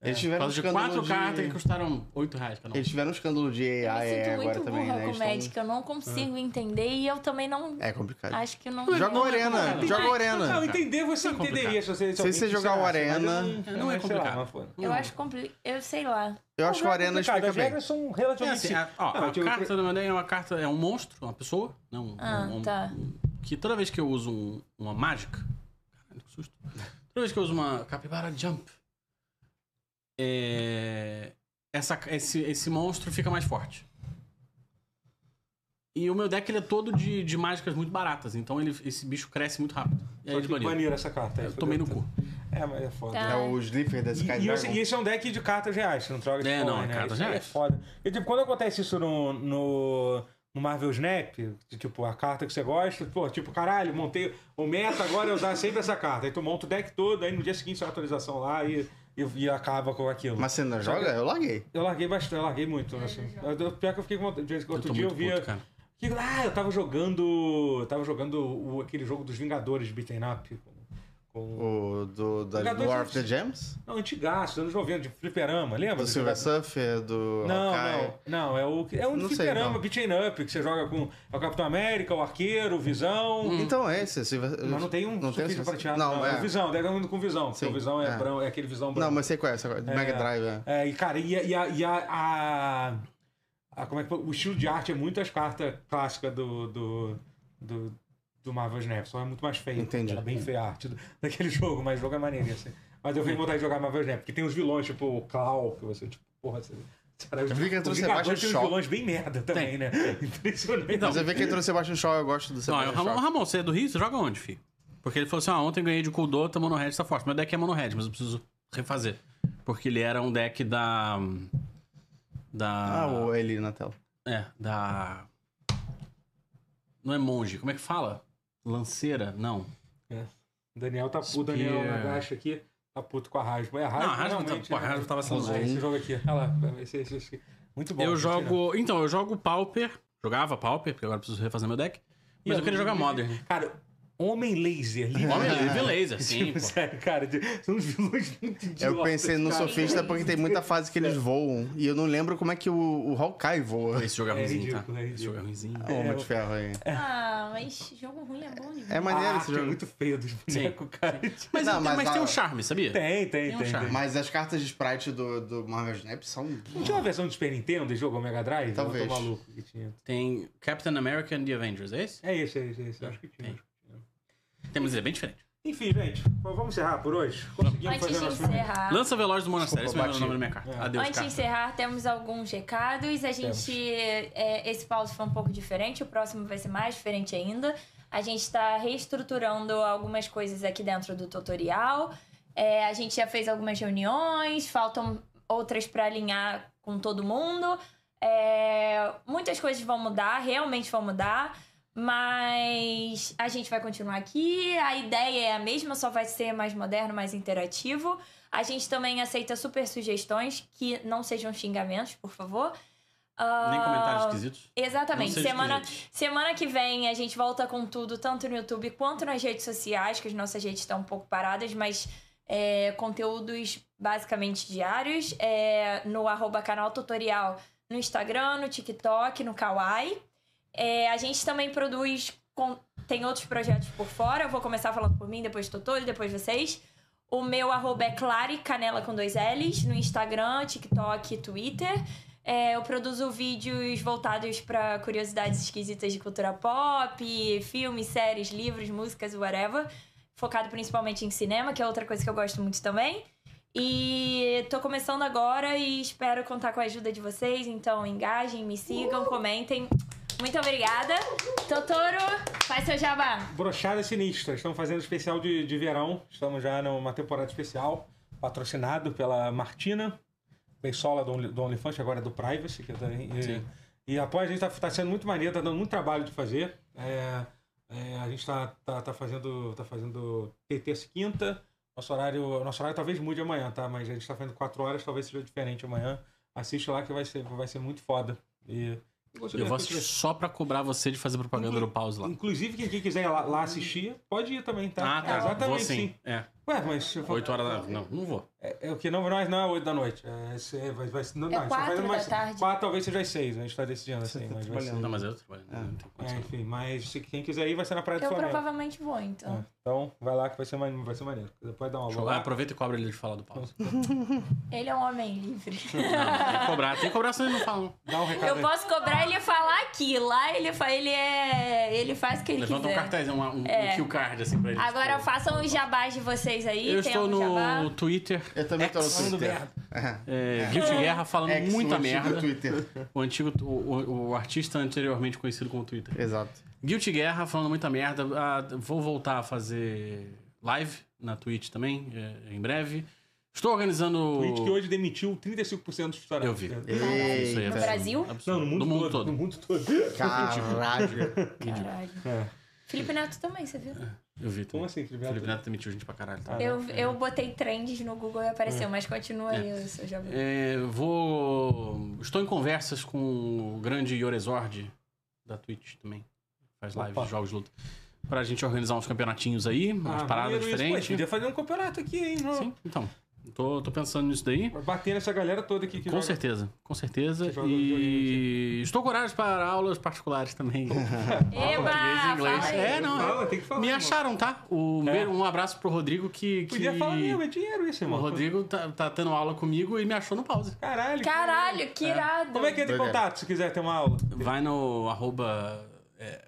Speaker 1: É,
Speaker 4: Eles
Speaker 2: Por
Speaker 4: tiveram um
Speaker 2: causa de quatro
Speaker 4: escândalo de...
Speaker 2: cartas que custaram 8 reais cada um.
Speaker 4: Eles tiveram um escândalo de
Speaker 3: Eu me
Speaker 4: AI
Speaker 3: sinto
Speaker 4: agora
Speaker 3: muito
Speaker 4: também,
Speaker 3: burra
Speaker 4: né?
Speaker 3: com
Speaker 4: Eles tão-
Speaker 3: médica, eu não consigo entender e eu também não.
Speaker 4: É complicado.
Speaker 3: Acho que não.
Speaker 4: Joga o
Speaker 3: não é
Speaker 4: Arena,
Speaker 2: complicado.
Speaker 4: joga o
Speaker 1: Não,
Speaker 4: Arena.
Speaker 1: entender você
Speaker 2: Não é complicado.
Speaker 1: entenderia se você... assim,
Speaker 4: Se você jogar o Arena-
Speaker 2: Não é complicado.
Speaker 3: Eu acho complicado. Eu sei lá.
Speaker 4: Eu acho que o Arena explica
Speaker 1: é As
Speaker 4: bem.
Speaker 1: regras são
Speaker 2: É
Speaker 1: relativamente
Speaker 2: assim, a, ó,
Speaker 1: Não,
Speaker 2: a
Speaker 1: tipo,
Speaker 2: carta do meu deck é uma carta, é um monstro, uma pessoa, né? Um,
Speaker 3: Ah,
Speaker 2: um- um-
Speaker 3: tá.
Speaker 2: um- que toda vez que eu uso um- uma mágica, caralho, que susto. Toda vez que eu uso uma capivara jump, é, essa, esse, esse monstro fica mais forte. E o meu deck ele é todo de, de mágicas muito baratas, então ele, esse bicho cresce muito rápido. E
Speaker 1: Só
Speaker 2: aí eles
Speaker 1: que né?
Speaker 2: baniram.
Speaker 1: baniram essa carta. aí,
Speaker 2: é Eu
Speaker 1: fodeu
Speaker 2: tomei no
Speaker 1: tudo.
Speaker 2: cu.
Speaker 1: É, mas é foda.
Speaker 3: Tá.
Speaker 4: É o Slipper da
Speaker 1: E-
Speaker 4: Sky
Speaker 1: E,
Speaker 4: Dragon.
Speaker 1: esse- e esse é um deck de cartas reais, você não troca de
Speaker 2: É,
Speaker 1: coin,
Speaker 2: não, é
Speaker 1: né?
Speaker 2: cartas
Speaker 1: Isso aí É
Speaker 2: reais.
Speaker 1: foda. E tipo, quando acontece isso no, no, no Marvel Snap, de, tipo, a carta que você gosta, pô, tipo, caralho, montei. O meta agora é usar sempre essa carta. Aí tu monta o deck todo, aí no dia seguinte sai uma atualização lá e, e, e acaba com aquilo.
Speaker 4: Mas você não joga? Eu larguei.
Speaker 1: Eu larguei bastante, eu larguei muito. assim. Eu- eu- pior que eu fiquei com vontade.
Speaker 2: Eu
Speaker 1: Outro
Speaker 2: tô
Speaker 1: dia eu
Speaker 2: muito
Speaker 1: via.
Speaker 2: puto, cara.
Speaker 1: Que, ah, eu tava jogando. Tava jogando o- aquele jogo dos Vingadores de Beaten Up. com- com-
Speaker 4: O do, da
Speaker 1: Jogador
Speaker 4: War
Speaker 1: de-
Speaker 4: of the Gems?
Speaker 1: Não, antigaço, anos 90, de fliperama, lembra?
Speaker 4: Do
Speaker 1: desse
Speaker 4: Silver
Speaker 1: jogo?
Speaker 4: Surfer, do
Speaker 1: Não,
Speaker 4: Hawkeye?
Speaker 1: não, não, é o é um
Speaker 4: Não sei,
Speaker 1: fliperama,
Speaker 4: não.
Speaker 1: beat'em up, que você joga com é o Capitão América, o Arqueiro, o Visão.
Speaker 2: Hum.
Speaker 4: Então é esse. Silver...
Speaker 1: Mas não tem um
Speaker 4: não tem o
Speaker 1: surfista
Speaker 4: Silver-
Speaker 1: prateado.
Speaker 4: Não,
Speaker 1: Não, é o
Speaker 4: é.
Speaker 1: Visão, deve mundo com Visão, porque
Speaker 4: Sim,
Speaker 1: o Visão é,
Speaker 4: é.
Speaker 1: branco, é aquele Visão branco.
Speaker 4: Não, mas sei qual é. sei qual é, do Mega Drive, é.
Speaker 1: É, e cara, e, a- e a, e a, a- a- como é que, o estilo de arte é muito as cartas clássicas do, do, do, do Marvel Snap, só é muito mais feio.
Speaker 4: Entendi.
Speaker 1: Era bem feia a arte do- daquele jogo, mas o jogo é maneiro, assim. Mas eu fiquei com vontade de jogar Marvel Snap, porque tem os vilões, tipo o Claw, que você, tipo, porra, você... Cara, os,
Speaker 4: Eu vi que entrou
Speaker 1: os
Speaker 4: Sebastian
Speaker 1: Vingadores tem uns
Speaker 4: Shaw.
Speaker 1: vilões bem merda também, né? Impressionante.
Speaker 4: Mas eu vi que entrou o Sebastian Shaw, eu gosto do
Speaker 2: Não, é
Speaker 4: Sebastian
Speaker 2: o Ramon,
Speaker 4: Shaw.
Speaker 2: Ramon, você é do Rio? Você joga onde, fi? Porque ele falou assim: ah, ontem ganhei de Kuldota, Monohead tá forte. Meu deck é Monohead, mas eu preciso refazer. Porque ele era um deck da. Da.
Speaker 4: Ah, o ele na tela.
Speaker 2: É, da. Não é monge, como é que fala? Lanceira? Não.
Speaker 1: É. O Daniel tá puto, o
Speaker 2: Spear.
Speaker 1: Daniel Nagashi aqui tá puto com a Rasmo. É a Rasmo,
Speaker 2: é- Não, a Hasbro tá-
Speaker 1: realmente,
Speaker 2: pô, a Hasbro tava sendo
Speaker 1: Ah,
Speaker 2: zoada.
Speaker 1: Esse jogo aqui, olha lá, esse- esse- esse- muito bom.
Speaker 2: eu
Speaker 1: gente, né?
Speaker 2: jogo. Então, eu jogo Pauper. Jogava Pauper, porque agora eu preciso refazer meu deck. Mas eu queria jogar Modern.
Speaker 1: Cara, homem laser, livre.
Speaker 2: Homem livre laser, sim. pô.
Speaker 1: Sério, cara, de- são uns vilões muito idiotas.
Speaker 4: Eu pensei no
Speaker 1: cara.
Speaker 4: sofista porque tem muita fase que eles voam. E eu não lembro como é que o, o Hawkeye voa.
Speaker 2: Esse jogo é
Speaker 1: É
Speaker 2: ruimzinho, tá?
Speaker 1: ridículo, é
Speaker 2: Esse jogo é
Speaker 1: ridículo.
Speaker 2: ruimzinho.
Speaker 4: O Homem de Ferro aí.
Speaker 3: Ah, mas jogo ruim é bom, né?
Speaker 4: É
Speaker 1: A
Speaker 4: maneiro esse
Speaker 1: arte é
Speaker 4: jogo.
Speaker 1: muito feio dos bonecos, cara.
Speaker 2: Mas,
Speaker 4: Não,
Speaker 2: tem-
Speaker 4: mas
Speaker 2: mas tem
Speaker 4: a-
Speaker 2: um charme, sabia?
Speaker 1: Tem, tem,
Speaker 2: Tem um
Speaker 1: tem.
Speaker 2: charme.
Speaker 1: tem.
Speaker 4: Mas as cartas de sprite do, do Marvel Snap são...
Speaker 1: Não tinha uma versão de Super Nintendo e jogo ao Mega Drive?
Speaker 4: Talvez.
Speaker 1: Eu tô maluco que tinha.
Speaker 2: Tem Captain America and the Avengers, é esse?
Speaker 1: É isso, é isso, é isso. Acho que tinha.
Speaker 2: Tem, mas ele é bem diferente.
Speaker 1: Enfim, gente, vamos encerrar por hoje? Conseguimos
Speaker 3: Antes
Speaker 1: fazer
Speaker 3: de
Speaker 1: nosso...
Speaker 3: encerrar.
Speaker 2: Lança Veloz do Monastério, esse
Speaker 4: Desculpa,
Speaker 2: mesmo é o nome da minha carta.
Speaker 1: É.
Speaker 2: Adeus,
Speaker 3: Antes de
Speaker 2: carta.
Speaker 3: encerrar, temos alguns recados. A gente. é, esse pause foi um pouco diferente, o próximo vai ser mais diferente ainda. A gente está reestruturando algumas coisas aqui dentro do tutorial. É, a gente já fez algumas reuniões, faltam outras para alinhar com todo mundo. É, muitas coisas vão mudar, realmente vão mudar. Mas a gente vai continuar aqui. A ideia é a mesma, só vai ser mais moderno, mais interativo. A gente também aceita super sugestões que não sejam xingamentos, por favor. Ah,
Speaker 2: Nem comentários esquisitos.
Speaker 3: Exatamente.
Speaker 2: Não sejam
Speaker 3: Semana,
Speaker 2: esquisitos.
Speaker 3: semana que vem a gente volta com tudo, tanto no YouTube quanto nas redes sociais, que as nossas redes estão um pouco paradas, mas é, conteúdos basicamente diários. É, no arroba canal tutorial no Instagram, no TikTok, no Kawaii. É, a gente também produz. con- Tem outros projetos por fora. Eu vou começar falando por mim, depois Totoro, depois vocês. O meu arroba é Clare Canela com dois L's no Instagram, TikTok e Twitter. É, eu produzo vídeos voltados para curiosidades esquisitas de cultura pop, filmes, séries, livros, músicas, whatever. Focado principalmente em cinema, que é outra coisa que eu gosto muito também. E tô começando agora e espero contar com a ajuda de vocês. Então, engajem, me sigam, comentem. Muito obrigada. Totoro, faz seu jabá.
Speaker 1: Brochadas Sinistras. Estamos fazendo especial de, de verão. Estamos já numa temporada especial, patrocinado pela Martina, Beisola do, Only- do OnlyFans, que agora é do Privacy. Que tá, e,
Speaker 2: Sim.
Speaker 1: e após a gente está sendo muito maneiro, está dando muito trabalho de fazer. É, é, a gente está tá, tá fazendo, tá fazendo ter- terça e quinta. Nosso horário, nosso horário talvez mude amanhã, tá? Mas a gente está fazendo quatro horas, talvez seja diferente amanhã. Assiste lá que vai ser, vai ser muito foda. E,
Speaker 2: Eu
Speaker 1: é
Speaker 2: vou assistir só pra cobrar você de fazer
Speaker 1: Uhum.
Speaker 2: propaganda no pause lá.
Speaker 1: Inclusive, quem, quem quiser ir lá, lá assistir, pode ir também, tá?
Speaker 2: Ah, tá.
Speaker 1: Exatamente,
Speaker 2: vou sim. É.
Speaker 1: Ué, mas...
Speaker 2: 8 horas da... Não, não vou.
Speaker 1: É, é o que não, não, é, não é 8 da noite. É, se- é, vai, vai, não,
Speaker 3: É
Speaker 1: não, a gente tá
Speaker 3: quatro
Speaker 1: fazendo
Speaker 3: da
Speaker 1: mais,
Speaker 3: tarde.
Speaker 1: 4 talvez seja às 6, a gente tá decidindo assim.
Speaker 4: tá
Speaker 1: mas vai ser,
Speaker 4: trabalhando.
Speaker 2: Não, mas eu trabalho. Não tem
Speaker 1: é,
Speaker 2: condição.
Speaker 1: enfim, mas se quem quiser ir, vai ser na Praia do
Speaker 3: Eu
Speaker 1: Flamengo.
Speaker 3: provavelmente vou, então.
Speaker 1: É, então, vai lá que vai ser, mane- vai ser maneiro. Depois dá uma
Speaker 2: Deixa eu- ah,
Speaker 1: olhada.
Speaker 2: Aproveita e cobra ele de falar do pause.
Speaker 3: Ele é um homem livre.
Speaker 2: Não, é tem que cobrar. Tem que cobrar, senão ele não fala. não.
Speaker 1: Dá um recado
Speaker 3: Eu
Speaker 1: aí.
Speaker 3: posso cobrar ele falar aqui. Lá ele, fa... ele, é... ele faz o que ele
Speaker 2: Levanta um
Speaker 3: quiser.
Speaker 2: cartaz, um, um,
Speaker 3: É.
Speaker 2: um cue card assim pra ele.
Speaker 3: Agora
Speaker 2: tipo,
Speaker 3: façam os jabás de vocês aí.
Speaker 2: Eu
Speaker 3: Tem
Speaker 2: estou
Speaker 3: algum
Speaker 2: no
Speaker 3: jabá?
Speaker 2: Twitter,
Speaker 4: Eu também tô no
Speaker 1: Falando
Speaker 4: Twitter.
Speaker 1: merda.
Speaker 2: é, Guilty Guerra, falando
Speaker 4: Ex,
Speaker 2: muita
Speaker 4: o antigo
Speaker 2: merda.
Speaker 4: Twitter.
Speaker 2: O antigo, o, o- o artista anteriormente conhecido como Twitter.
Speaker 4: Exato.
Speaker 2: Guilty Guerra, falando muita merda. Ah, vou voltar a fazer live na Twitch também, é, em breve. Estou organizando.
Speaker 1: Twitch que hoje demitiu 35% dos funcionários.
Speaker 2: Eu vi.
Speaker 1: É.
Speaker 2: Isso aí é
Speaker 4: Eita.
Speaker 3: No
Speaker 2: absurdo.
Speaker 3: Brasil?
Speaker 1: Não,
Speaker 2: Absurdo.
Speaker 1: no mundo,
Speaker 2: Do mundo
Speaker 1: todo,
Speaker 2: todo.
Speaker 1: No mundo todo.
Speaker 4: Caralho.
Speaker 3: Caralho.
Speaker 1: É.
Speaker 3: Felipe Neto também, você viu?
Speaker 2: Eu vi.
Speaker 1: Como
Speaker 2: Também.
Speaker 1: assim, Felipe?
Speaker 2: Felipe Neto demitiu gente pra caralho. Tá?
Speaker 3: Eu, eu botei trends no Google e apareceu, mas continua aí o seu jabá.
Speaker 2: É, vou. Estou em conversas com o grande Yoresord da Twitch também. Faz lives,
Speaker 1: Opa.
Speaker 2: jogos de luta. Pra gente organizar uns campeonatinhos aí, umas
Speaker 1: Ah,
Speaker 2: paradas
Speaker 1: maneiro isso. Pô, a gente
Speaker 2: diferentes. né?
Speaker 1: Podia fazer um campeonato aqui, hein? Não.
Speaker 2: Sim, então. Tô, tô pensando nisso daí.
Speaker 1: Bater nessa galera toda aqui que
Speaker 2: Com
Speaker 1: joga.
Speaker 2: certeza, com certeza.
Speaker 1: Que joga
Speaker 2: E estou com horários para aulas particulares também.
Speaker 3: Eba!
Speaker 2: Português e inglês.
Speaker 3: Fala aí.
Speaker 2: É, não.
Speaker 1: Fala, tem que falar.
Speaker 2: Me
Speaker 1: irmão.
Speaker 2: acharam, tá? O
Speaker 1: É.
Speaker 2: Um abraço pro Rodrigo que. que...
Speaker 1: Podia falar mesmo, é dinheiro isso,
Speaker 2: O
Speaker 1: irmão.
Speaker 2: Rodrigo tá, tá tendo aula comigo e me achou no pause.
Speaker 1: Caralho. que maneiro.
Speaker 3: Caralho, que irado.
Speaker 1: Como é que entra em
Speaker 4: Doideira.
Speaker 1: contato se quiser ter uma aula?
Speaker 2: Vai no arroba. é,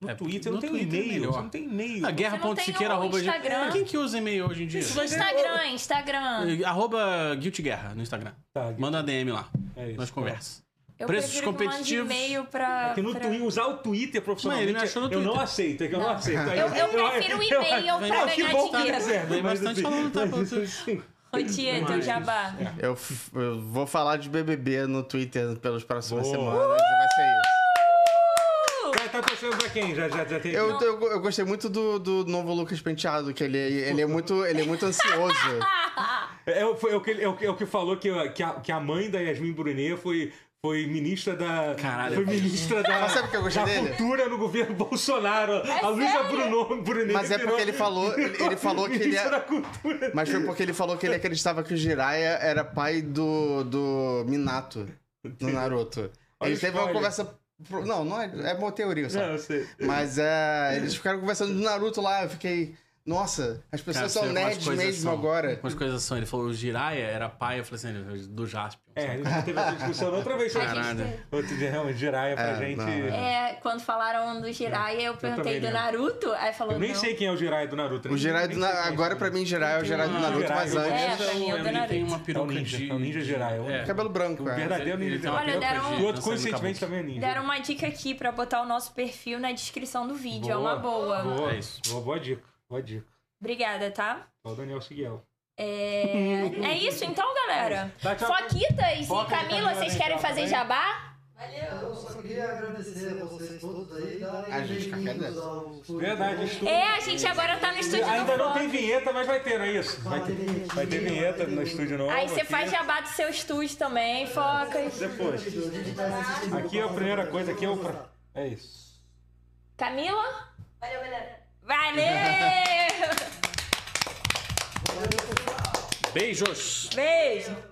Speaker 1: No
Speaker 2: é,
Speaker 1: Twitter, não
Speaker 2: no
Speaker 1: tem e-mail.
Speaker 2: melhor. Ah,
Speaker 1: Você não tem um e-mail.
Speaker 2: A
Speaker 3: Você não tem
Speaker 2: guerra.siqueira
Speaker 3: o
Speaker 2: arroba. de-
Speaker 3: Instagram.
Speaker 2: Quem que usa e-mail hoje em dia?
Speaker 3: Instagram, Instagram.
Speaker 2: Eh, Arroba Guilty Guerra no Instagram.
Speaker 1: Tá,
Speaker 2: Manda a DM lá.
Speaker 1: É isso.
Speaker 2: Nós conversas.
Speaker 3: Eu
Speaker 2: É, Preços
Speaker 3: prefiro que mande
Speaker 2: competitivos.
Speaker 3: e-mail pra...
Speaker 1: Que no
Speaker 3: pra-
Speaker 1: Twitter, usar o Twitter profissionalmente,
Speaker 2: Mas ele me achou no
Speaker 1: eu não
Speaker 2: Twitter.
Speaker 1: aceito, é que eu não, aceito.
Speaker 3: Eu- eu prefiro o e-mail
Speaker 1: eu-
Speaker 3: pra
Speaker 1: eu- que
Speaker 3: ganhar
Speaker 1: bom que
Speaker 3: dinheiro.
Speaker 1: deu certo,
Speaker 2: Tem
Speaker 1: mas
Speaker 2: bastante falando, tá?
Speaker 1: mas assim,
Speaker 3: Ô, tia, teu
Speaker 2: Mas-
Speaker 3: jabá.
Speaker 4: Eu, f- eu vou falar de BBB no Twitter pelas próximas
Speaker 1: Boa.
Speaker 4: semanas. e Vai ser isso.
Speaker 1: Tá, tá torcendo pra quem? Já, já, já tem...
Speaker 4: Eu, eu, eu gostei muito do, do novo Lucas Penteado, que ele, ele, é, muito, ele é muito ansioso.
Speaker 1: É, o- foi o que, ele- é, o, que- é o que falou que, a- que, a, que a mãe da Yasmin Brunet foi, foi ministra da.
Speaker 2: Caralho.
Speaker 1: Foi ministra da.
Speaker 4: Mas sabe o que eu gostei
Speaker 1: da
Speaker 4: dele?
Speaker 1: cultura no governo Bolsonaro.
Speaker 3: É
Speaker 1: a Luísa Bruno- Brunet.
Speaker 4: Mas é
Speaker 1: virou-
Speaker 4: porque ele falou- ele- ele falou que ele
Speaker 1: ministra
Speaker 4: é-
Speaker 1: da cultura.
Speaker 4: Mas foi porque ele falou que ele acreditava que o Jiraiya era pai do, do Minato, do Naruto.
Speaker 1: Olha
Speaker 4: Ele
Speaker 1: o
Speaker 4: teve uma
Speaker 1: spoiler.
Speaker 4: conversa. pro- Não, não é, é uma teoria só.
Speaker 1: Não, eu sei.
Speaker 4: Mas é, eles ficaram conversando do Naruto lá. Eu fiquei, nossa, as
Speaker 2: Cara,
Speaker 4: pessoas
Speaker 2: você
Speaker 4: são
Speaker 2: vê como as
Speaker 4: nerds
Speaker 2: coisas
Speaker 4: mesmo
Speaker 2: são.
Speaker 4: agora.
Speaker 2: Como as coisas são. Ele falou o Jiraya era pai, eu falei assim, do Jaspion.
Speaker 1: É, a gente já teve essa discussão outra vez. sobre isso.
Speaker 2: Caralho.
Speaker 1: Outro dia, realmente, Jiraiya pra
Speaker 4: É,
Speaker 1: gente.
Speaker 4: não, é.
Speaker 3: É, quando falaram do Jiraiya, eu perguntei
Speaker 1: É, também
Speaker 3: do
Speaker 1: lembro.
Speaker 3: Naruto, aí falou
Speaker 1: Eu nem
Speaker 3: não.
Speaker 1: sei quem é o Jiraiya do Naruto.
Speaker 4: O Jiraiya do
Speaker 1: é
Speaker 4: Na- agora pra mim, Jiraiya é o Jiraiya do
Speaker 1: Ah,
Speaker 4: Naruto,
Speaker 1: Jiraiya,
Speaker 4: mas
Speaker 1: eu
Speaker 4: antes.
Speaker 3: É, pra mim é o
Speaker 2: Ele
Speaker 3: do Naruto.
Speaker 2: tem uma peruca
Speaker 1: É o ninja,
Speaker 2: de...
Speaker 1: é o ninja Jiraiya, é o-
Speaker 2: É.
Speaker 4: Cabelo branco, é.
Speaker 1: verdadeiro
Speaker 2: Ele
Speaker 1: ninja.
Speaker 2: tem uma
Speaker 3: Olha,
Speaker 2: peruca
Speaker 3: deram-
Speaker 2: de-
Speaker 1: O um outro,
Speaker 2: não sei, no
Speaker 1: coincidentemente, também
Speaker 2: cabelo.
Speaker 1: é ninja.
Speaker 3: Deram uma dica aqui pra botar o nosso perfil na descrição do vídeo. É uma boa.
Speaker 1: Boa,
Speaker 2: É isso.
Speaker 1: boa, boa dica. Boa dica.
Speaker 3: Obrigada, tá?
Speaker 1: Ó, o Daniel Siguel.
Speaker 3: É, é isso então, galera.
Speaker 1: Dá tchau.
Speaker 3: Foquitas
Speaker 1: Tá Foca de
Speaker 3: e
Speaker 1: Camila,
Speaker 3: Camila, vocês
Speaker 1: né,
Speaker 3: querem
Speaker 1: tchau,
Speaker 3: fazer
Speaker 1: também.
Speaker 3: jabá?
Speaker 5: Eu só queria agradecer a vocês todos aí. darem
Speaker 4: A gente fica
Speaker 5: bem-vindos
Speaker 4: quieto. né?
Speaker 5: ao estúdio.
Speaker 1: Verdade, estúdio.
Speaker 3: É, a gente agora tá no estúdio
Speaker 1: Ainda
Speaker 3: do
Speaker 1: não tem
Speaker 3: Foca.
Speaker 1: vinheta, mas vai ter, não é isso? Vai ter, vai ter vinheta no estúdio novo.
Speaker 3: Aí você
Speaker 1: aqui.
Speaker 3: faz jabá do seu estúdio também, Focas.
Speaker 1: Depois.
Speaker 5: A gente vai assistir.
Speaker 1: Aqui é a primeira coisa, aqui é o. pra- É isso.
Speaker 3: Camila?
Speaker 6: Valeu, galera.
Speaker 3: Valeu!
Speaker 2: Beijos!
Speaker 3: Beijo!